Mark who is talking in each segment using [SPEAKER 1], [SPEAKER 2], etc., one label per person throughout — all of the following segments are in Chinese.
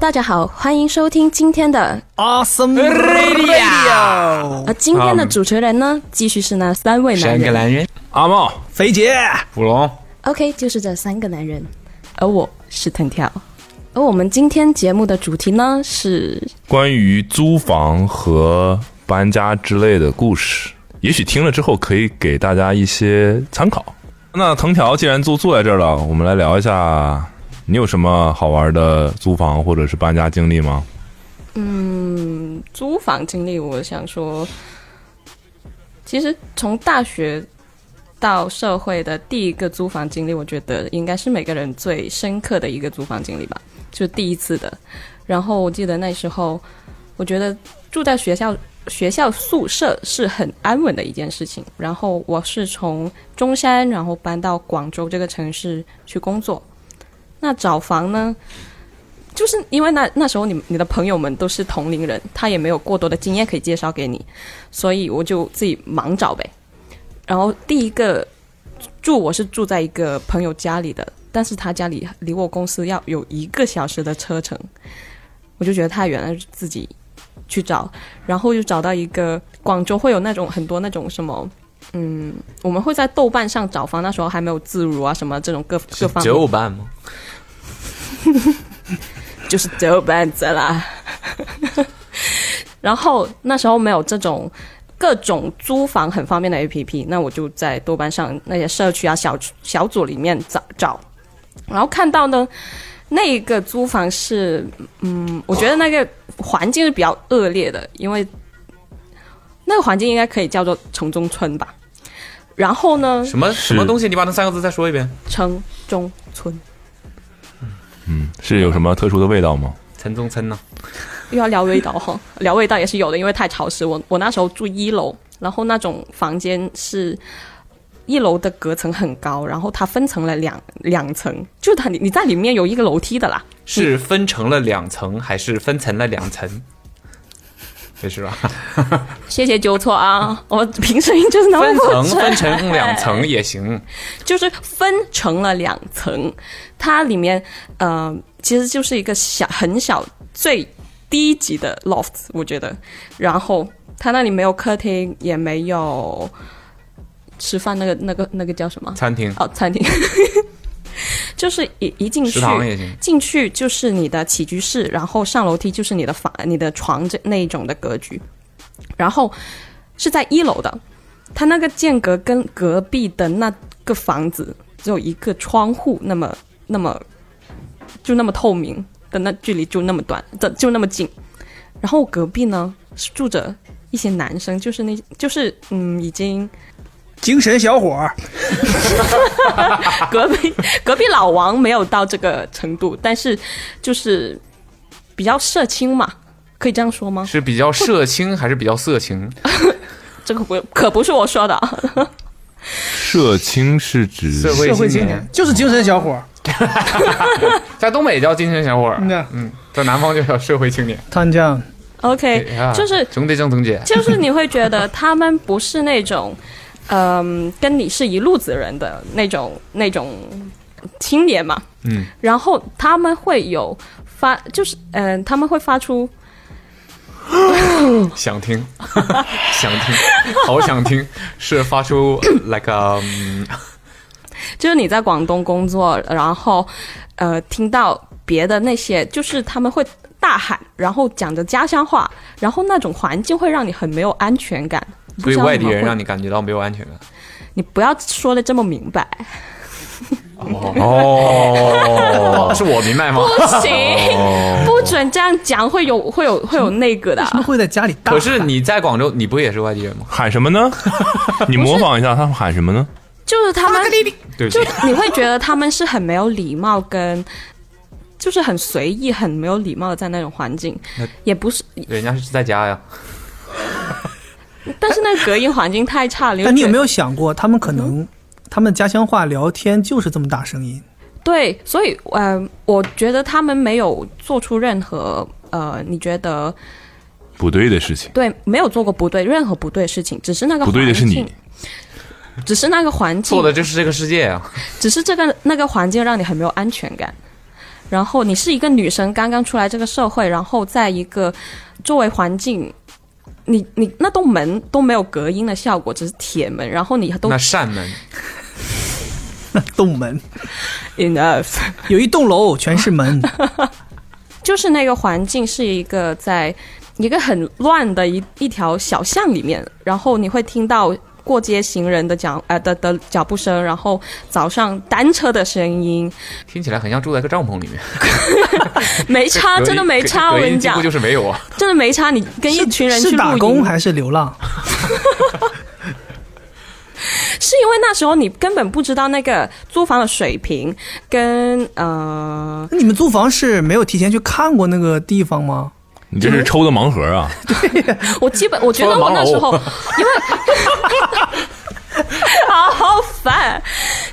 [SPEAKER 1] 大家好，欢迎收听今天的
[SPEAKER 2] Awesome
[SPEAKER 3] Radio
[SPEAKER 1] 呃，今天的主持人呢，继续是那三位男
[SPEAKER 3] 三个
[SPEAKER 1] 人。
[SPEAKER 3] 男人，
[SPEAKER 2] 阿茂、
[SPEAKER 3] 肥姐、古龙，
[SPEAKER 1] OK，就是这三个男人，而我是藤条。而我们今天节目的主题呢是，
[SPEAKER 2] 关于租房和搬家之类的故事，也许听了之后可以给大家一些参考。那藤条既然都坐在这儿了，我们来聊一下，你有什么好玩的租房或者是搬家经历吗？
[SPEAKER 1] 嗯，租房经历。我想说，其实从大学到社会的第一个租房经历，我觉得应该是每个人最深刻的一个租房经历吧，就是第一次的。然后我记得那时候，我觉得住在学校学校宿舍是很安稳的一件事情。然后我是从中山，然后搬到广州这个城市去工作。那找房呢，就是因为那那时候你你的朋友们都是同龄人，他也没有过多的经验可以介绍给你，所以我就自己盲找呗。然后第一个住我是住在一个朋友家里的，但是他家里离我公司要有一个小时的车程，我就觉得太远了，就自己去找，然后就找到一个广州会有那种很多那种什么。嗯，我们会在豆瓣上找房，那时候还没有自如啊，什么这种各各方面
[SPEAKER 3] 九五班吗？
[SPEAKER 1] 就是折板子啦。 然后那时候没有这种各种租房很方便的 APP，那我就在豆瓣上那些社区啊、小小组里面找找，然后看到呢，那个租房是，嗯，我觉得那个环境是比较恶劣的，因为那个环境应该可以叫做城中村吧。然后呢，
[SPEAKER 3] 什么什么东西？你把那三个字再说一遍。
[SPEAKER 1] 城中村
[SPEAKER 2] 是有什么特殊的味道吗？
[SPEAKER 3] 陈宗琛呢？
[SPEAKER 1] 又要聊味道 哈，聊味道也是有的，因为太潮湿。我我那时候住一楼，然后那种房间是一楼的隔层很高，然后它分成了两两层，就它你你在里面有一个楼梯的啦，
[SPEAKER 3] 是分成了两层，还是分层了两层？没事吧？
[SPEAKER 1] 谢谢纠错啊，我平时就是那
[SPEAKER 3] 分
[SPEAKER 1] 么
[SPEAKER 3] 层
[SPEAKER 1] 不准
[SPEAKER 3] 分成两层也行。
[SPEAKER 1] 就是分成了两层，它里面呃其实就是一个小很小最低级的 loft，我觉得。然后它那里没有客厅，也没有吃饭那个那个那个叫什么？
[SPEAKER 3] 餐厅、
[SPEAKER 1] 哦，餐厅， 就是一一进去
[SPEAKER 3] 食，堂也行。
[SPEAKER 1] 进去就是你的起居室，然后上楼梯就是你的房、你的床这那一种的格局，然后是在一楼的，它那个间隔跟隔壁的那个房子只有一个窗户那么那么就那么透明的那距离就那么短，的就那么近，然后隔壁呢是住着一些男生，就是那就是嗯已经。
[SPEAKER 4] 精神小伙儿，
[SPEAKER 1] 隔壁隔壁老王没有到这个程度，但是就是比较社青嘛，可以这样说吗？
[SPEAKER 3] 是比较社青还是比较色情？
[SPEAKER 1] 这个不可不是我说的啊，
[SPEAKER 2] 社青是指
[SPEAKER 3] 社会
[SPEAKER 4] 社会
[SPEAKER 3] 青
[SPEAKER 4] 青
[SPEAKER 3] 年
[SPEAKER 4] 年，就是精神小伙儿。
[SPEAKER 3] 在东北叫精神小伙儿
[SPEAKER 4] 嗯呐，
[SPEAKER 3] 嗯，在南方就叫社会青年。
[SPEAKER 4] 他酱
[SPEAKER 1] OK，
[SPEAKER 3] 哎呀
[SPEAKER 1] 就是
[SPEAKER 3] 兄弟正总 姐，
[SPEAKER 1] 就是你会觉得他们不是那种，嗯、跟你是一路子人的那种那种青年嘛，
[SPEAKER 3] 嗯，
[SPEAKER 1] 然后他们会有发，就是嗯、他们会发出
[SPEAKER 3] 想听，想听，好想 听，是发出呃 like a、嗯
[SPEAKER 1] 就是你在广东工作，然后呃听到别的那些，就是他们会大喊，然后讲着家乡话，然后那种环境会让你很没有安全感。
[SPEAKER 3] 所以外地人让
[SPEAKER 1] 你
[SPEAKER 3] 你感觉到没有安全感。
[SPEAKER 1] 你不要说的这么明白，
[SPEAKER 2] 哦
[SPEAKER 3] 哦，是我明白吗？
[SPEAKER 1] 不行，不准这样讲，会有会有会有那个的啊
[SPEAKER 4] 为。什么会在家里大
[SPEAKER 3] 可
[SPEAKER 4] 喊？
[SPEAKER 3] 是你在广州，你不也是外地人吗？
[SPEAKER 2] 喊什么 呢？你模仿一下他们喊什么呢？
[SPEAKER 1] 就是他们，
[SPEAKER 3] 对不
[SPEAKER 1] 就
[SPEAKER 3] 起，
[SPEAKER 1] 你会觉得他们是很没有礼貌跟。就是很随意、很没有礼貌的在那种环境
[SPEAKER 3] 那，
[SPEAKER 1] 也不是，
[SPEAKER 3] 人家是在家呀。
[SPEAKER 1] 但是那个隔音环境太差了。
[SPEAKER 4] 但你
[SPEAKER 1] 又
[SPEAKER 4] 有
[SPEAKER 1] 觉
[SPEAKER 4] 没
[SPEAKER 1] 得
[SPEAKER 4] 有想过，他们可能他们家乡话聊天就是这么大声音？
[SPEAKER 1] 对，所以呃，我觉得他们没有做出任何呃，你觉得
[SPEAKER 2] 不对的事情，
[SPEAKER 1] 对，没有做过不对任何不对的事情，只是那个
[SPEAKER 2] 不对的是
[SPEAKER 1] 环
[SPEAKER 2] 你
[SPEAKER 1] 境，只是那个环境
[SPEAKER 3] 错的就是这个世界啊！
[SPEAKER 1] 只是这个那个环境让你很没有安全感。然后你是一个女生，刚刚出来这个社会，然后在一个周围环境，你你那栋门都没有隔音的效果，只是铁门，然后你都
[SPEAKER 3] 那扇门，
[SPEAKER 4] 洞门
[SPEAKER 1] enough，
[SPEAKER 4] 有一栋楼全是门，
[SPEAKER 1] 就是那个环境是一个在一个很乱的一一条小巷里面，然后你会听到过街行人的脚呃的的脚步声，然后早上单车的声 音，
[SPEAKER 3] 听起来很像住在一个帐篷 里面。
[SPEAKER 1] 没差，
[SPEAKER 3] 隔音
[SPEAKER 1] 啊真的没差，
[SPEAKER 3] 隔
[SPEAKER 1] 我
[SPEAKER 3] 隔音
[SPEAKER 1] 跟你
[SPEAKER 3] 几乎
[SPEAKER 1] 讲，
[SPEAKER 3] 就是没有啊。
[SPEAKER 1] 真的没差。你跟 一群人
[SPEAKER 4] 是
[SPEAKER 1] 去
[SPEAKER 4] 打
[SPEAKER 1] 露
[SPEAKER 4] 工
[SPEAKER 1] 营，
[SPEAKER 4] 还是流浪？
[SPEAKER 1] 是因为那时候你根本不知道那个租房的水平跟呃，
[SPEAKER 4] 那你们租房是没有提前去看过那个地方吗？
[SPEAKER 2] 你这是抽的盲盒啊！
[SPEAKER 1] 我基本我觉得我那时候，因为好好烦，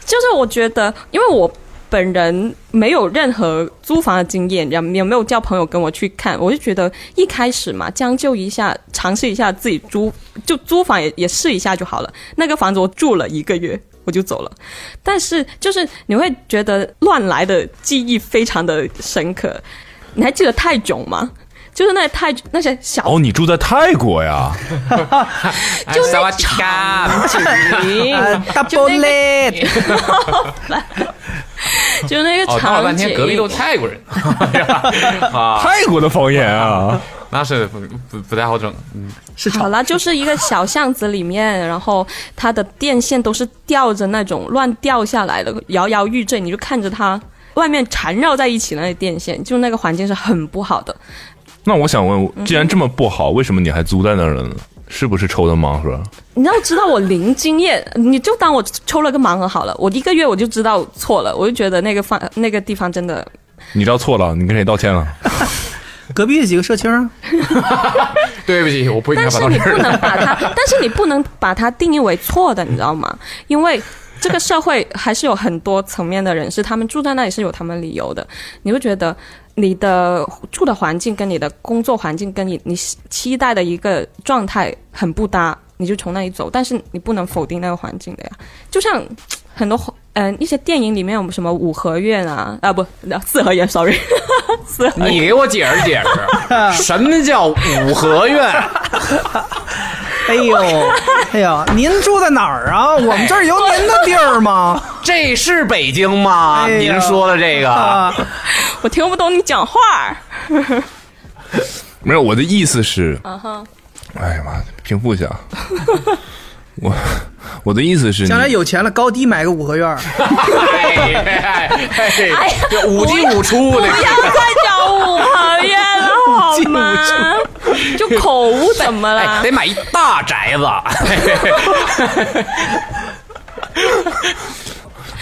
[SPEAKER 1] 就是我觉得，因为我本人没有任何租房的经验，也也没有叫朋友跟我去看，我就觉得一开始嘛，将就一下，尝试一下自己租，就租房也也试一下就好了。那个房子我住了一个月。我就走了，但是就是你会觉得乱来的记忆非常的深刻。你还记得泰囧吗？就是那泰那些小
[SPEAKER 2] 哦，你住在泰国 呀？
[SPEAKER 1] 就
[SPEAKER 3] 萨瓦迪卡，
[SPEAKER 4] 呃
[SPEAKER 1] 景，
[SPEAKER 4] ，double it，
[SPEAKER 1] 就那个
[SPEAKER 3] 哦，闹了
[SPEAKER 1] 场
[SPEAKER 3] 半
[SPEAKER 1] 景
[SPEAKER 3] 天，隔壁都是泰国人， 啊，
[SPEAKER 2] 泰国的方言啊！
[SPEAKER 3] 那是不不不太好整。嗯，
[SPEAKER 4] 是
[SPEAKER 1] 好
[SPEAKER 4] 吵。
[SPEAKER 1] 啦，就是一个小巷子里面，然后它的电线都是吊着那种乱掉下来的，摇摇欲坠，你就看着它外面缠绕在一起的那电线，就那个环境是很不好的。
[SPEAKER 2] 那我想
[SPEAKER 1] 嗯
[SPEAKER 2] 问，既然这么不好，为什么你还租在那儿了呢？是不是抽的盲盒？
[SPEAKER 1] 你要知道我零经验，你就当我抽了个盲盒好了。我一个月我就知道错了，我就觉得那个方那个地方真的
[SPEAKER 2] 你知道错了，你跟谁道歉了？
[SPEAKER 4] 隔壁几个社 青啊，
[SPEAKER 3] 对不起，我不应该
[SPEAKER 1] 但
[SPEAKER 3] 把
[SPEAKER 1] 是
[SPEAKER 3] 到
[SPEAKER 1] 你
[SPEAKER 3] 这
[SPEAKER 1] 不
[SPEAKER 3] 儿。
[SPEAKER 1] 能把 它，但是你不能把它定义为错的，你知道吗？因为这个社会还是有很多层面的人是他们住在那里是有他们理由的。你会觉得你的住的环境跟你的工作环境跟你你期待的一个状态很不搭，你就从那里走。但是你不能否定那个环境的呀，就像很多嗯、一些电影里面有什么五合院啊啊不四合院，sorry，四 合
[SPEAKER 3] 你给我解释解 释，什么叫五合院？
[SPEAKER 4] 哎呦，哎呀，您住在哪儿啊？我们这儿有您的地儿 吗？
[SPEAKER 3] 这是北京吗？
[SPEAKER 4] 哎呀
[SPEAKER 3] 您说的这个，
[SPEAKER 4] 啊，
[SPEAKER 1] 我听不懂你讲话儿。
[SPEAKER 2] 没有，我的意思是，
[SPEAKER 1] 嗯哼，
[SPEAKER 2] 哎呀妈，平复一下。 我我的意思是你，
[SPEAKER 4] 将来有钱了，高低买个五合院儿。
[SPEAKER 3] 哎哎这五进五出的
[SPEAKER 1] 不，要再讲五合院了好吗？就口误怎么
[SPEAKER 3] 哎，
[SPEAKER 1] 了？
[SPEAKER 3] 得买一大宅子。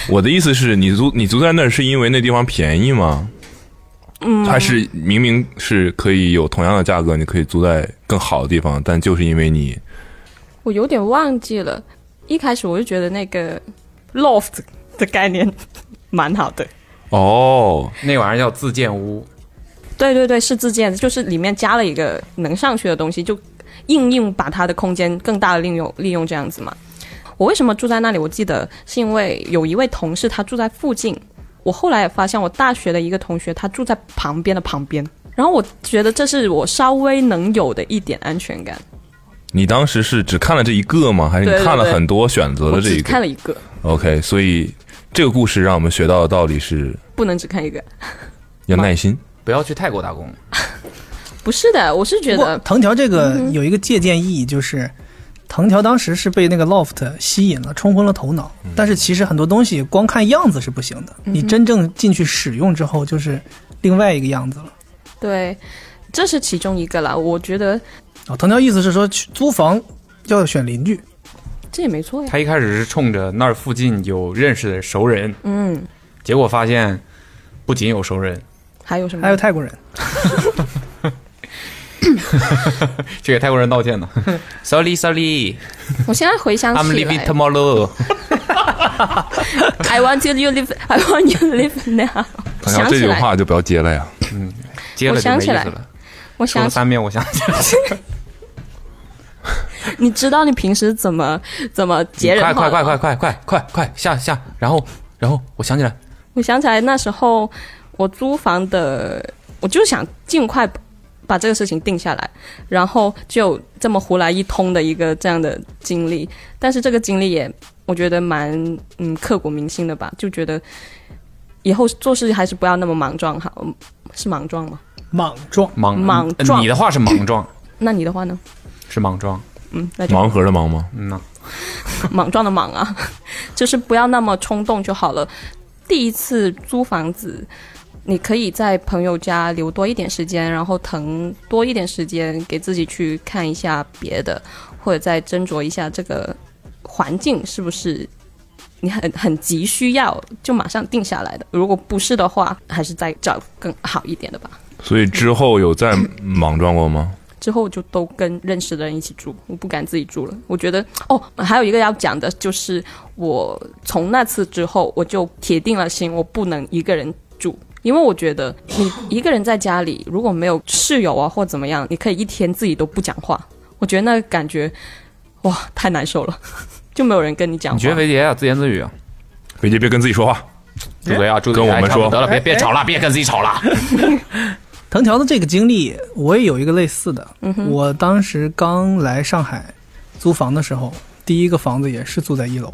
[SPEAKER 2] 我的意思是你租你租在那儿是因为那地方便宜吗？嗯，还是明明是可以有同样的价格，你可以租在更好的地方，但就是因为你
[SPEAKER 1] 我有点忘记了，一开始我就觉得那个 loft 的概念蛮好的。
[SPEAKER 2] 哦，
[SPEAKER 3] 那玩意儿叫自建屋，
[SPEAKER 1] 对对对，是自建的，就是里面加了一个能上去的东西，就硬硬把它的空间更大的利用利用这样子嘛。我为什么住在那里？我记得是因为有一位同事他住在附近，我后来也发现我大学的一个同学他住在旁边的旁边，然后我觉得这是我稍微能有的一点安全感。
[SPEAKER 2] 你当时是只看了这一个吗？还是
[SPEAKER 1] 对
[SPEAKER 2] 你
[SPEAKER 1] 对
[SPEAKER 2] 看了
[SPEAKER 1] 对
[SPEAKER 2] 很多选择
[SPEAKER 1] 我
[SPEAKER 2] 了这
[SPEAKER 1] 只
[SPEAKER 2] 一个
[SPEAKER 1] 看了一个，
[SPEAKER 2] o k 所以这个故事让我们学到的道理是
[SPEAKER 1] 不能只看一个。
[SPEAKER 2] 要耐心。。
[SPEAKER 3] 不要去泰国打工。
[SPEAKER 1] 不是的，嗯我是觉
[SPEAKER 4] 不过
[SPEAKER 1] 得
[SPEAKER 4] 藤条这个有一个借鉴意义，就是藤条当时是被那个 loft 吸引了，冲昏了头脑。但是其实很多东西光看样子是不行的，
[SPEAKER 1] 嗯
[SPEAKER 4] 你真正进去使用之后，就是另外一个样子了。
[SPEAKER 1] 对，这是其中一个啦。我觉得
[SPEAKER 4] 啊，藤条意思是说去租房要选邻居，
[SPEAKER 1] 这也没错呀。
[SPEAKER 3] 他一开始是冲着那儿附近有认识的熟人，
[SPEAKER 1] 嗯，
[SPEAKER 3] 结果发现不仅有熟人，
[SPEAKER 1] 还有什么？
[SPEAKER 4] 还有泰国人。
[SPEAKER 3] 这给泰国人道歉呢。Sorry, sorry,
[SPEAKER 1] 我现在回想
[SPEAKER 3] I'm
[SPEAKER 1] 起来
[SPEAKER 3] leaving tomorrow。
[SPEAKER 1] I want you to live, I want you to live now
[SPEAKER 2] 然
[SPEAKER 1] 想
[SPEAKER 2] 哎后这
[SPEAKER 1] 起
[SPEAKER 2] 句
[SPEAKER 1] 来，
[SPEAKER 2] 话就不要接了呀。
[SPEAKER 3] 接了就没
[SPEAKER 1] 我想
[SPEAKER 3] 意思
[SPEAKER 1] 起
[SPEAKER 3] 了，
[SPEAKER 1] 我
[SPEAKER 3] 说了
[SPEAKER 1] 想起，
[SPEAKER 3] 三遍，我想起来了。
[SPEAKER 1] 你知道你平时怎么怎么截人
[SPEAKER 3] 快
[SPEAKER 1] 话
[SPEAKER 3] 快
[SPEAKER 1] 了
[SPEAKER 3] 快
[SPEAKER 1] 吗
[SPEAKER 3] 快快快快快快下下，然后然后我想起来，
[SPEAKER 1] 我想起来那时候我租房的，我就想尽快把把这个事情定下来，然后就这么胡来一通的一个这样的经历。但是这个经历也，我觉得蛮嗯刻骨铭心的吧，就觉得以后做事还是不要那么莽撞好，是莽撞吗？
[SPEAKER 4] 莽撞，
[SPEAKER 3] 莽
[SPEAKER 1] 莽撞
[SPEAKER 3] 你的话是莽撞，
[SPEAKER 1] 那你的话呢？
[SPEAKER 3] 是莽撞，
[SPEAKER 1] 嗯，那就
[SPEAKER 2] 盲盒的盲吗？
[SPEAKER 3] 嗯呐，
[SPEAKER 1] 莽撞的莽啊，就是不要那么冲动就好了。第一次租房子，你可以在朋友家留多一点时间，然后腾多一点时间给自己去看一下别的，或者再斟酌一下这个环境是不是你很很急需要就马上定下来的。如果不是的话，还是再找更好一点的吧。
[SPEAKER 2] 所以之后有再莽撞过吗？
[SPEAKER 1] 之后就都跟认识的人一起住，我不敢自己住了。我觉得哦，还有一个要讲的就是，我从那次之后，我就铁定了心，我不能一个人住，因为我觉得你一个人在家里，如果没有室友啊或怎么样，你可以一天自己都不讲话，我觉得那感觉哇太难受了， 就没有人跟你讲
[SPEAKER 3] 你觉得
[SPEAKER 1] 话。
[SPEAKER 3] 维杰啊自言自语啊？
[SPEAKER 2] 别别别跟自己说话，
[SPEAKER 3] 住嘴啊，住嘴啊！
[SPEAKER 2] 跟我们
[SPEAKER 3] 差不多
[SPEAKER 2] 说
[SPEAKER 3] 得了，别别
[SPEAKER 4] 哎
[SPEAKER 3] 吵了，别跟自己吵了。
[SPEAKER 4] 藤条的这个经历，我也有一个类似的。我当时刚来上海租房的时候，第一个房子也是租在一楼。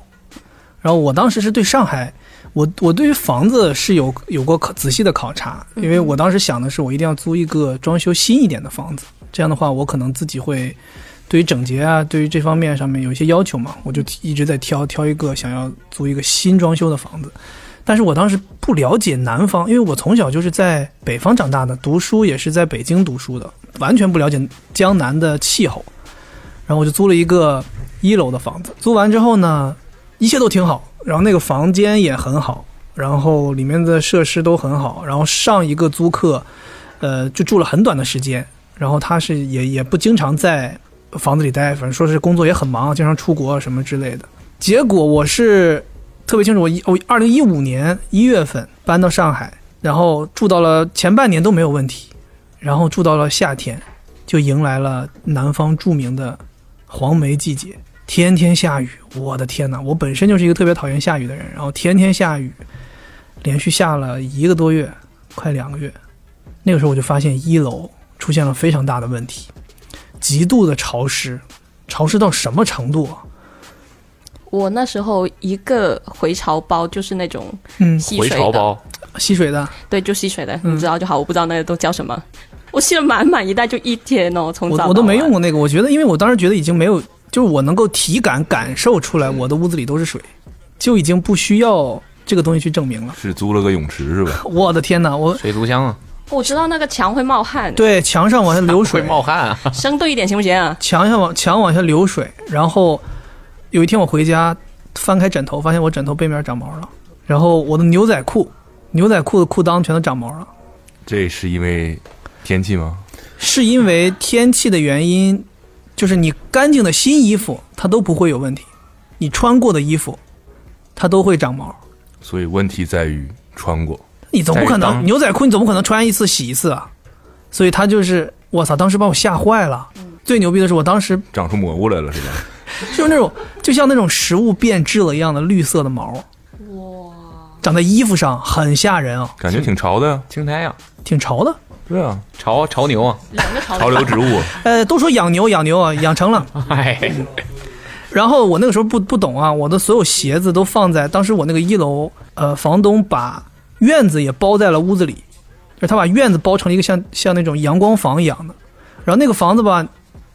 [SPEAKER 4] 然后我当时是对上海，我我对于房子是有有过考仔细的考察，因为我当时想的是，我一定要租一个装修新一点的房子，这样的话我可能自己会对于整洁啊，对于这方面上面有一些要求嘛，我就一直在挑挑一个想要租一个新装修的房子。但是我当时不了解南方，因为我从小就是在北方长大的，读书也是在北京读书的，完全不了解江南的气候。然后我就租了一个一楼的房子，租完之后呢，一切都挺好，然后那个房间也很好，然后里面的设施都很好，然后上一个租客，呃，就住了很短的时间，然后他是也也不经常在房子里待，反正说是工作也很忙，经常出国啊什么之类的。结果我是特别清楚，我一我二零一五年一月份搬到上海，然后住到了前半年都没有问题，然后住到了夏天，就迎来了南方著名的黄梅季节，天天下雨。我的天呐，我本身就是一个特别讨厌下雨的人，然后天天下雨，连续下了一个多月，快两个月。那个时候我就发现一楼出现了非常大的问题，极度的潮湿，潮湿到什么程度啊？
[SPEAKER 1] 我那时候一个回潮包就是那种
[SPEAKER 4] 嗯，
[SPEAKER 1] 吸
[SPEAKER 3] 回
[SPEAKER 1] 水
[SPEAKER 3] 潮
[SPEAKER 1] 的，
[SPEAKER 3] 包，
[SPEAKER 4] 吸水的，
[SPEAKER 1] 对，就吸水的，
[SPEAKER 4] 嗯
[SPEAKER 1] 你知道就好。我不知道那个都叫什么，我吸了满满一袋，就一天哦，从早
[SPEAKER 4] 我
[SPEAKER 1] 到
[SPEAKER 4] 我都没用
[SPEAKER 1] 晚。
[SPEAKER 4] 过那个，我觉得因为我当时觉得已经没有，就是我能够体感感受出来我的屋子里都是水，就已经不需要这个东西去证明了。
[SPEAKER 2] 是租了个泳池是吧？
[SPEAKER 4] 我的天哪，我
[SPEAKER 3] 水族箱啊，
[SPEAKER 1] 我知道那个墙会冒汗，
[SPEAKER 4] 对墙上往下流
[SPEAKER 3] 会
[SPEAKER 4] 水，
[SPEAKER 3] 冒汗啊。
[SPEAKER 1] 生动一点行不行啊？
[SPEAKER 4] 墙上往墙往下流水，然后有一天我回家翻开枕头，发现我枕头背面长毛了，然后我的牛仔裤牛仔裤的裤裆全都长毛了。
[SPEAKER 2] 这是因为天气吗？
[SPEAKER 4] 是因为天气的原因，就是你干净的新衣服它都不会有问题，你穿过的衣服它都会长毛。
[SPEAKER 2] 所以问题在于穿过。
[SPEAKER 4] 你总不可
[SPEAKER 3] 在于
[SPEAKER 4] 能
[SPEAKER 3] 当
[SPEAKER 4] 牛仔裤，你总不可能穿一次洗一次啊。所以他就是，我操，当时把我吓坏了。最牛逼的是，我当时
[SPEAKER 2] 长出蘑菇来了是吧？
[SPEAKER 4] 就是那种，就像那种食物变质了一样的绿色的毛，哇，长在衣服上，很吓人啊，
[SPEAKER 2] 感觉挺潮的呀。
[SPEAKER 3] 青苔啊，
[SPEAKER 4] 挺潮的。
[SPEAKER 2] 对啊，
[SPEAKER 3] 潮潮牛啊，
[SPEAKER 1] 两个朝
[SPEAKER 2] 潮流植 物。
[SPEAKER 4] 呃，都说养牛养牛啊，养成了，
[SPEAKER 3] 哎，
[SPEAKER 4] 然后我那个时候不不懂啊，我的所有鞋子都放在当时我那个一楼，呃，房东把院子也包在了屋子里，就是他把院子包成了一个像像那种阳光房一样的。然后那个房子吧，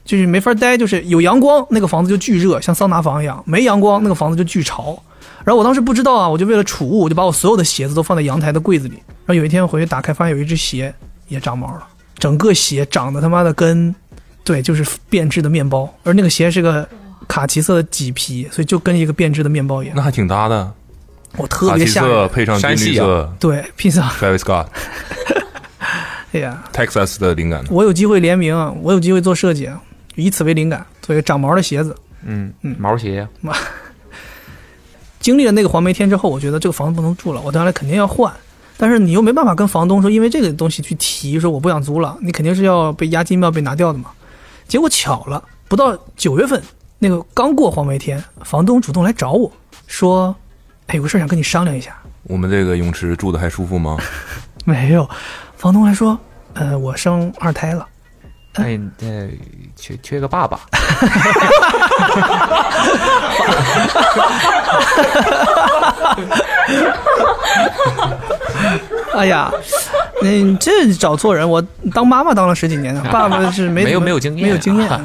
[SPEAKER 4] 就是没法待，就是有阳光那个房子就巨热，像桑拿房一样；没阳光那个房子就巨潮。然后我当时不知道啊，我就为了储物，我就把我所有的鞋子都放在阳台的柜子里。然后有一天我回去打开，发现有一只鞋也长毛了，整个鞋长得他妈的跟，对，就是变质的面包，而那个鞋是个卡其色的麂皮，所以就跟一个变质的面包一样
[SPEAKER 2] 那。还挺搭的，
[SPEAKER 4] 我特
[SPEAKER 2] 卡
[SPEAKER 4] 别
[SPEAKER 2] 其
[SPEAKER 4] 吓人
[SPEAKER 2] 色。配上金
[SPEAKER 3] 山
[SPEAKER 2] 绿
[SPEAKER 3] 系啊
[SPEAKER 2] 色
[SPEAKER 4] 对，披萨，
[SPEAKER 2] ，Travis Scott，Texas
[SPEAKER 4] 哎呀，
[SPEAKER 2] 的灵感呢。
[SPEAKER 4] 我有机会联名啊，我有机会做设计啊，以此为灵感做一个长毛的鞋子。
[SPEAKER 3] 嗯
[SPEAKER 4] 嗯
[SPEAKER 3] 毛鞋啊，
[SPEAKER 4] 经历了那个黄梅天之后，我觉得这个房子不能住了，我将来肯定要换。但是你又没办法跟房东说，因为这个东西去提说我不想租了，你肯定是要被押金要被拿掉的嘛。结果巧了，不到九月份，那个刚过黄梅天，房东主动来找我说：“哎，有个事儿想跟你商量一下。
[SPEAKER 2] 我们这个泳池住的还舒服吗？”
[SPEAKER 4] 没有，房东还说，呃，我生二胎了，
[SPEAKER 3] 哎，呃，缺缺个爸爸，
[SPEAKER 4] 哎呀，你这找错人，我当妈妈当了十几 年了，爸爸是没
[SPEAKER 3] 没
[SPEAKER 4] 怎
[SPEAKER 3] 有
[SPEAKER 4] 么
[SPEAKER 3] 没有经验
[SPEAKER 4] 没有经 验
[SPEAKER 3] 啊。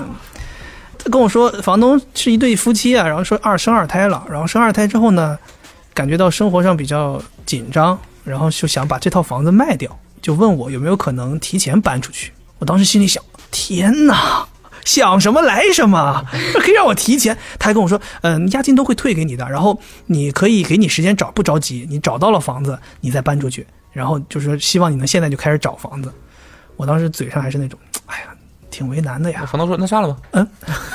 [SPEAKER 4] 他跟我说，房东是一对夫妻啊，然后说二生二胎了，然后生二胎之后呢，感觉到生活上比较紧张，然后就想把这套房子卖掉，就问我有没有可能提前搬出去。我当时心里想，天哪！想什么来什么， 这可以让我提前。他还跟我说，嗯，押金都会退给你的，然后你可以给你时间找，不着急，你找到了房子你再搬出去，然后就是希望你能现在就开始找房子。我当时嘴上还是那种，哎呀，挺为难的呀。
[SPEAKER 3] 房东说那算了吧，
[SPEAKER 4] 嗯，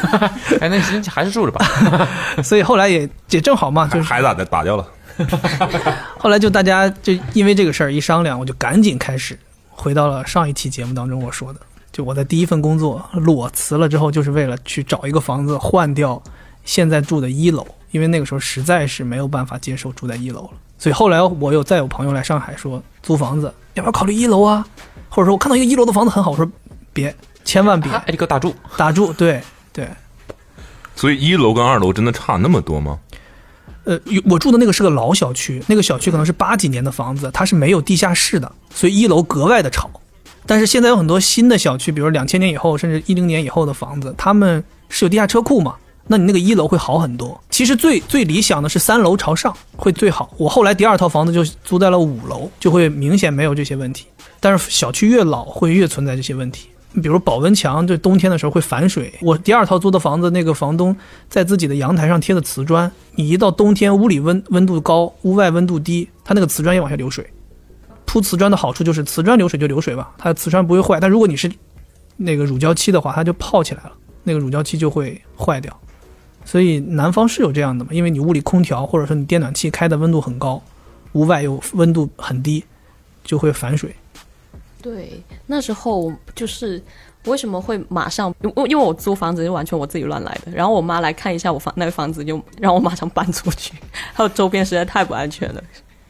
[SPEAKER 3] 哎，那行还是住着吧，
[SPEAKER 4] 所以后来也也正好嘛，就是
[SPEAKER 2] 孩子打的打掉了，
[SPEAKER 4] 后来就大家就因为这个事儿一商量，我就赶紧开始回到了上一期节目当中我说的，就我的第一份工作裸辞了之后，就是为了去找一个房子换掉现在住的一楼，因为那个时候实在是没有办法接受住在一楼了。所以后来我有再有朋友来上海说租房子，要不要考虑一楼啊？或者说我看到一个一楼的房子很好，我说别，千万 别
[SPEAKER 3] 哎，你给我打住，
[SPEAKER 4] 打住，对对。
[SPEAKER 2] 所以一楼跟二楼真的差那么多吗？
[SPEAKER 4] 呃，有我住的那个是个老小区，那个小区可能是八几年的房子，它是没有地下室的，所以一楼格外的吵。但是现在有很多新的小区，比如两千年以后，甚至一零年以后的房子，他们是有地下车库嘛？那你那个一楼会好很多。其实最最理想的是三楼朝上会最好。我后来第二套房子就租在了五楼，就会明显没有这些问题。但是小区越老会越存在这些问题，比如保温墙，对冬天的时候会反水。我第二套租的房子，那个房东在自己的阳台上贴的瓷砖，你一到冬天屋里温温度高，屋外温度低，它那个瓷砖也往下流水。铺瓷砖的好处就是瓷砖流水就流水吧，它瓷砖不会坏。但如果你是那个乳胶漆的话，它就泡起来了，那个乳胶漆就会坏掉。所以南方是有这样的嘛，因为你屋里空调或者说你电暖气开的温度很高，屋外又温度很低，就会反水。
[SPEAKER 1] 对，那时候就是为什么会马上，因为因为我租房子是完全我自己乱来的，然后我妈来看一下我房那个房子，就让我马上搬出去， 还有周边实在太不安全了。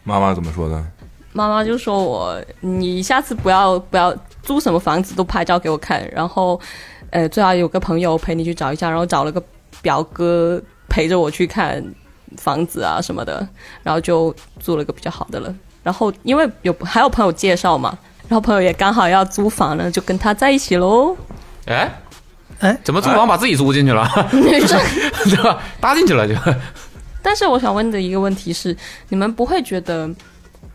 [SPEAKER 2] 妈妈怎么说的？
[SPEAKER 1] 妈妈就说我，你下次不要不要租什么房子都拍照给我看，然后，呃，最好有个朋友陪你去找一下，然后找了个表哥陪着我去看房子啊什么的，然后就租了个比较好的了。然后因为有还有朋友介绍嘛，然后朋友也刚好要租房呢，就跟他在一起喽。
[SPEAKER 3] 哎。
[SPEAKER 4] 哎
[SPEAKER 3] 怎么租房把自己租进去了， 对吧？搭进去了就，
[SPEAKER 1] 但是我想问的一个问题是，你们不会觉得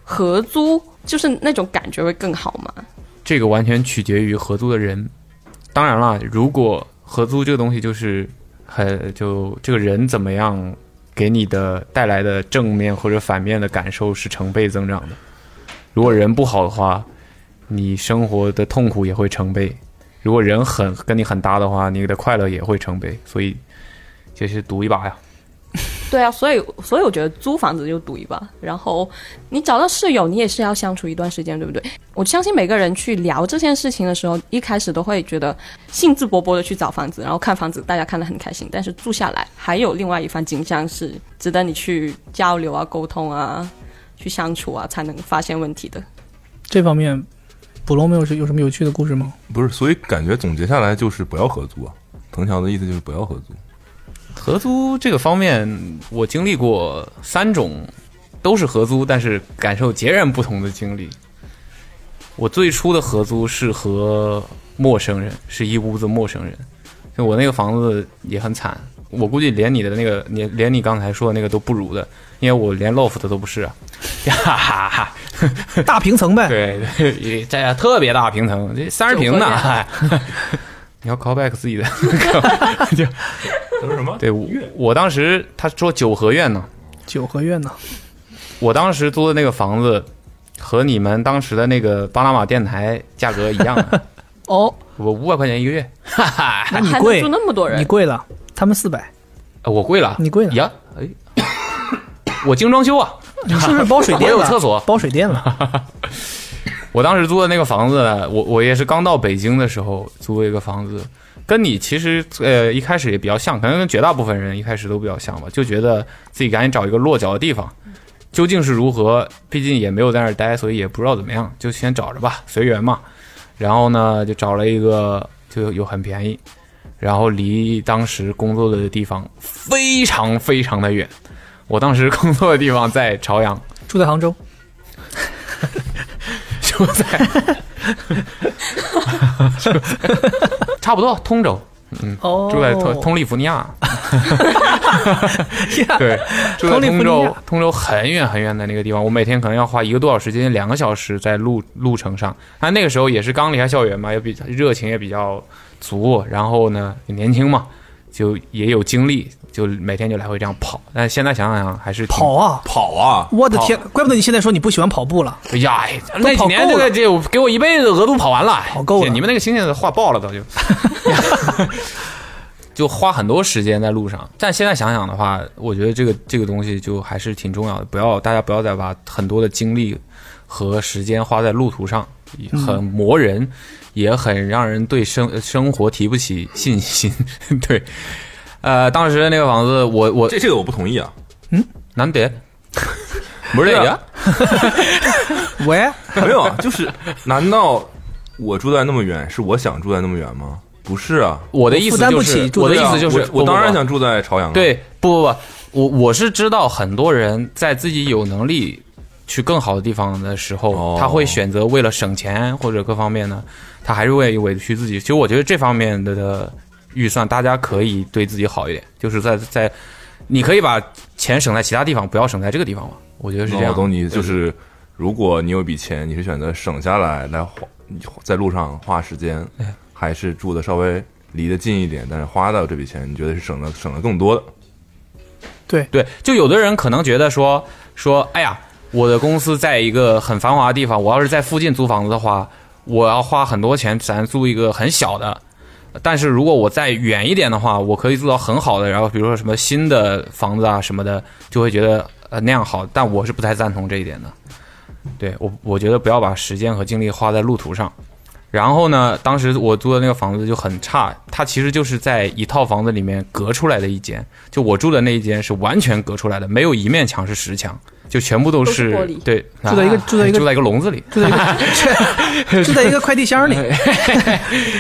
[SPEAKER 1] 合租就是那种感觉会更好吗？
[SPEAKER 3] 这个完全取决于合租的人。当然了，如果合租这个东西就是很就这个人怎么样给你的带来的正面或者反面的感受是成倍增长的。如果人不好的话，你生活的痛苦也会成倍；如果人很跟你很搭的话，你的快乐也会成倍。所以，就是赌一把呀。
[SPEAKER 1] 对啊，所以所以我觉得租房子就赌一把，然后你找到室友，你也是要相处一段时间，对不对？我相信每个人去聊这件事情的时候，一开始都会觉得兴致勃勃的去找房子，然后看房子，大家看得很开心，但是住下来还有另外一番景象是值得你去交流啊、沟通啊、去相处啊，才能发现问 题的。
[SPEAKER 4] 这方面，捕龙没有是有什么有趣的故事 吗？
[SPEAKER 2] 不是，所以感觉总结下来就是不要合租啊。藤条的意思就是不要合租。
[SPEAKER 3] 合租这个方面，我经历过三种，都是合租，但是感受截然不同的经历。我最初的合租是和陌生人，是一屋子陌生人。就我那个房子也很惨，我估计连你的那个，你连你刚才说的那个都不如的，因为我连 loft 都不是啊。 哈哈哈！
[SPEAKER 4] 大平层 呗，
[SPEAKER 3] 对对，这样特别大平层，这三十平呢。
[SPEAKER 1] 九合
[SPEAKER 3] 哎 你要 callback 自己的， 就
[SPEAKER 2] 他说什么？
[SPEAKER 3] 对我我当时他说九合院呢，
[SPEAKER 4] 九合院呢？
[SPEAKER 3] 我当时租的那个房子和你们当时的那个巴拿马电台价格一样 的，
[SPEAKER 4] 哦，
[SPEAKER 3] 我五百块钱一 个月，哎哈哈，
[SPEAKER 4] 哎那你
[SPEAKER 1] 还能
[SPEAKER 4] 贵
[SPEAKER 1] 住，那么多人
[SPEAKER 4] 你，贵了，他们 四百，
[SPEAKER 3] 呃我贵了，
[SPEAKER 4] 你贵了
[SPEAKER 3] 呀？哎， 我精装修啊！
[SPEAKER 4] 你是不是包水电了？
[SPEAKER 3] 我有厕所
[SPEAKER 4] 包水电 了。
[SPEAKER 3] 我当时租的那个房子，我我也是刚到北京的时候租的一个房子，跟你其实呃一开始也比较像，可能跟绝大部分人一开始都比较像吧，就觉得自己赶紧找一个落脚的地方，究竟是如何，毕竟也没有在那儿待，所以也不知道怎么样，就先找着吧，随缘嘛。然后呢，就找了一个就有很便宜，然后离当时工作的地方非常非常的远。我当时工作的地方在朝阳，
[SPEAKER 4] 住在杭州，
[SPEAKER 3] 就在， 差不多通州，
[SPEAKER 4] 哦
[SPEAKER 3] 嗯
[SPEAKER 4] 哎
[SPEAKER 3] 住在通通利福尼亚，对，住在
[SPEAKER 4] 通利福
[SPEAKER 3] 通
[SPEAKER 4] 尼
[SPEAKER 3] 州
[SPEAKER 4] 亚，
[SPEAKER 3] 通州很远很远的那个地方，我每天可能要花一个多小时，接近两个小时在路路程上。那那个时候也是刚离开校园嘛，也比较热情也比较足，然后呢也年轻嘛，就也有精力，就每天就来回这样跑。但现在想想还是挺
[SPEAKER 4] 跑啊！
[SPEAKER 2] 跑啊！
[SPEAKER 4] 我的天，怪不得你现在说你不喜欢跑步了。
[SPEAKER 3] 哎呀，哎那几年
[SPEAKER 4] 跑
[SPEAKER 3] 这
[SPEAKER 4] 够
[SPEAKER 3] 个
[SPEAKER 4] 了
[SPEAKER 3] 这我给我一辈子额度跑完了，
[SPEAKER 4] 跑够了
[SPEAKER 3] 你们那个星星画爆了都就， 就花很多时间在路上。但现在想想的话，我觉得这个这个东西就还是挺重要的，不要大家不要再把很多的精力和时间花在路途上，很磨人，也很让人对生 生活提不起信心。 对，呃，当时那个房子，我我
[SPEAKER 2] 这这个我不同意啊！
[SPEAKER 3] 难得。不是这
[SPEAKER 2] 对
[SPEAKER 3] 个
[SPEAKER 2] 啊，
[SPEAKER 4] 喂，
[SPEAKER 2] 没有啊，就是难道我住在那么远，是我想住在那么远吗？不是啊，
[SPEAKER 3] 我的意思
[SPEAKER 4] 负担
[SPEAKER 3] 就
[SPEAKER 4] 不
[SPEAKER 3] 是
[SPEAKER 4] 起，住
[SPEAKER 3] 我的
[SPEAKER 4] 得
[SPEAKER 3] 意
[SPEAKER 2] 对啊
[SPEAKER 3] 思就是，
[SPEAKER 2] 我我
[SPEAKER 3] 不
[SPEAKER 2] 当然。
[SPEAKER 3] 不不
[SPEAKER 2] 想住在朝阳啊。
[SPEAKER 3] 对，不不不，我我是知道很多人在自己有能力去更好的地方的时候，
[SPEAKER 2] 哦
[SPEAKER 3] 他会选择为了省钱或者各方面呢，他还是会委屈自己。其实我觉得这方面的的预算，大家可以对自己好一点，就是在在你可以把钱省在其他地方，不要省在这个地方嘛。我觉得是这
[SPEAKER 2] 那
[SPEAKER 3] 样
[SPEAKER 2] 哦我
[SPEAKER 3] 的。
[SPEAKER 2] 懂你，就是如果你有一笔钱，你是选择省下来来花，在路上花时间，还是住的稍微离得近一点，但是花到这笔钱，你觉得是省了省了更多的？
[SPEAKER 4] 对，
[SPEAKER 3] 对，就有的人可能觉得说说，哎呀，我的公司在一个很繁华的地方，我要是在附近租房子的话，我要花很多钱，咱租一个很小的。但是如果我再远一点的话，我可以租到很好的，然后比如说什么新的房子啊什么的，就会觉得呃那样好。但我是不太赞同这一点的。对我，我觉得不要把时间和精力花在路途上。然后呢，当时我租的那个房子就很差，它其实就是在一套房子里面隔出来的一间，就我住的那一间是完全隔出来的，没有一面墙是实墙，就全部都
[SPEAKER 1] 都
[SPEAKER 3] 是
[SPEAKER 1] 是玻璃
[SPEAKER 3] 对，
[SPEAKER 4] 住在一个
[SPEAKER 3] 啊
[SPEAKER 4] 住在一个
[SPEAKER 3] 住在一个笼子里，
[SPEAKER 4] 住在一个住在一个快递 箱里，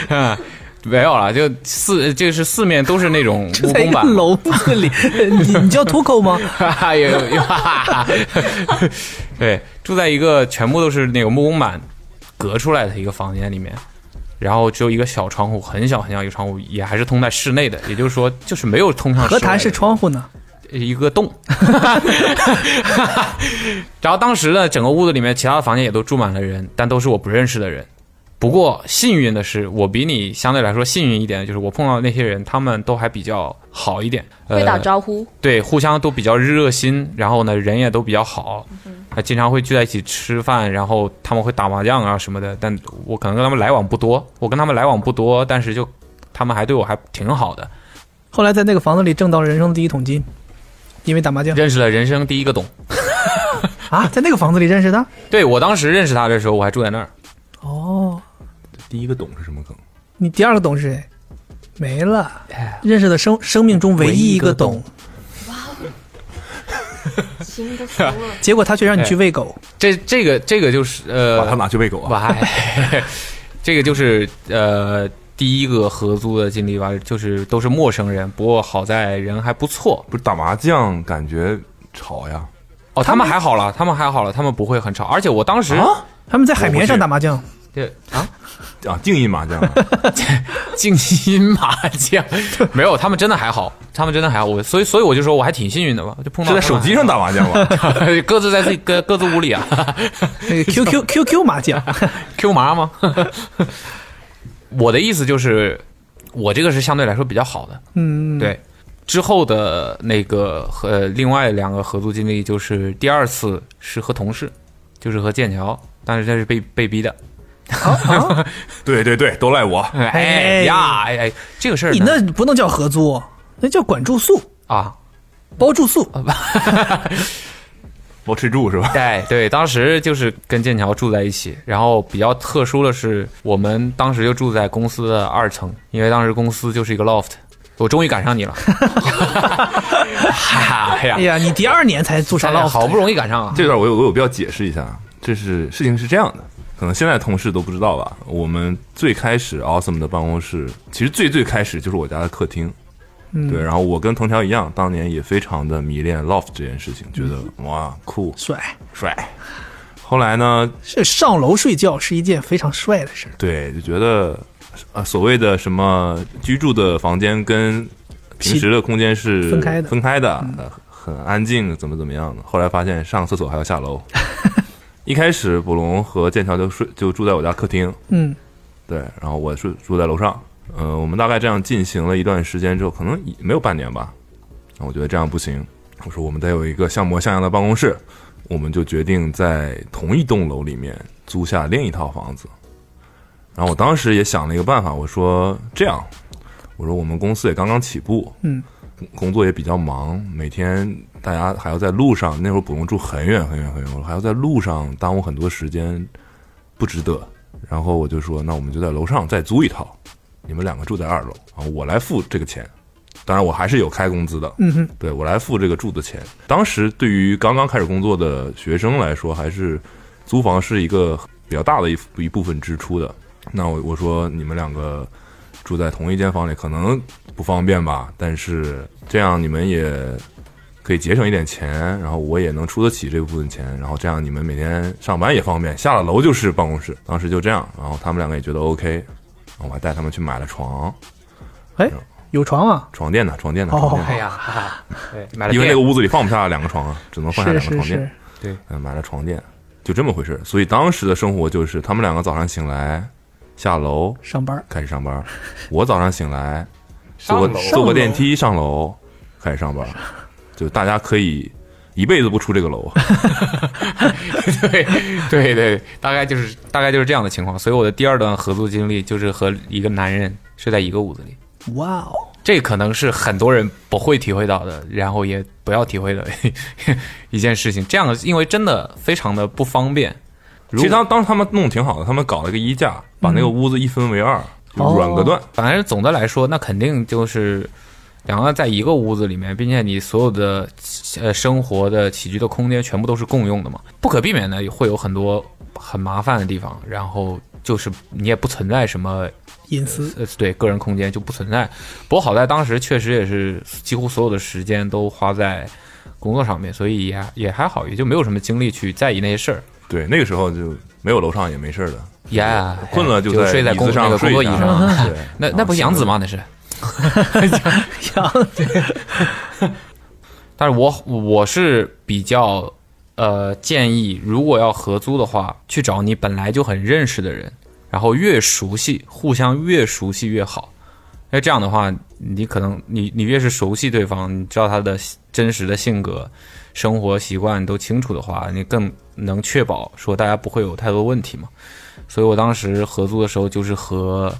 [SPEAKER 3] 嗯，没有了，就四就是四面都是那种
[SPEAKER 4] 住
[SPEAKER 3] 木
[SPEAKER 4] 在一
[SPEAKER 3] 工
[SPEAKER 4] 个
[SPEAKER 3] 板，
[SPEAKER 4] 楼子 里。你你叫土口 吗？
[SPEAKER 3] 哈哈，有哎有，哈哈， 对，住在一个全部都是那个木工板隔出来的一个房间里面，然后只有一个小窗户，很小很小一个窗户，也还是通在室内的，也就是说就是没有通向室
[SPEAKER 4] 何
[SPEAKER 3] 外
[SPEAKER 4] 谈
[SPEAKER 3] 的
[SPEAKER 4] 是窗户呢？
[SPEAKER 3] 一个洞。然后当时呢，整个屋子里面其他的房间也都住满了人，但都是我不认识的人。不过幸运的是，我比你相对来说幸运一点，就是我碰到的那些人，他们都还比较好一点，呃
[SPEAKER 1] 会打招 呼，
[SPEAKER 3] 对，互相都比较热心，然后呢，人也都比较好，
[SPEAKER 1] 嗯
[SPEAKER 3] 还经常会聚在一起吃饭，然后他们会打麻将啊什么的。但我可能跟他们来往不多，我跟他们来往不多，但是就他们还对我还挺好的，
[SPEAKER 4] 后来在那个房子里挣到了人生第一桶金，因为打麻将
[SPEAKER 3] 认识了人生第一个懂。
[SPEAKER 4] 啊，在那个房子里认识的。
[SPEAKER 3] 对我当时认识他的时候，我还住在那儿，
[SPEAKER 4] 哦，
[SPEAKER 2] 第一个懂是什么梗？
[SPEAKER 4] 你第二个懂是谁？没了，认识的生生命中哎唯一一个
[SPEAKER 3] 唯一
[SPEAKER 4] 懂，
[SPEAKER 1] 心都服了。
[SPEAKER 4] 结果他却让你去喂狗。
[SPEAKER 3] 这这个这个就是呃，
[SPEAKER 2] 把它拿去喂狗啊！
[SPEAKER 3] 哇，这个就是呃第一个合租的经历吧，就是都是陌生人，不过好在人还不错，
[SPEAKER 2] 不是打麻将感觉吵呀？
[SPEAKER 3] 哦，他们还好了，他们还好了，他们不会很吵。而且我当
[SPEAKER 4] 哎
[SPEAKER 3] 时
[SPEAKER 2] 啊
[SPEAKER 4] 他们在海绵上打麻 将，
[SPEAKER 3] 这啊，
[SPEAKER 2] 啊，静音麻将 啊，
[SPEAKER 3] 静音麻将 没有，他们真的还好，他们真的还好。我所以所以我就说我还挺幸运的吧，就碰到
[SPEAKER 2] 是在
[SPEAKER 3] 他
[SPEAKER 2] 手
[SPEAKER 3] 们
[SPEAKER 2] 机上打麻将吗？
[SPEAKER 3] 还， 各自在自己各各自屋里啊
[SPEAKER 4] 那个 QQ QQ 麻将，啊
[SPEAKER 3] ，Q 麻吗？ 我的意思就是，我这个是相对来说比较好的，
[SPEAKER 4] 嗯，
[SPEAKER 3] 对。之后的那个和呃另外两个合租经历，就是第二次是和同事，就是和剑桥，但是这是被被逼的，
[SPEAKER 4] 啊
[SPEAKER 2] 对对对，都赖我。
[SPEAKER 3] 哎呀，哎哎，这个事儿呢
[SPEAKER 4] 你那不能叫合租，那叫管住宿，
[SPEAKER 3] 啊，
[SPEAKER 4] 包住宿。
[SPEAKER 2] 包吃住是吧？
[SPEAKER 3] 对对，当时就是跟剑桥住在一起，然后比较特殊的是，我们当时就住在公司的二层，因为当时公司就是一个 loft，我终于赶 上你了，哎呀
[SPEAKER 4] 哎，呀，你第二年才做上
[SPEAKER 3] 哎呀
[SPEAKER 4] loft，
[SPEAKER 3] 好不容易赶上啊！
[SPEAKER 2] 这段我有我有必要解释一下，啊这是事情是这样的，可能现在同事都不知道吧。我们最开始 Awesome 的办公室，其实最最开始就是我家的客厅。
[SPEAKER 4] 嗯
[SPEAKER 2] 对，然后我跟藤条一样，当年也非常的迷恋 loft 这件事情，觉得哇酷
[SPEAKER 4] 帅，
[SPEAKER 2] 帅。后来呢，
[SPEAKER 4] 是上楼睡觉是一件非常帅的事儿。
[SPEAKER 2] 对，就觉得啊，所谓的什么居住的房间跟平时的空间是
[SPEAKER 4] 分开的
[SPEAKER 2] 分开的，呃很安静，怎么怎么样的。后来发现上厕所还要下 楼。一开始，卜龙和剑桥就睡就住在我家客厅，
[SPEAKER 4] 嗯，
[SPEAKER 2] 对，然后我是住在楼上。呃，我们大概这样进行了一段时间之后，可能也没有半年吧。然后我觉得这样不行，我说我们得有一个像模像样的办公室，我们就决定在同一栋楼里面租下另一套房子。然后我当时也想了一个办法，我说这样，我说我们公司也刚刚起步，
[SPEAKER 4] 嗯
[SPEAKER 2] 工，工作也比较忙，每天大家还要在路上，那会儿卜龙住很远很远很远，我还要在路上耽误很多时间，不值得。然后我就说，那我们就在楼上再租一套，你们两个住在二楼，啊，我来付这个钱。当然，我还是有开工资的，
[SPEAKER 4] 嗯哼，
[SPEAKER 2] 对我来付这个住的钱。当时对于刚刚开始工作的学生来说，还是租房是一个比较大的一一部分支出的。那我我说你们两个住在同一间房里可能不方便吧，但是这样你们也可以节省一点钱，然后我也能出得起这部分钱，然后这样你们每天上班也方便，下了楼就是办公室。当时就这样，然后他们两个也觉得 OK，然后我还带他们去买了床，
[SPEAKER 4] 有床啊，
[SPEAKER 2] 床垫呢，床垫呢，
[SPEAKER 4] 哦
[SPEAKER 2] 床垫呢
[SPEAKER 3] 哎呀，哈哈对，买了
[SPEAKER 2] 因为那
[SPEAKER 3] 电
[SPEAKER 2] 个屋子里放不下两个床啊，只能放下
[SPEAKER 4] 是
[SPEAKER 2] 两个
[SPEAKER 4] 是
[SPEAKER 2] 床垫。
[SPEAKER 4] 是，
[SPEAKER 2] 嗯，买了床垫，就这么回事儿。所以当时的生活就是，他们两个早上醒来，下楼
[SPEAKER 4] 上班儿
[SPEAKER 2] 开始上班儿；我早上醒来，
[SPEAKER 3] 上
[SPEAKER 2] 坐
[SPEAKER 3] 楼
[SPEAKER 2] 个坐个电梯上楼，开始上班儿。就大家可以一辈子不出这个楼。
[SPEAKER 3] 对对对，大概就是大概就是这样的情况。所以我的第二段合租经历就是和一个男人睡在一个屋子里，
[SPEAKER 4] 哇哦，
[SPEAKER 3] 这可能是很多人不会体会到的，然后也不要体会的 一件事情。这样，因为真的非常的不方便。
[SPEAKER 2] 其实当当时他们弄得挺好的，他们搞了个衣架，把那个
[SPEAKER 3] 嗯
[SPEAKER 2] 屋子一分为二，就软隔断。
[SPEAKER 3] 反正总的来说，那肯定就是两个在一个屋子里面，并且你所有的呃生活的起居的空间全部都是共用的嘛，不可避免的会有很多很麻烦的地方，然后就是你也不存在什么
[SPEAKER 4] 隐私，
[SPEAKER 3] 呃对个人空间就不存在。不过好在当时确实也是几乎所有的时间都花在工作上面，所以也也还好，也就没有什么精力去在意那些事儿。哎
[SPEAKER 2] 对，那个时候就没有楼上也没事儿的，
[SPEAKER 3] 呀、
[SPEAKER 2] 困了
[SPEAKER 3] 就
[SPEAKER 2] 在
[SPEAKER 3] 睡在
[SPEAKER 2] 椅
[SPEAKER 3] 工
[SPEAKER 2] 子
[SPEAKER 3] 那
[SPEAKER 2] 上
[SPEAKER 3] 个工
[SPEAKER 2] 睡
[SPEAKER 3] 作
[SPEAKER 2] 一
[SPEAKER 3] 椅
[SPEAKER 2] 下。啊
[SPEAKER 3] 上，
[SPEAKER 2] 对，
[SPEAKER 3] 那那不是杨子吗？那是。 但是我我是比较呃建议，如果要合租的话，去找你本来就很认识的人，然后越熟悉，互相越熟悉越好。因为这样的话，你可能你你越是熟悉对方，你知道他的真实的性格、生活习惯都清楚的话，你更能确保说大家不会有太多问题嘛。所以我当时合租的时候，就是和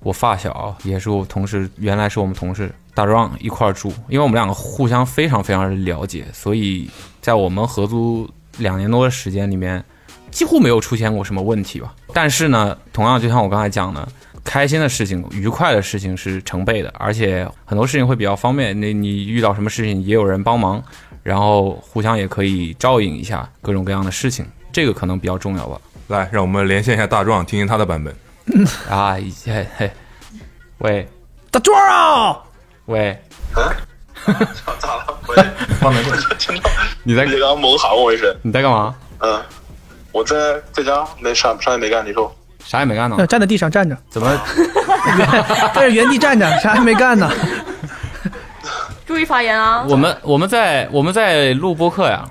[SPEAKER 3] 我发小，也是我同事，原来是我们同事大壮一块儿住，因为我们两个互相非常非常了解，所以在我们合租两年多的时间里面，几乎没有出现过什么问题吧。但是呢，同样就像我刚才讲的，开心的事情、愉快的事情是成倍的，而且很多事情会比较方便。那你遇到什么事情也有人帮忙，然后互相也可以照应一下各种各样的事情，这个可能比较重要吧。
[SPEAKER 2] 来，让我们连线一下大壮，听听他的版本。
[SPEAKER 3] 啊，嘿嘿，喂
[SPEAKER 4] 大壮儿啊，
[SPEAKER 3] 喂。
[SPEAKER 5] 咋了？我也
[SPEAKER 2] 放在这儿
[SPEAKER 5] 我就听到
[SPEAKER 3] 你在
[SPEAKER 5] 你刚刚猛喊我一声，
[SPEAKER 3] 你在干嘛？
[SPEAKER 5] 嗯，我在在家没啥啥也没干，你说
[SPEAKER 3] 啥也没干呢
[SPEAKER 4] 呃？站在地上 站着，
[SPEAKER 3] 怎么？
[SPEAKER 4] 在这原地站着，啥也没干呢。
[SPEAKER 1] 注意发言啊！
[SPEAKER 3] 我们我们在我们在录播客呀。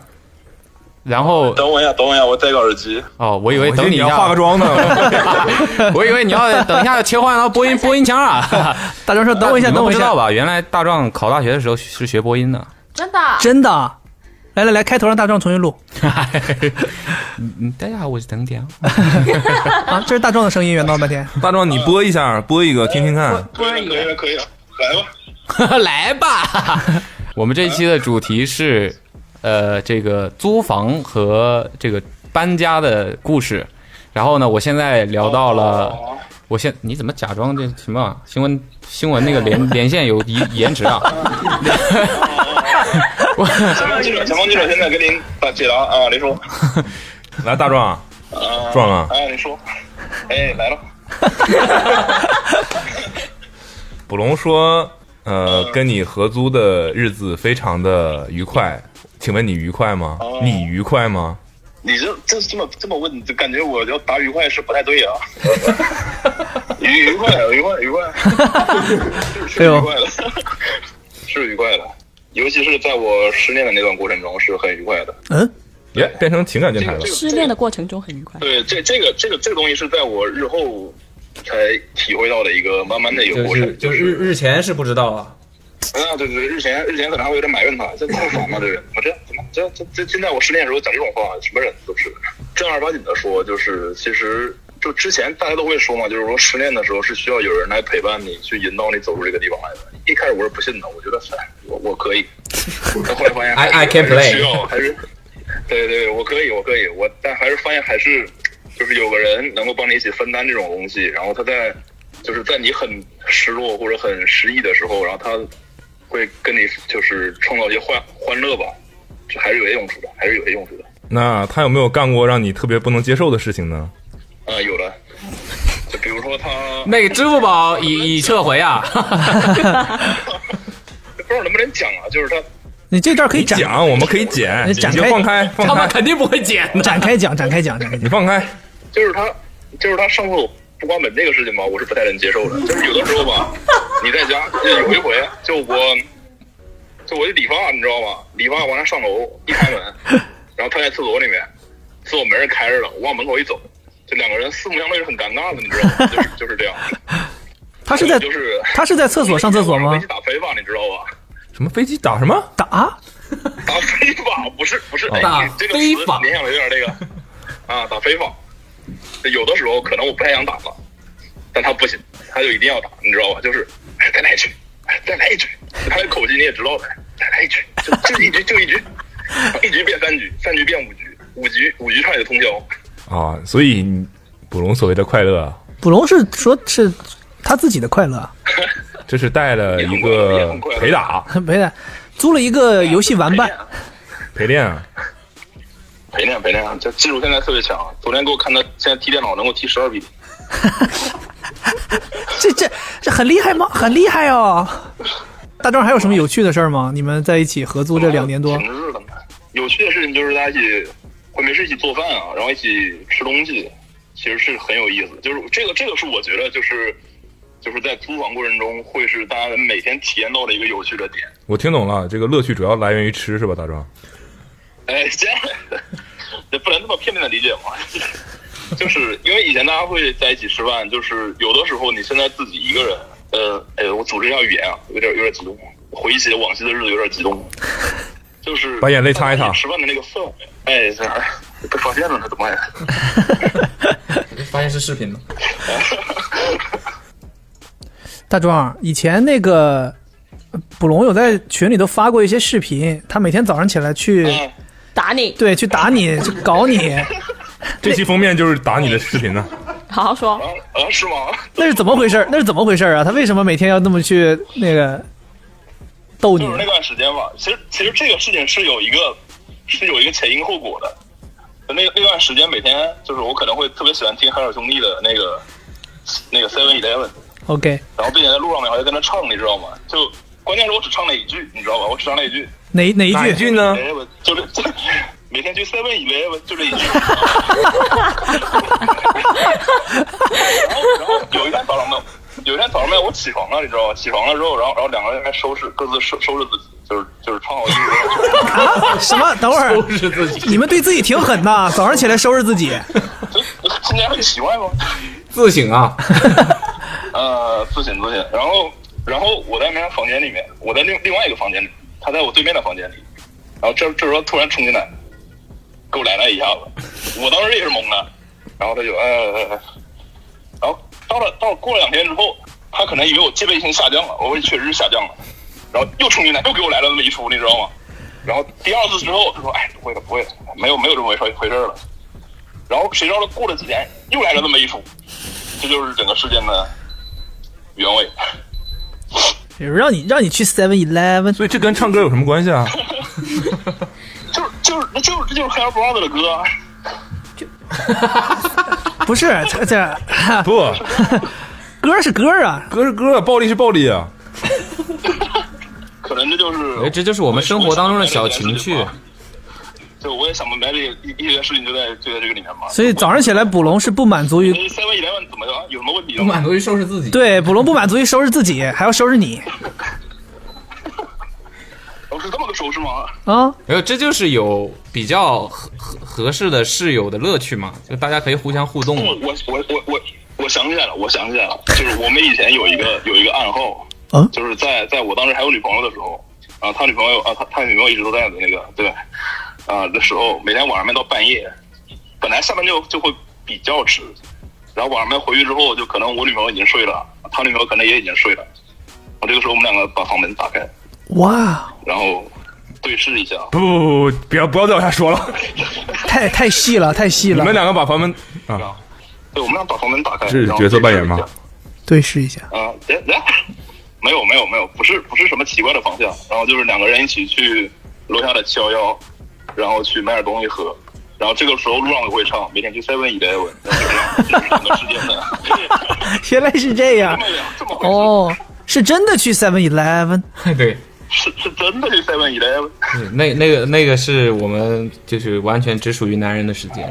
[SPEAKER 3] 然后
[SPEAKER 5] 等我一下，等我一下，我戴个耳机。
[SPEAKER 3] 哦，我以为
[SPEAKER 2] 我
[SPEAKER 3] 等
[SPEAKER 2] 以为你
[SPEAKER 3] 你一
[SPEAKER 2] 要化
[SPEAKER 3] 下
[SPEAKER 2] 个，妆呢，
[SPEAKER 3] 我以为你要等一下切换到 播音播音腔 啊。
[SPEAKER 4] 大壮说：“等我一下，
[SPEAKER 3] 你们
[SPEAKER 4] 等
[SPEAKER 3] 不
[SPEAKER 4] 我一
[SPEAKER 3] 知
[SPEAKER 4] 下
[SPEAKER 3] 道。吧？原来大壮考大学的时候是学播 音的。
[SPEAKER 1] 真的，”
[SPEAKER 4] 真的啊，来来来，开头让大壮重新录
[SPEAKER 3] 嗯嗯，大家好，我是等点啊。
[SPEAKER 4] 啊，这是大壮的声音，原闹了半天。
[SPEAKER 2] 大壮，你播一下，播一个听听看。
[SPEAKER 5] 可以了，可以了，可以了，来 吧。
[SPEAKER 3] 来吧， 我们这期的主题是，呃，这个租房和这个搬家的故事。然后呢，我现在聊到了
[SPEAKER 5] 哦
[SPEAKER 3] 我现你怎么假装这什么啊新闻新闻那个连 连线有延延迟啊？
[SPEAKER 5] 前方记者，前方记者，现在跟您打解答啊， 您说
[SPEAKER 2] 来，大壮啊，
[SPEAKER 5] 啊，
[SPEAKER 2] 壮啊
[SPEAKER 5] 哎，您说，哎，来了，
[SPEAKER 2] 捕龙说，呃，跟你合租的日子非常的愉快，请问你愉快吗？
[SPEAKER 5] 哦
[SPEAKER 2] 你愉快吗？
[SPEAKER 5] 你这这这么这么问，就感觉我要答愉快是不太对 啊。愉愉快，愉快，愉快， 是是
[SPEAKER 4] 哎呦
[SPEAKER 5] 愉快的，是愉快的，尤其是在我失恋的那段过程中是很愉快的。
[SPEAKER 4] 嗯，
[SPEAKER 2] 耶，变成情感电台了
[SPEAKER 5] 这。个
[SPEAKER 1] 失恋的过程中很愉快。
[SPEAKER 5] 对，这这个这个这个东西是在我日后才体会到的一个慢慢的一个
[SPEAKER 6] 就
[SPEAKER 5] 过
[SPEAKER 6] 是
[SPEAKER 5] 程，
[SPEAKER 6] 就是日日前是不知道啊，
[SPEAKER 5] 啊，对对对，日前日前可能还会有点埋怨他，这太烦了，这人，我这怎么这这这现在我失恋的时候讲这种话，什么人都是。正儿八经的说，就是其实就之前大家都会说嘛，就是说失恋的时候是需要有人来陪伴你，去引导你走出这个地方来的。一开始我是不信的，我觉得哎，我我可以，但后来发现
[SPEAKER 6] I-
[SPEAKER 5] 还
[SPEAKER 6] I can
[SPEAKER 5] 还是
[SPEAKER 6] play
[SPEAKER 5] 需要还是对对，我可以我可以，我但还是发现还是就是有个人能够帮你一起分担这种东西，然后他在就是在你很失落或者很失意的时候，然后他会跟你就是创造一些欢欢乐吧，这还是有些用处的，还是有些用处的。
[SPEAKER 2] 那他有没有干过让你特别不能接受的事情呢？
[SPEAKER 5] 啊、有的，就比如说他，
[SPEAKER 3] 那个支付宝已已撤回 啊，
[SPEAKER 5] 不知道能不能讲啊，就是他
[SPEAKER 4] 你这段可以展
[SPEAKER 2] 讲，我们可以剪，
[SPEAKER 4] 你
[SPEAKER 2] 你
[SPEAKER 4] 展
[SPEAKER 2] 就
[SPEAKER 4] 开
[SPEAKER 2] 放开，放
[SPEAKER 3] 他们
[SPEAKER 2] 开，
[SPEAKER 3] 肯定不会剪的。
[SPEAKER 4] 展开讲，展开讲，展开
[SPEAKER 2] 你
[SPEAKER 4] 讲。
[SPEAKER 2] 放开。
[SPEAKER 5] 就是他，就是他上厕所不关门这个事情吧，我是不太能接受的。就是有的时候吧，你在家就有一回，啊就我，就我就理发，你知道吗？理发完了上楼一开门，然后他在厕所里面，厕所门儿开着了，我往门口一走，就两个人四目相对是很尴尬的，你知道吗？就是就是这样。
[SPEAKER 4] 他是在
[SPEAKER 5] 就是
[SPEAKER 4] 他是在厕所上厕所
[SPEAKER 5] 我
[SPEAKER 4] 吗
[SPEAKER 5] 一起？打飞吧，你知道吧？
[SPEAKER 2] 什么飞机打什么？
[SPEAKER 4] 打
[SPEAKER 5] 打非法不是不是，
[SPEAKER 4] 哦
[SPEAKER 5] 哎
[SPEAKER 3] 打
[SPEAKER 5] 你这个
[SPEAKER 3] 非
[SPEAKER 5] 词
[SPEAKER 3] 法
[SPEAKER 5] 联想的有点那个 啊，打非法。有的时候可能我不太想打了，但他不行，他就一定要打，你知道吧？就是哎，再来一局，哎，再来一局。他的口气你也知道的，再来一局，就就一局就一局，一局变三局，三局变五局，五局五局差点通宵。
[SPEAKER 2] 啊，所以你捕龙所谓的快乐啊，
[SPEAKER 4] 捕龙是说是他自己的快乐，啊
[SPEAKER 2] 这是带了一个陪打
[SPEAKER 4] 没的，租了一个游戏玩
[SPEAKER 2] 哎
[SPEAKER 4] 伴，
[SPEAKER 2] 陪练啊，
[SPEAKER 5] 陪练陪练，这技术现在特别强。啊昨天给我看他现在踢电脑能够踢十二比零，
[SPEAKER 4] 这这这很厉害吗？很厉害哦。大壮还有什么有趣的事儿吗？你们在一起合租这两年多
[SPEAKER 2] 嗯
[SPEAKER 5] 挺，日的呢。有趣的事情就是大家一起会没事一起做饭啊，然后一起吃东西，其实是很有意思。就是这个，这个是我觉得就是就是在租房过程中会是大家每天体验到的一个有趣的点。
[SPEAKER 2] 我听懂了，这个乐趣主要来源于吃是吧，大壮？
[SPEAKER 5] 哎，这样这不能这么片面的理解嘛。就是因为以前大家会在一起吃饭，就是有的时候你现在自己一个人，呃，哎，我组织一下语言啊，有点有点激动，回忆起往昔的日子有点激动，就是
[SPEAKER 2] 把眼泪擦一擦
[SPEAKER 5] 吃饭的那个氛围，哎，这哎被发现了，他怎么还？
[SPEAKER 6] 发现是视频 了。
[SPEAKER 4] 大壮以前那个呃捕龙有在群里头发过一些视频，他每天早上起来去
[SPEAKER 5] 嗯，
[SPEAKER 1] 打你，
[SPEAKER 4] 对去打你，去搞 你，
[SPEAKER 2] 这期封面就是打你的视频呢、
[SPEAKER 1] 好好说
[SPEAKER 5] 啊。啊，是吗？
[SPEAKER 4] 那是怎么回事儿？那是怎么回事儿啊？他为什么每天要那么去那个逗你
[SPEAKER 5] 就？是
[SPEAKER 2] 嗯
[SPEAKER 5] 那段时间吧。其实其实这个事情是有一个是有一个前因后果的。那那段时间每天就是我可能会特别喜欢听海尔兄弟的那个那个 Seven Eleven，
[SPEAKER 4] OK，
[SPEAKER 5] 然后并且在路上面还在跟他唱，你知道吗？就关键是我只唱了一句，你知道吧？我只唱了一句
[SPEAKER 4] 哪哪一
[SPEAKER 2] 哪一
[SPEAKER 4] 句？
[SPEAKER 2] 句呢？
[SPEAKER 5] ，Eleven 哎就是就每天去 Seven Eleven 就这一句。然后然后有一天早上呢，有一天早上呢，我起床了，你知道吧？起床了之后，然后然后两个人在那收拾各自收收拾自己，就是就是唱好一首歌。
[SPEAKER 4] 什么？等 会儿，你们对自己挺狠呐！早上起来收拾自 己，
[SPEAKER 5] 听起来很奇怪吗？
[SPEAKER 3] 自省啊，
[SPEAKER 5] 呃，自省自省。然后，然后我在那间房间里面，我在另另外一个房间里，他在我对面的房间里。然后这这时候突然冲进来，给我来了一下子，我当时也是懵的。然后他就呃，呃呃然后到了到了过了两天之后，他可能以为我戒备心下降了，我也确实是下降了。然后又冲进来，又给我来了那么一出，你知道吗？然后第二次之后，他说：“哎，不会了，不会了，没有没有这么回事回事儿了。”然后谁知道他过了几天又来了那么一出，这就是整个事件的原委。
[SPEAKER 4] 比如让你让你去 Seven Eleven，
[SPEAKER 2] 所以这跟唱歌有什么关系 啊？
[SPEAKER 5] 就是就是那就是这就是 Hell Brother 的歌啊，
[SPEAKER 4] 不是这这
[SPEAKER 2] 不，
[SPEAKER 4] 歌是歌啊，
[SPEAKER 2] 歌是歌，暴力是暴力啊。
[SPEAKER 5] 可能这
[SPEAKER 6] 哦
[SPEAKER 5] 就是
[SPEAKER 3] 哎，这就是我们生活当中的小情趣。
[SPEAKER 5] 就我也想不明白这个一一些事情就在就在这个里面嘛。
[SPEAKER 4] 所以早上起来捕龙是不满足于
[SPEAKER 5] Seven Eleven 怎么样？有什么问题啊
[SPEAKER 6] 不
[SPEAKER 5] 吗？
[SPEAKER 6] 满足于收拾自己。，
[SPEAKER 4] 对捕龙不满足于收拾自己，还要收拾你
[SPEAKER 5] 我哦是这么个手势吗？
[SPEAKER 4] 啊！
[SPEAKER 3] 没有，这就是有比较合合合适的室友的乐趣嘛，就大家可以互相互动
[SPEAKER 5] 我
[SPEAKER 3] 嘛。
[SPEAKER 5] 我我我我我想起来了，我想起来了，就是我们以前有一个有一个暗号，
[SPEAKER 4] 嗯
[SPEAKER 5] 就是在在我当时还有女朋友的时候，啊，他女朋友啊，他他女朋友一直都在的那个对，啊的时候，每天晚上面到半夜，本来下班就就会比较迟，然后晚上面回去之后，就可能我女朋友已经睡了，他女朋友可能也已经睡了，我这个时候我们两个把房门打开，
[SPEAKER 4] 哇，
[SPEAKER 5] 然后对视一下，
[SPEAKER 2] 不不不不，不要不要再往下说 了。
[SPEAKER 4] 太太细了，太细
[SPEAKER 2] 你
[SPEAKER 4] 了
[SPEAKER 2] 们，两个把房门啊，
[SPEAKER 5] 对，我们俩把房门打开，
[SPEAKER 2] 这是
[SPEAKER 5] 然后
[SPEAKER 2] 角色扮演吗
[SPEAKER 5] 对视一下
[SPEAKER 4] 对视一下，
[SPEAKER 5] 啊，来来， 没有没有没有，不是不是什么奇怪的方向，然后就是两个人一起去楼下的七幺幺，然后去买点东西喝，然后这个时候路上我会唱，每天去 seven eleven，就是整个世界 的，
[SPEAKER 4] 原来是这样
[SPEAKER 5] 这么回事，
[SPEAKER 4] 哦，是真的去 Seven Eleven，
[SPEAKER 3] 对，
[SPEAKER 5] 是是真的去 seven eleven，
[SPEAKER 3] 那那个那个是我们就是完全只属于男人的时间。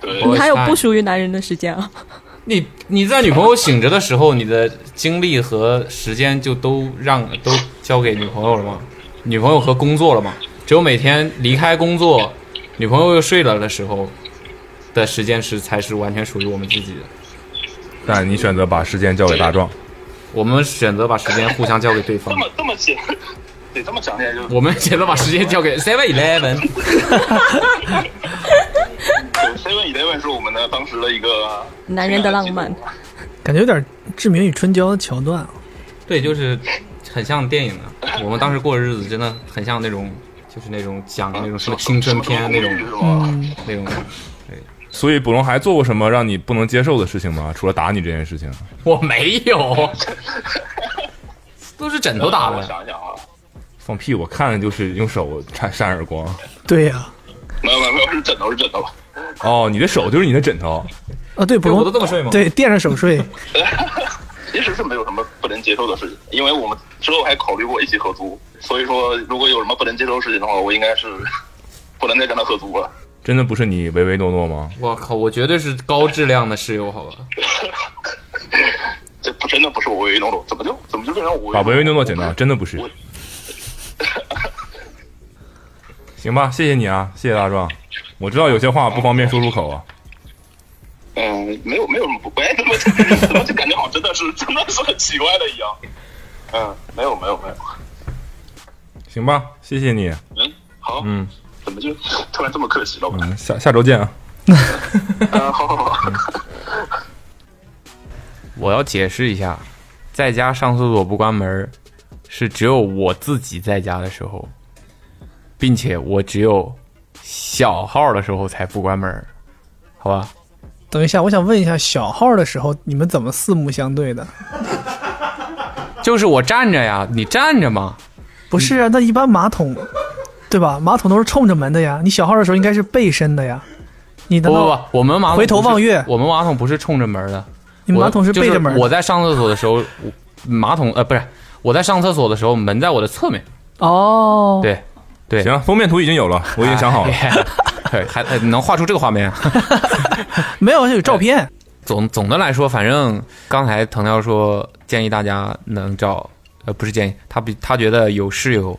[SPEAKER 5] 对，
[SPEAKER 3] 我
[SPEAKER 1] 你还有
[SPEAKER 3] 看
[SPEAKER 1] 不属于男人的时间啊？
[SPEAKER 3] 你你在女朋友醒着的时候，你的精力和时间就都让都交给女朋友了吗？女朋友和工作了吗？只有每天离开工作，女朋友又睡了的时候的时间是才是完全属于我们自己的。
[SPEAKER 2] 但你选择把时间交给大壮，
[SPEAKER 3] 我们选择把时间互相交给对方
[SPEAKER 5] 这，么这么写，得这么讲起来就
[SPEAKER 3] 我们选择把时间交给 Seven Eleven。
[SPEAKER 5] seven eleven 是我们的当时的一个
[SPEAKER 1] 男人的浪 漫，
[SPEAKER 4] 感觉有点《志明与春娇》的桥段啊。
[SPEAKER 3] 对，就是很像电影的。我们当时过的日子真的很像那种，就是那种讲的那啊种什么青春片那种
[SPEAKER 1] 嗯
[SPEAKER 5] 种，
[SPEAKER 3] 那种。
[SPEAKER 2] 所以捕龙还做过什么让你不能接受的事情吗？除了打你这件事情，
[SPEAKER 3] 我没 有，都是枕头打
[SPEAKER 5] 我
[SPEAKER 3] 的。
[SPEAKER 5] 想一想啊。
[SPEAKER 2] 放屁！我看就是用手扇扇耳光。
[SPEAKER 4] 对呀、
[SPEAKER 5] 没有没有没有，是枕头是枕头，
[SPEAKER 2] 哦，你的手就是你的枕头。
[SPEAKER 4] 啊，对，不
[SPEAKER 3] 对，我都
[SPEAKER 4] 用
[SPEAKER 3] 这么睡吗？，
[SPEAKER 4] 对垫着手睡，
[SPEAKER 5] 其实是没有什么不能接受的事情，因为我们之后还考虑过一起合租，所以说如果有什么不能接受的事情的话，我应该是不能再跟他合租了。
[SPEAKER 2] 真的不是你唯唯诺诺吗？
[SPEAKER 3] 我靠，我绝对是高质量的室友，好吧？
[SPEAKER 5] 这不真的不是我唯唯诺诺，怎么就怎么就变成我
[SPEAKER 2] 把唯唯诺诺剪掉，真的不 是
[SPEAKER 5] 我。
[SPEAKER 2] 行吧，谢谢你啊，谢谢大壮。我知道有些话不方便说出口啊。
[SPEAKER 5] 嗯，没有没有什么不，哎，怎么就怎么就感觉好像真的是真的是很奇怪的一样。嗯，没有没有没有，
[SPEAKER 2] 行吧，谢谢你。
[SPEAKER 5] 嗯，好，
[SPEAKER 2] 嗯，
[SPEAKER 5] 怎么就突然这么客气了？
[SPEAKER 2] 嗯，下下周见啊。
[SPEAKER 5] 嗯，好好好，
[SPEAKER 3] 我要解释一下，在家上厕所不关门儿，是只有我自己在家的时候，并且我只有小号的时候才不关门儿，好吧？
[SPEAKER 4] 等一下，我想问一下，小号的时候你们怎么四目相对的？
[SPEAKER 3] 就是我站着呀，你站着嘛，
[SPEAKER 4] 不是
[SPEAKER 3] 嗯
[SPEAKER 4] 啊，那一般马桶，对吧？马桶都是冲着门的呀。你小号的时候应该是背身的呀。你的
[SPEAKER 3] 不不不，我们马桶
[SPEAKER 4] 回头
[SPEAKER 3] 不是
[SPEAKER 4] 望月
[SPEAKER 3] 我们马桶不是冲着门儿的，
[SPEAKER 4] 你
[SPEAKER 3] 我
[SPEAKER 4] 马桶是
[SPEAKER 3] 就
[SPEAKER 4] 背着门的。
[SPEAKER 3] 我在上厕所的时候，我马桶呃不是我在上厕所的时候，门在我的侧面。
[SPEAKER 4] 哦，
[SPEAKER 3] 对对，
[SPEAKER 2] 行，啊封面图已经有了，我已经想好了。
[SPEAKER 3] 哎。对，还呃能画出这个画面啊。
[SPEAKER 4] 没有，有照片。
[SPEAKER 3] 总总的来说，反正刚才藤条说建议大家能找，呃，不是建议，他比他觉得有室友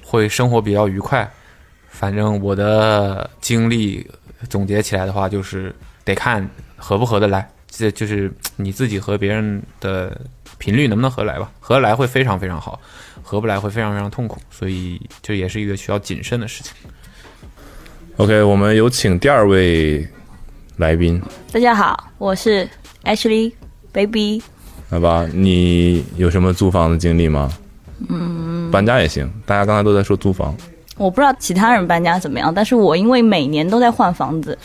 [SPEAKER 3] 会生活比较愉快。反正我的经历总结起来的话，就是得看合不合得来，这就是你自己和别人的频率能不能合得来吧。合得来会非常非常好，合不来会非常非常痛苦，所以这也是一个需要谨慎的事情。
[SPEAKER 2] OK，我们有请第二位来宾，
[SPEAKER 7] 大家好，我是 Ashley Baby。
[SPEAKER 2] 来吧，你有什么租房的经历吗？嗯，搬家也行。大家刚才都在说租房，
[SPEAKER 7] 我不知道其他人搬家怎么样，但是我因为每年都在换房子，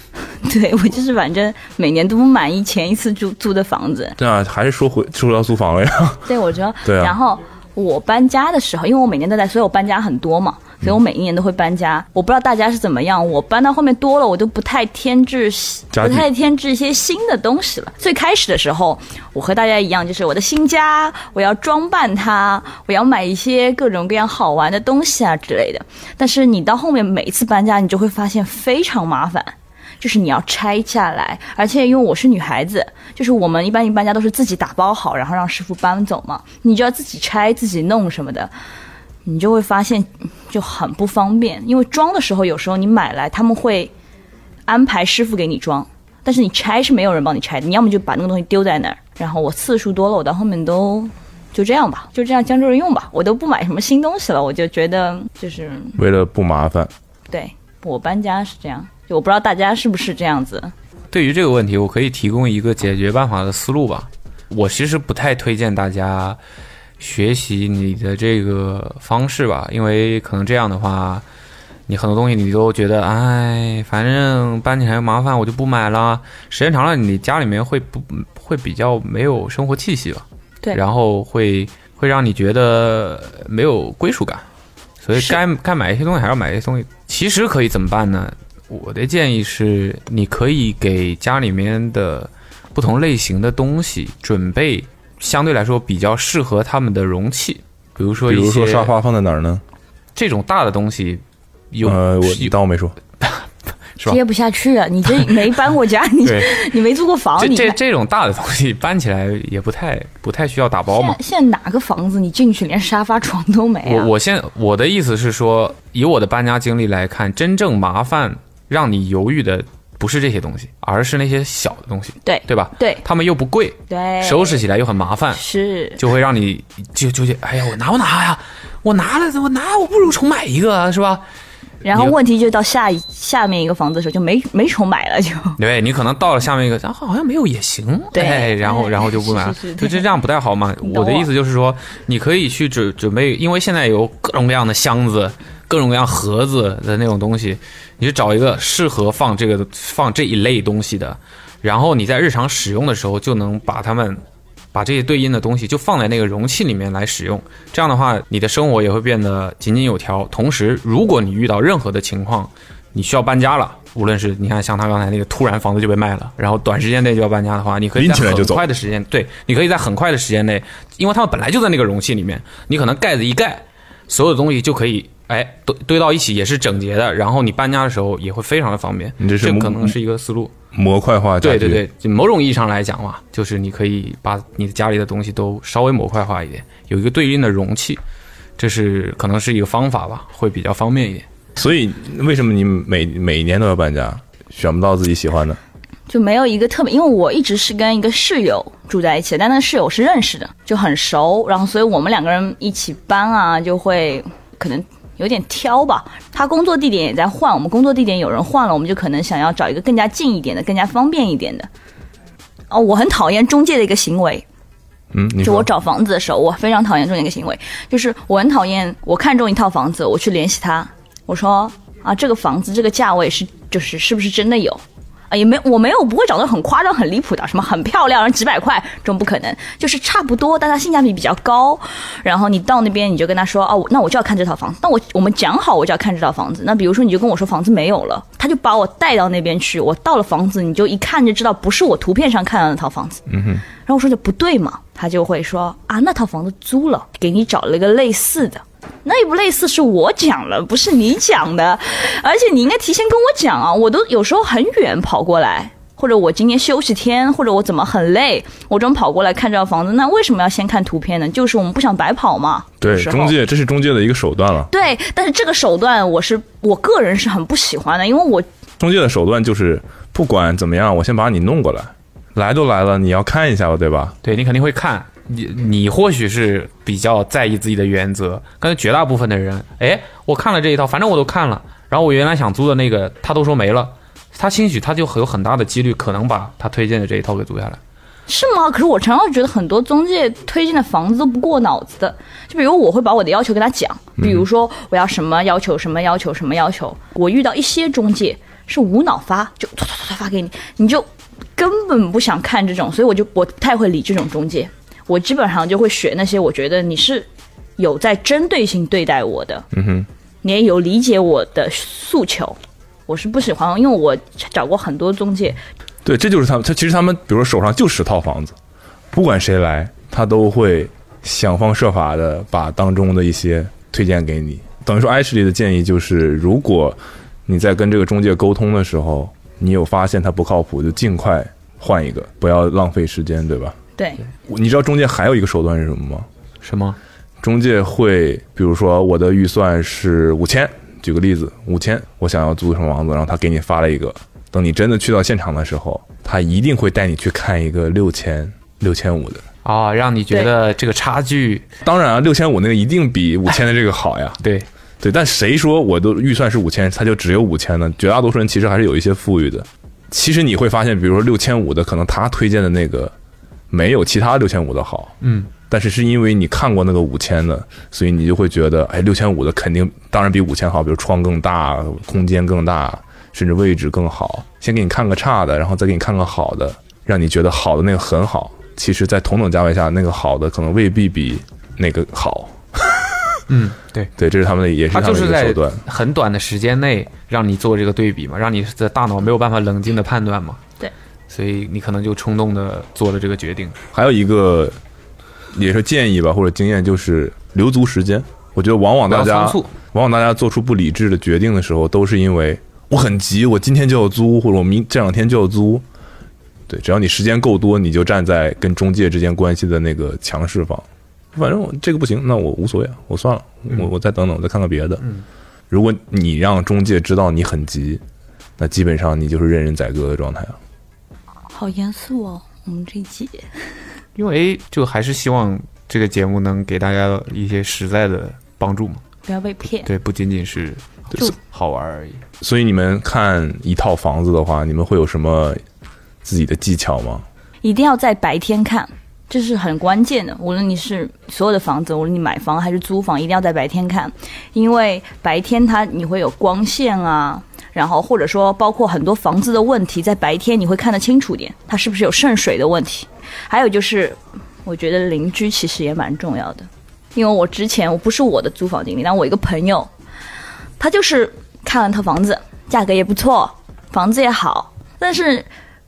[SPEAKER 7] 对我就是反正每年都不满意前一次租租的房子，
[SPEAKER 2] 对啊，还是说回说到租房了呀？
[SPEAKER 7] 对，我知道。
[SPEAKER 2] 对啊
[SPEAKER 7] 然后我搬家的时候，因为我每年都在，所以我搬家很多嘛，
[SPEAKER 2] 嗯
[SPEAKER 7] 所以我每一年都会搬家。我不知道大家是怎么样，我搬到后面多了，我就不太添置，
[SPEAKER 2] 家
[SPEAKER 7] 不
[SPEAKER 2] 具
[SPEAKER 7] 太添置一些新的东西了。最开始的时候，我和大家一样，就是我的新家，我要装扮它，我要买一些各种各样好玩的东西啊之类的。但是你到后面每一次搬家，你就会发现非常麻烦。就是你要拆下来，而且因为我是女孩子，就是我们一般一搬家都是自己打包好，然后让师傅搬走嘛，你就要自己拆、自己弄什么的，你就会发现嗯就很不方便。因为装的时候，有时候你买来他们会安排师傅给你装，但是你拆是没有人帮你拆的，你要么就把那个东西丢在那儿。然后我次数多了，我到后面都。就这样吧，就这样将就着用吧。我都不买什么新东西了，我就觉得就是
[SPEAKER 2] 为了不麻 烦，
[SPEAKER 7] 对我搬家是这样，就我不知道大家是不是这样子。
[SPEAKER 3] 对于这个问题，我可以提供一个解决办法的思路吧。我其实不太推荐大家学习你的这个方式吧，因为可能这样的话，你很多东西你都觉得，哎，反正搬起来麻烦，我就不买了。时间长了，你家里面会不会比较没有生活气息吧？
[SPEAKER 7] 对
[SPEAKER 3] 然后会会让你觉得没有归属感，所以
[SPEAKER 7] 是
[SPEAKER 3] 该该买一些东西还是要买一些东西。其实可以怎么办呢？我的建议是，你可以给家里面的不同类型的东西准备相对来说比较适合他们的容器，比如说
[SPEAKER 2] 比
[SPEAKER 3] 一
[SPEAKER 2] 如
[SPEAKER 3] 些
[SPEAKER 2] 说沙发放在哪儿呢？
[SPEAKER 3] 这种大的东西有，
[SPEAKER 2] 呃，我你
[SPEAKER 3] 有
[SPEAKER 2] 当我没说，
[SPEAKER 3] 是吧
[SPEAKER 7] 接不下去啊！你这没搬过家， 你
[SPEAKER 3] 对
[SPEAKER 7] 你没租过房，
[SPEAKER 3] 这
[SPEAKER 7] 你
[SPEAKER 3] 这这种大的东西搬起来也不太不太需要打包
[SPEAKER 7] 现
[SPEAKER 3] 嘛
[SPEAKER 7] 在。现在哪个房子你进去连沙发床都没
[SPEAKER 3] 我
[SPEAKER 7] 啊？
[SPEAKER 3] 我现我的意思是说，以我的搬家经历来看，真正麻烦让你犹豫的不是这些东西，而是那些小的东西，
[SPEAKER 7] 对
[SPEAKER 3] 对吧？
[SPEAKER 7] 对
[SPEAKER 3] 他们又不贵，
[SPEAKER 7] 对，
[SPEAKER 3] 收拾起来又很麻烦，
[SPEAKER 7] 是
[SPEAKER 3] 就会让你就纠结。哎呀，我拿不拿呀？我拿了，我拿，我不如重买一个啊，是吧？
[SPEAKER 7] 然后问题就到下一下面一个房子的时候就没没重买了就，
[SPEAKER 3] 对你可能到了下面一个，啊，好像没有也行，
[SPEAKER 7] 对
[SPEAKER 3] 哎然后
[SPEAKER 7] 哎
[SPEAKER 3] 然后就不买了，
[SPEAKER 7] 是是是
[SPEAKER 3] 就
[SPEAKER 7] 对
[SPEAKER 3] 这这样不太好嘛。
[SPEAKER 7] 你
[SPEAKER 3] 我
[SPEAKER 7] 懂
[SPEAKER 3] 的
[SPEAKER 7] 我
[SPEAKER 3] 意思就是说，你可以去准准备，因为现在有各种各样的箱子、各种各样盒子的那种东西，你就找一个适合放这个放这一类东西的，然后你在日常使用的时候就能把它们。把这些对应的东西就放在那个容器里面来使用，这样的话，你的生活也会变得井井有条。同时，如果你遇到任何的情况，你需要搬家了，无论是你看像他刚才那个突然房子就被卖了，然后短时间内就要搬家的话，你可以
[SPEAKER 2] 拎
[SPEAKER 3] 在
[SPEAKER 2] 起来就
[SPEAKER 3] 很
[SPEAKER 2] 走
[SPEAKER 3] 快的时间，对，你可以在很快的时间内，因为他们本来就在那个容器里面，你可能盖子一盖，所有东西就可以。哎，堆堆到一起也是整洁的，然后你搬家的时候也会非常的方便。
[SPEAKER 2] 你这是
[SPEAKER 3] 这
[SPEAKER 2] 模
[SPEAKER 3] 可能是一个思路。
[SPEAKER 2] 模块化家
[SPEAKER 3] 对
[SPEAKER 2] 具，
[SPEAKER 3] 对对，就某种意义上来讲嘛，就是你可以把你的家里的东西都稍微模块化一点，有一个对应的容器，这是可能是一个方法吧，会比较方便一点。
[SPEAKER 2] 所以为什么你每每年都要搬家，选不到自己喜欢的？
[SPEAKER 7] 就没有一个特别，因为我一直是跟一个室友住在一起，但那个室友是认识的，就很熟，然后所以我们两个人一起搬啊，就会可能有点挑吧。他工作地点也在换，我们工作地点有人换了，我们就可能想要找一个更加近一点的、更加方便一点的。哦，我很讨厌中介的一个行为，
[SPEAKER 2] 嗯，你
[SPEAKER 7] 就
[SPEAKER 2] 说
[SPEAKER 7] 我找房子的时候，我非常讨厌这样一个行为，就是我很讨厌我看中一套房子，我去联系他，我说啊，这个房子这个价位是就是是不是真的有？啊，也没我没有不会找到很夸张、很离谱的，什么很漂亮，然后几百块这种不可能，就是差不多，但它性价比比较高。然后你到那边你就跟他说哦，我那我就要看这套房子，那我我们讲好我就要看这套房子。那比如说你就跟我说房子没有了，他就把我带到那边去，我到了房子你就一看就知道不是我图片上看到的那套房子。然后我说这不对嘛，他就会说啊，那套房子租了，给你找了一个类似的。那也不类似是我讲了，不是你讲的，而且你应该提前跟我讲啊！我都有时候很远跑过来，或者我今天休息天，或者我怎么很累，我专门跑过来看这套房子，那为什么要先看图片呢？ 就是我们不想白跑嘛。
[SPEAKER 2] 对
[SPEAKER 7] 有时候
[SPEAKER 2] 中介，这是中介的一个手段了。
[SPEAKER 7] 对，但是这个手段我是我个人是很不喜欢的，因为我
[SPEAKER 2] 中介的手段就是不管怎么样，我先把你弄过来，来都来了，你要看一下吧，对吧？
[SPEAKER 3] 对你肯定会看，你你或许是比较在意自己的原则，但是绝大部分的人，哎，我看了这一套，反正我都看了，然后我原来想租的那个，他都说没了，他兴许他就有很大的几率可能把他推荐的这一套给租下来。
[SPEAKER 7] 是吗？可是我常常觉得很多中介推荐的房子都不过脑子的，就比如我会把我的要
[SPEAKER 2] 嗯
[SPEAKER 7] 求跟他讲，比如说我要什么要求，什么要求，什么要求。我遇到一些中介，是无脑发，就突突突突发给你，你就根本不想看这种，所以我就我不太会理这种中介，我基本上就会选那些我觉得你是有在针对性对待我的，
[SPEAKER 2] 嗯哼，
[SPEAKER 7] 你也有理解我的诉求。我是不喜欢，因为我找过很多中介，
[SPEAKER 2] 对，这就是他们。他其实他们，比如说手上就十套房子，不管谁来，他都会想方设法的把当中的一些推荐给你。等于说，Ashley 的建议就是，如果你在跟这个中介沟通的时候，你有发现他不靠谱，就尽快换一个，不要浪费时间，对吧？
[SPEAKER 7] 对
[SPEAKER 2] 我你知道中介还有一个手段是什么吗？
[SPEAKER 3] 什么？
[SPEAKER 2] 中介会，比如说我的预算是五千，举个例子，五千，我想要租什么房子，然后他给你发了一个，等你真的去到现场的时候，他一定会带你去看一个六千、六千五的。
[SPEAKER 3] 哦，让你觉得这个差距，
[SPEAKER 2] 当然啊，六千五那个一定比五千的这个好呀。
[SPEAKER 3] 对，
[SPEAKER 2] 对，但谁说我的预算是五千，他就只有五千呢？绝大多数人其实还是有一些富裕的。其实你会发现，比如说六千五的，可能他推荐的那个没有其他六千五的好，
[SPEAKER 3] 嗯，
[SPEAKER 2] 但是是因为你看过那个五千的，所以你就会觉得，哎，六千五的肯定当然比五千好，比如窗更大，空间更大，甚至位置更好。先给你看个差的，然后再给你看个好的，让你觉得好的那个很好。其实，在同等价位下，那个好的可能未必比那个好。
[SPEAKER 3] 嗯，对，
[SPEAKER 2] 对，这是他们的，也是
[SPEAKER 3] 他
[SPEAKER 2] 他们的一
[SPEAKER 3] 就是
[SPEAKER 2] 个手
[SPEAKER 3] 在
[SPEAKER 2] 段。
[SPEAKER 3] 很短的时间内让你做这个对比嘛，让你的大脑没有办法冷静的判断嘛。
[SPEAKER 7] 对，
[SPEAKER 3] 所以你可能就冲动的做了这个决定。
[SPEAKER 2] 还有一个也是建议吧，或者经验就是留足时间。我觉得往往大
[SPEAKER 3] 不要
[SPEAKER 2] 家
[SPEAKER 3] 仓促
[SPEAKER 2] 往往大家做出不理智的决定的时候，都是因为我很急，我今天就要租，或者我明这两天就要租。对，只要你时间够多，你就站在跟中介之间关系的那个强势方。反正我这个不行，那我无所谓啊，我算了，
[SPEAKER 3] 嗯
[SPEAKER 2] 我我再等等，我再看看别的。如果你让中介知道你很急，那基本上你就是任人宰割的状态了。
[SPEAKER 7] 好严肃哦，我们这一集。
[SPEAKER 3] 因为哎就还是希望这个节目能给大家一些实在的帮助嘛。
[SPEAKER 7] 不要被骗。
[SPEAKER 3] 对，不仅仅是
[SPEAKER 7] 就
[SPEAKER 3] 好玩而已。
[SPEAKER 2] 所以你们看一套房子的话，你们会有什么自己的技巧吗？
[SPEAKER 7] 一定要在白天看，这是很关键的。无论你是所有的房子，无论你买房还是租房，一定要在白天看，因为白天它你会有光线啊，然后或者说包括很多房子的问题，在白天你会看得清楚点，它是不是有渗水的问题。还有就是，我觉得邻居其实也蛮重要的，因为我之前我不是我的租房经理，但我一个朋友，他就是看了套房子，价格也不错，房子也好，但是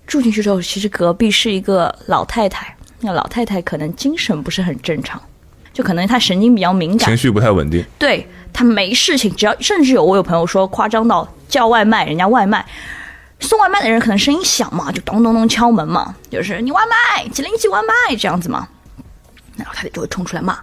[SPEAKER 7] 住进去之后，其实隔壁是一个老太太，那老太太可能精神不是很正常，就可能她神经比较敏感
[SPEAKER 2] 情，绪不太稳定，
[SPEAKER 7] 对她没事情，只要甚至有我有朋友说夸张到叫外卖，人家外卖。送外卖的人可能声音小嘛，就咚咚咚敲门嘛，就是你外卖几零几外卖这样子嘛，然后他就会冲出来骂，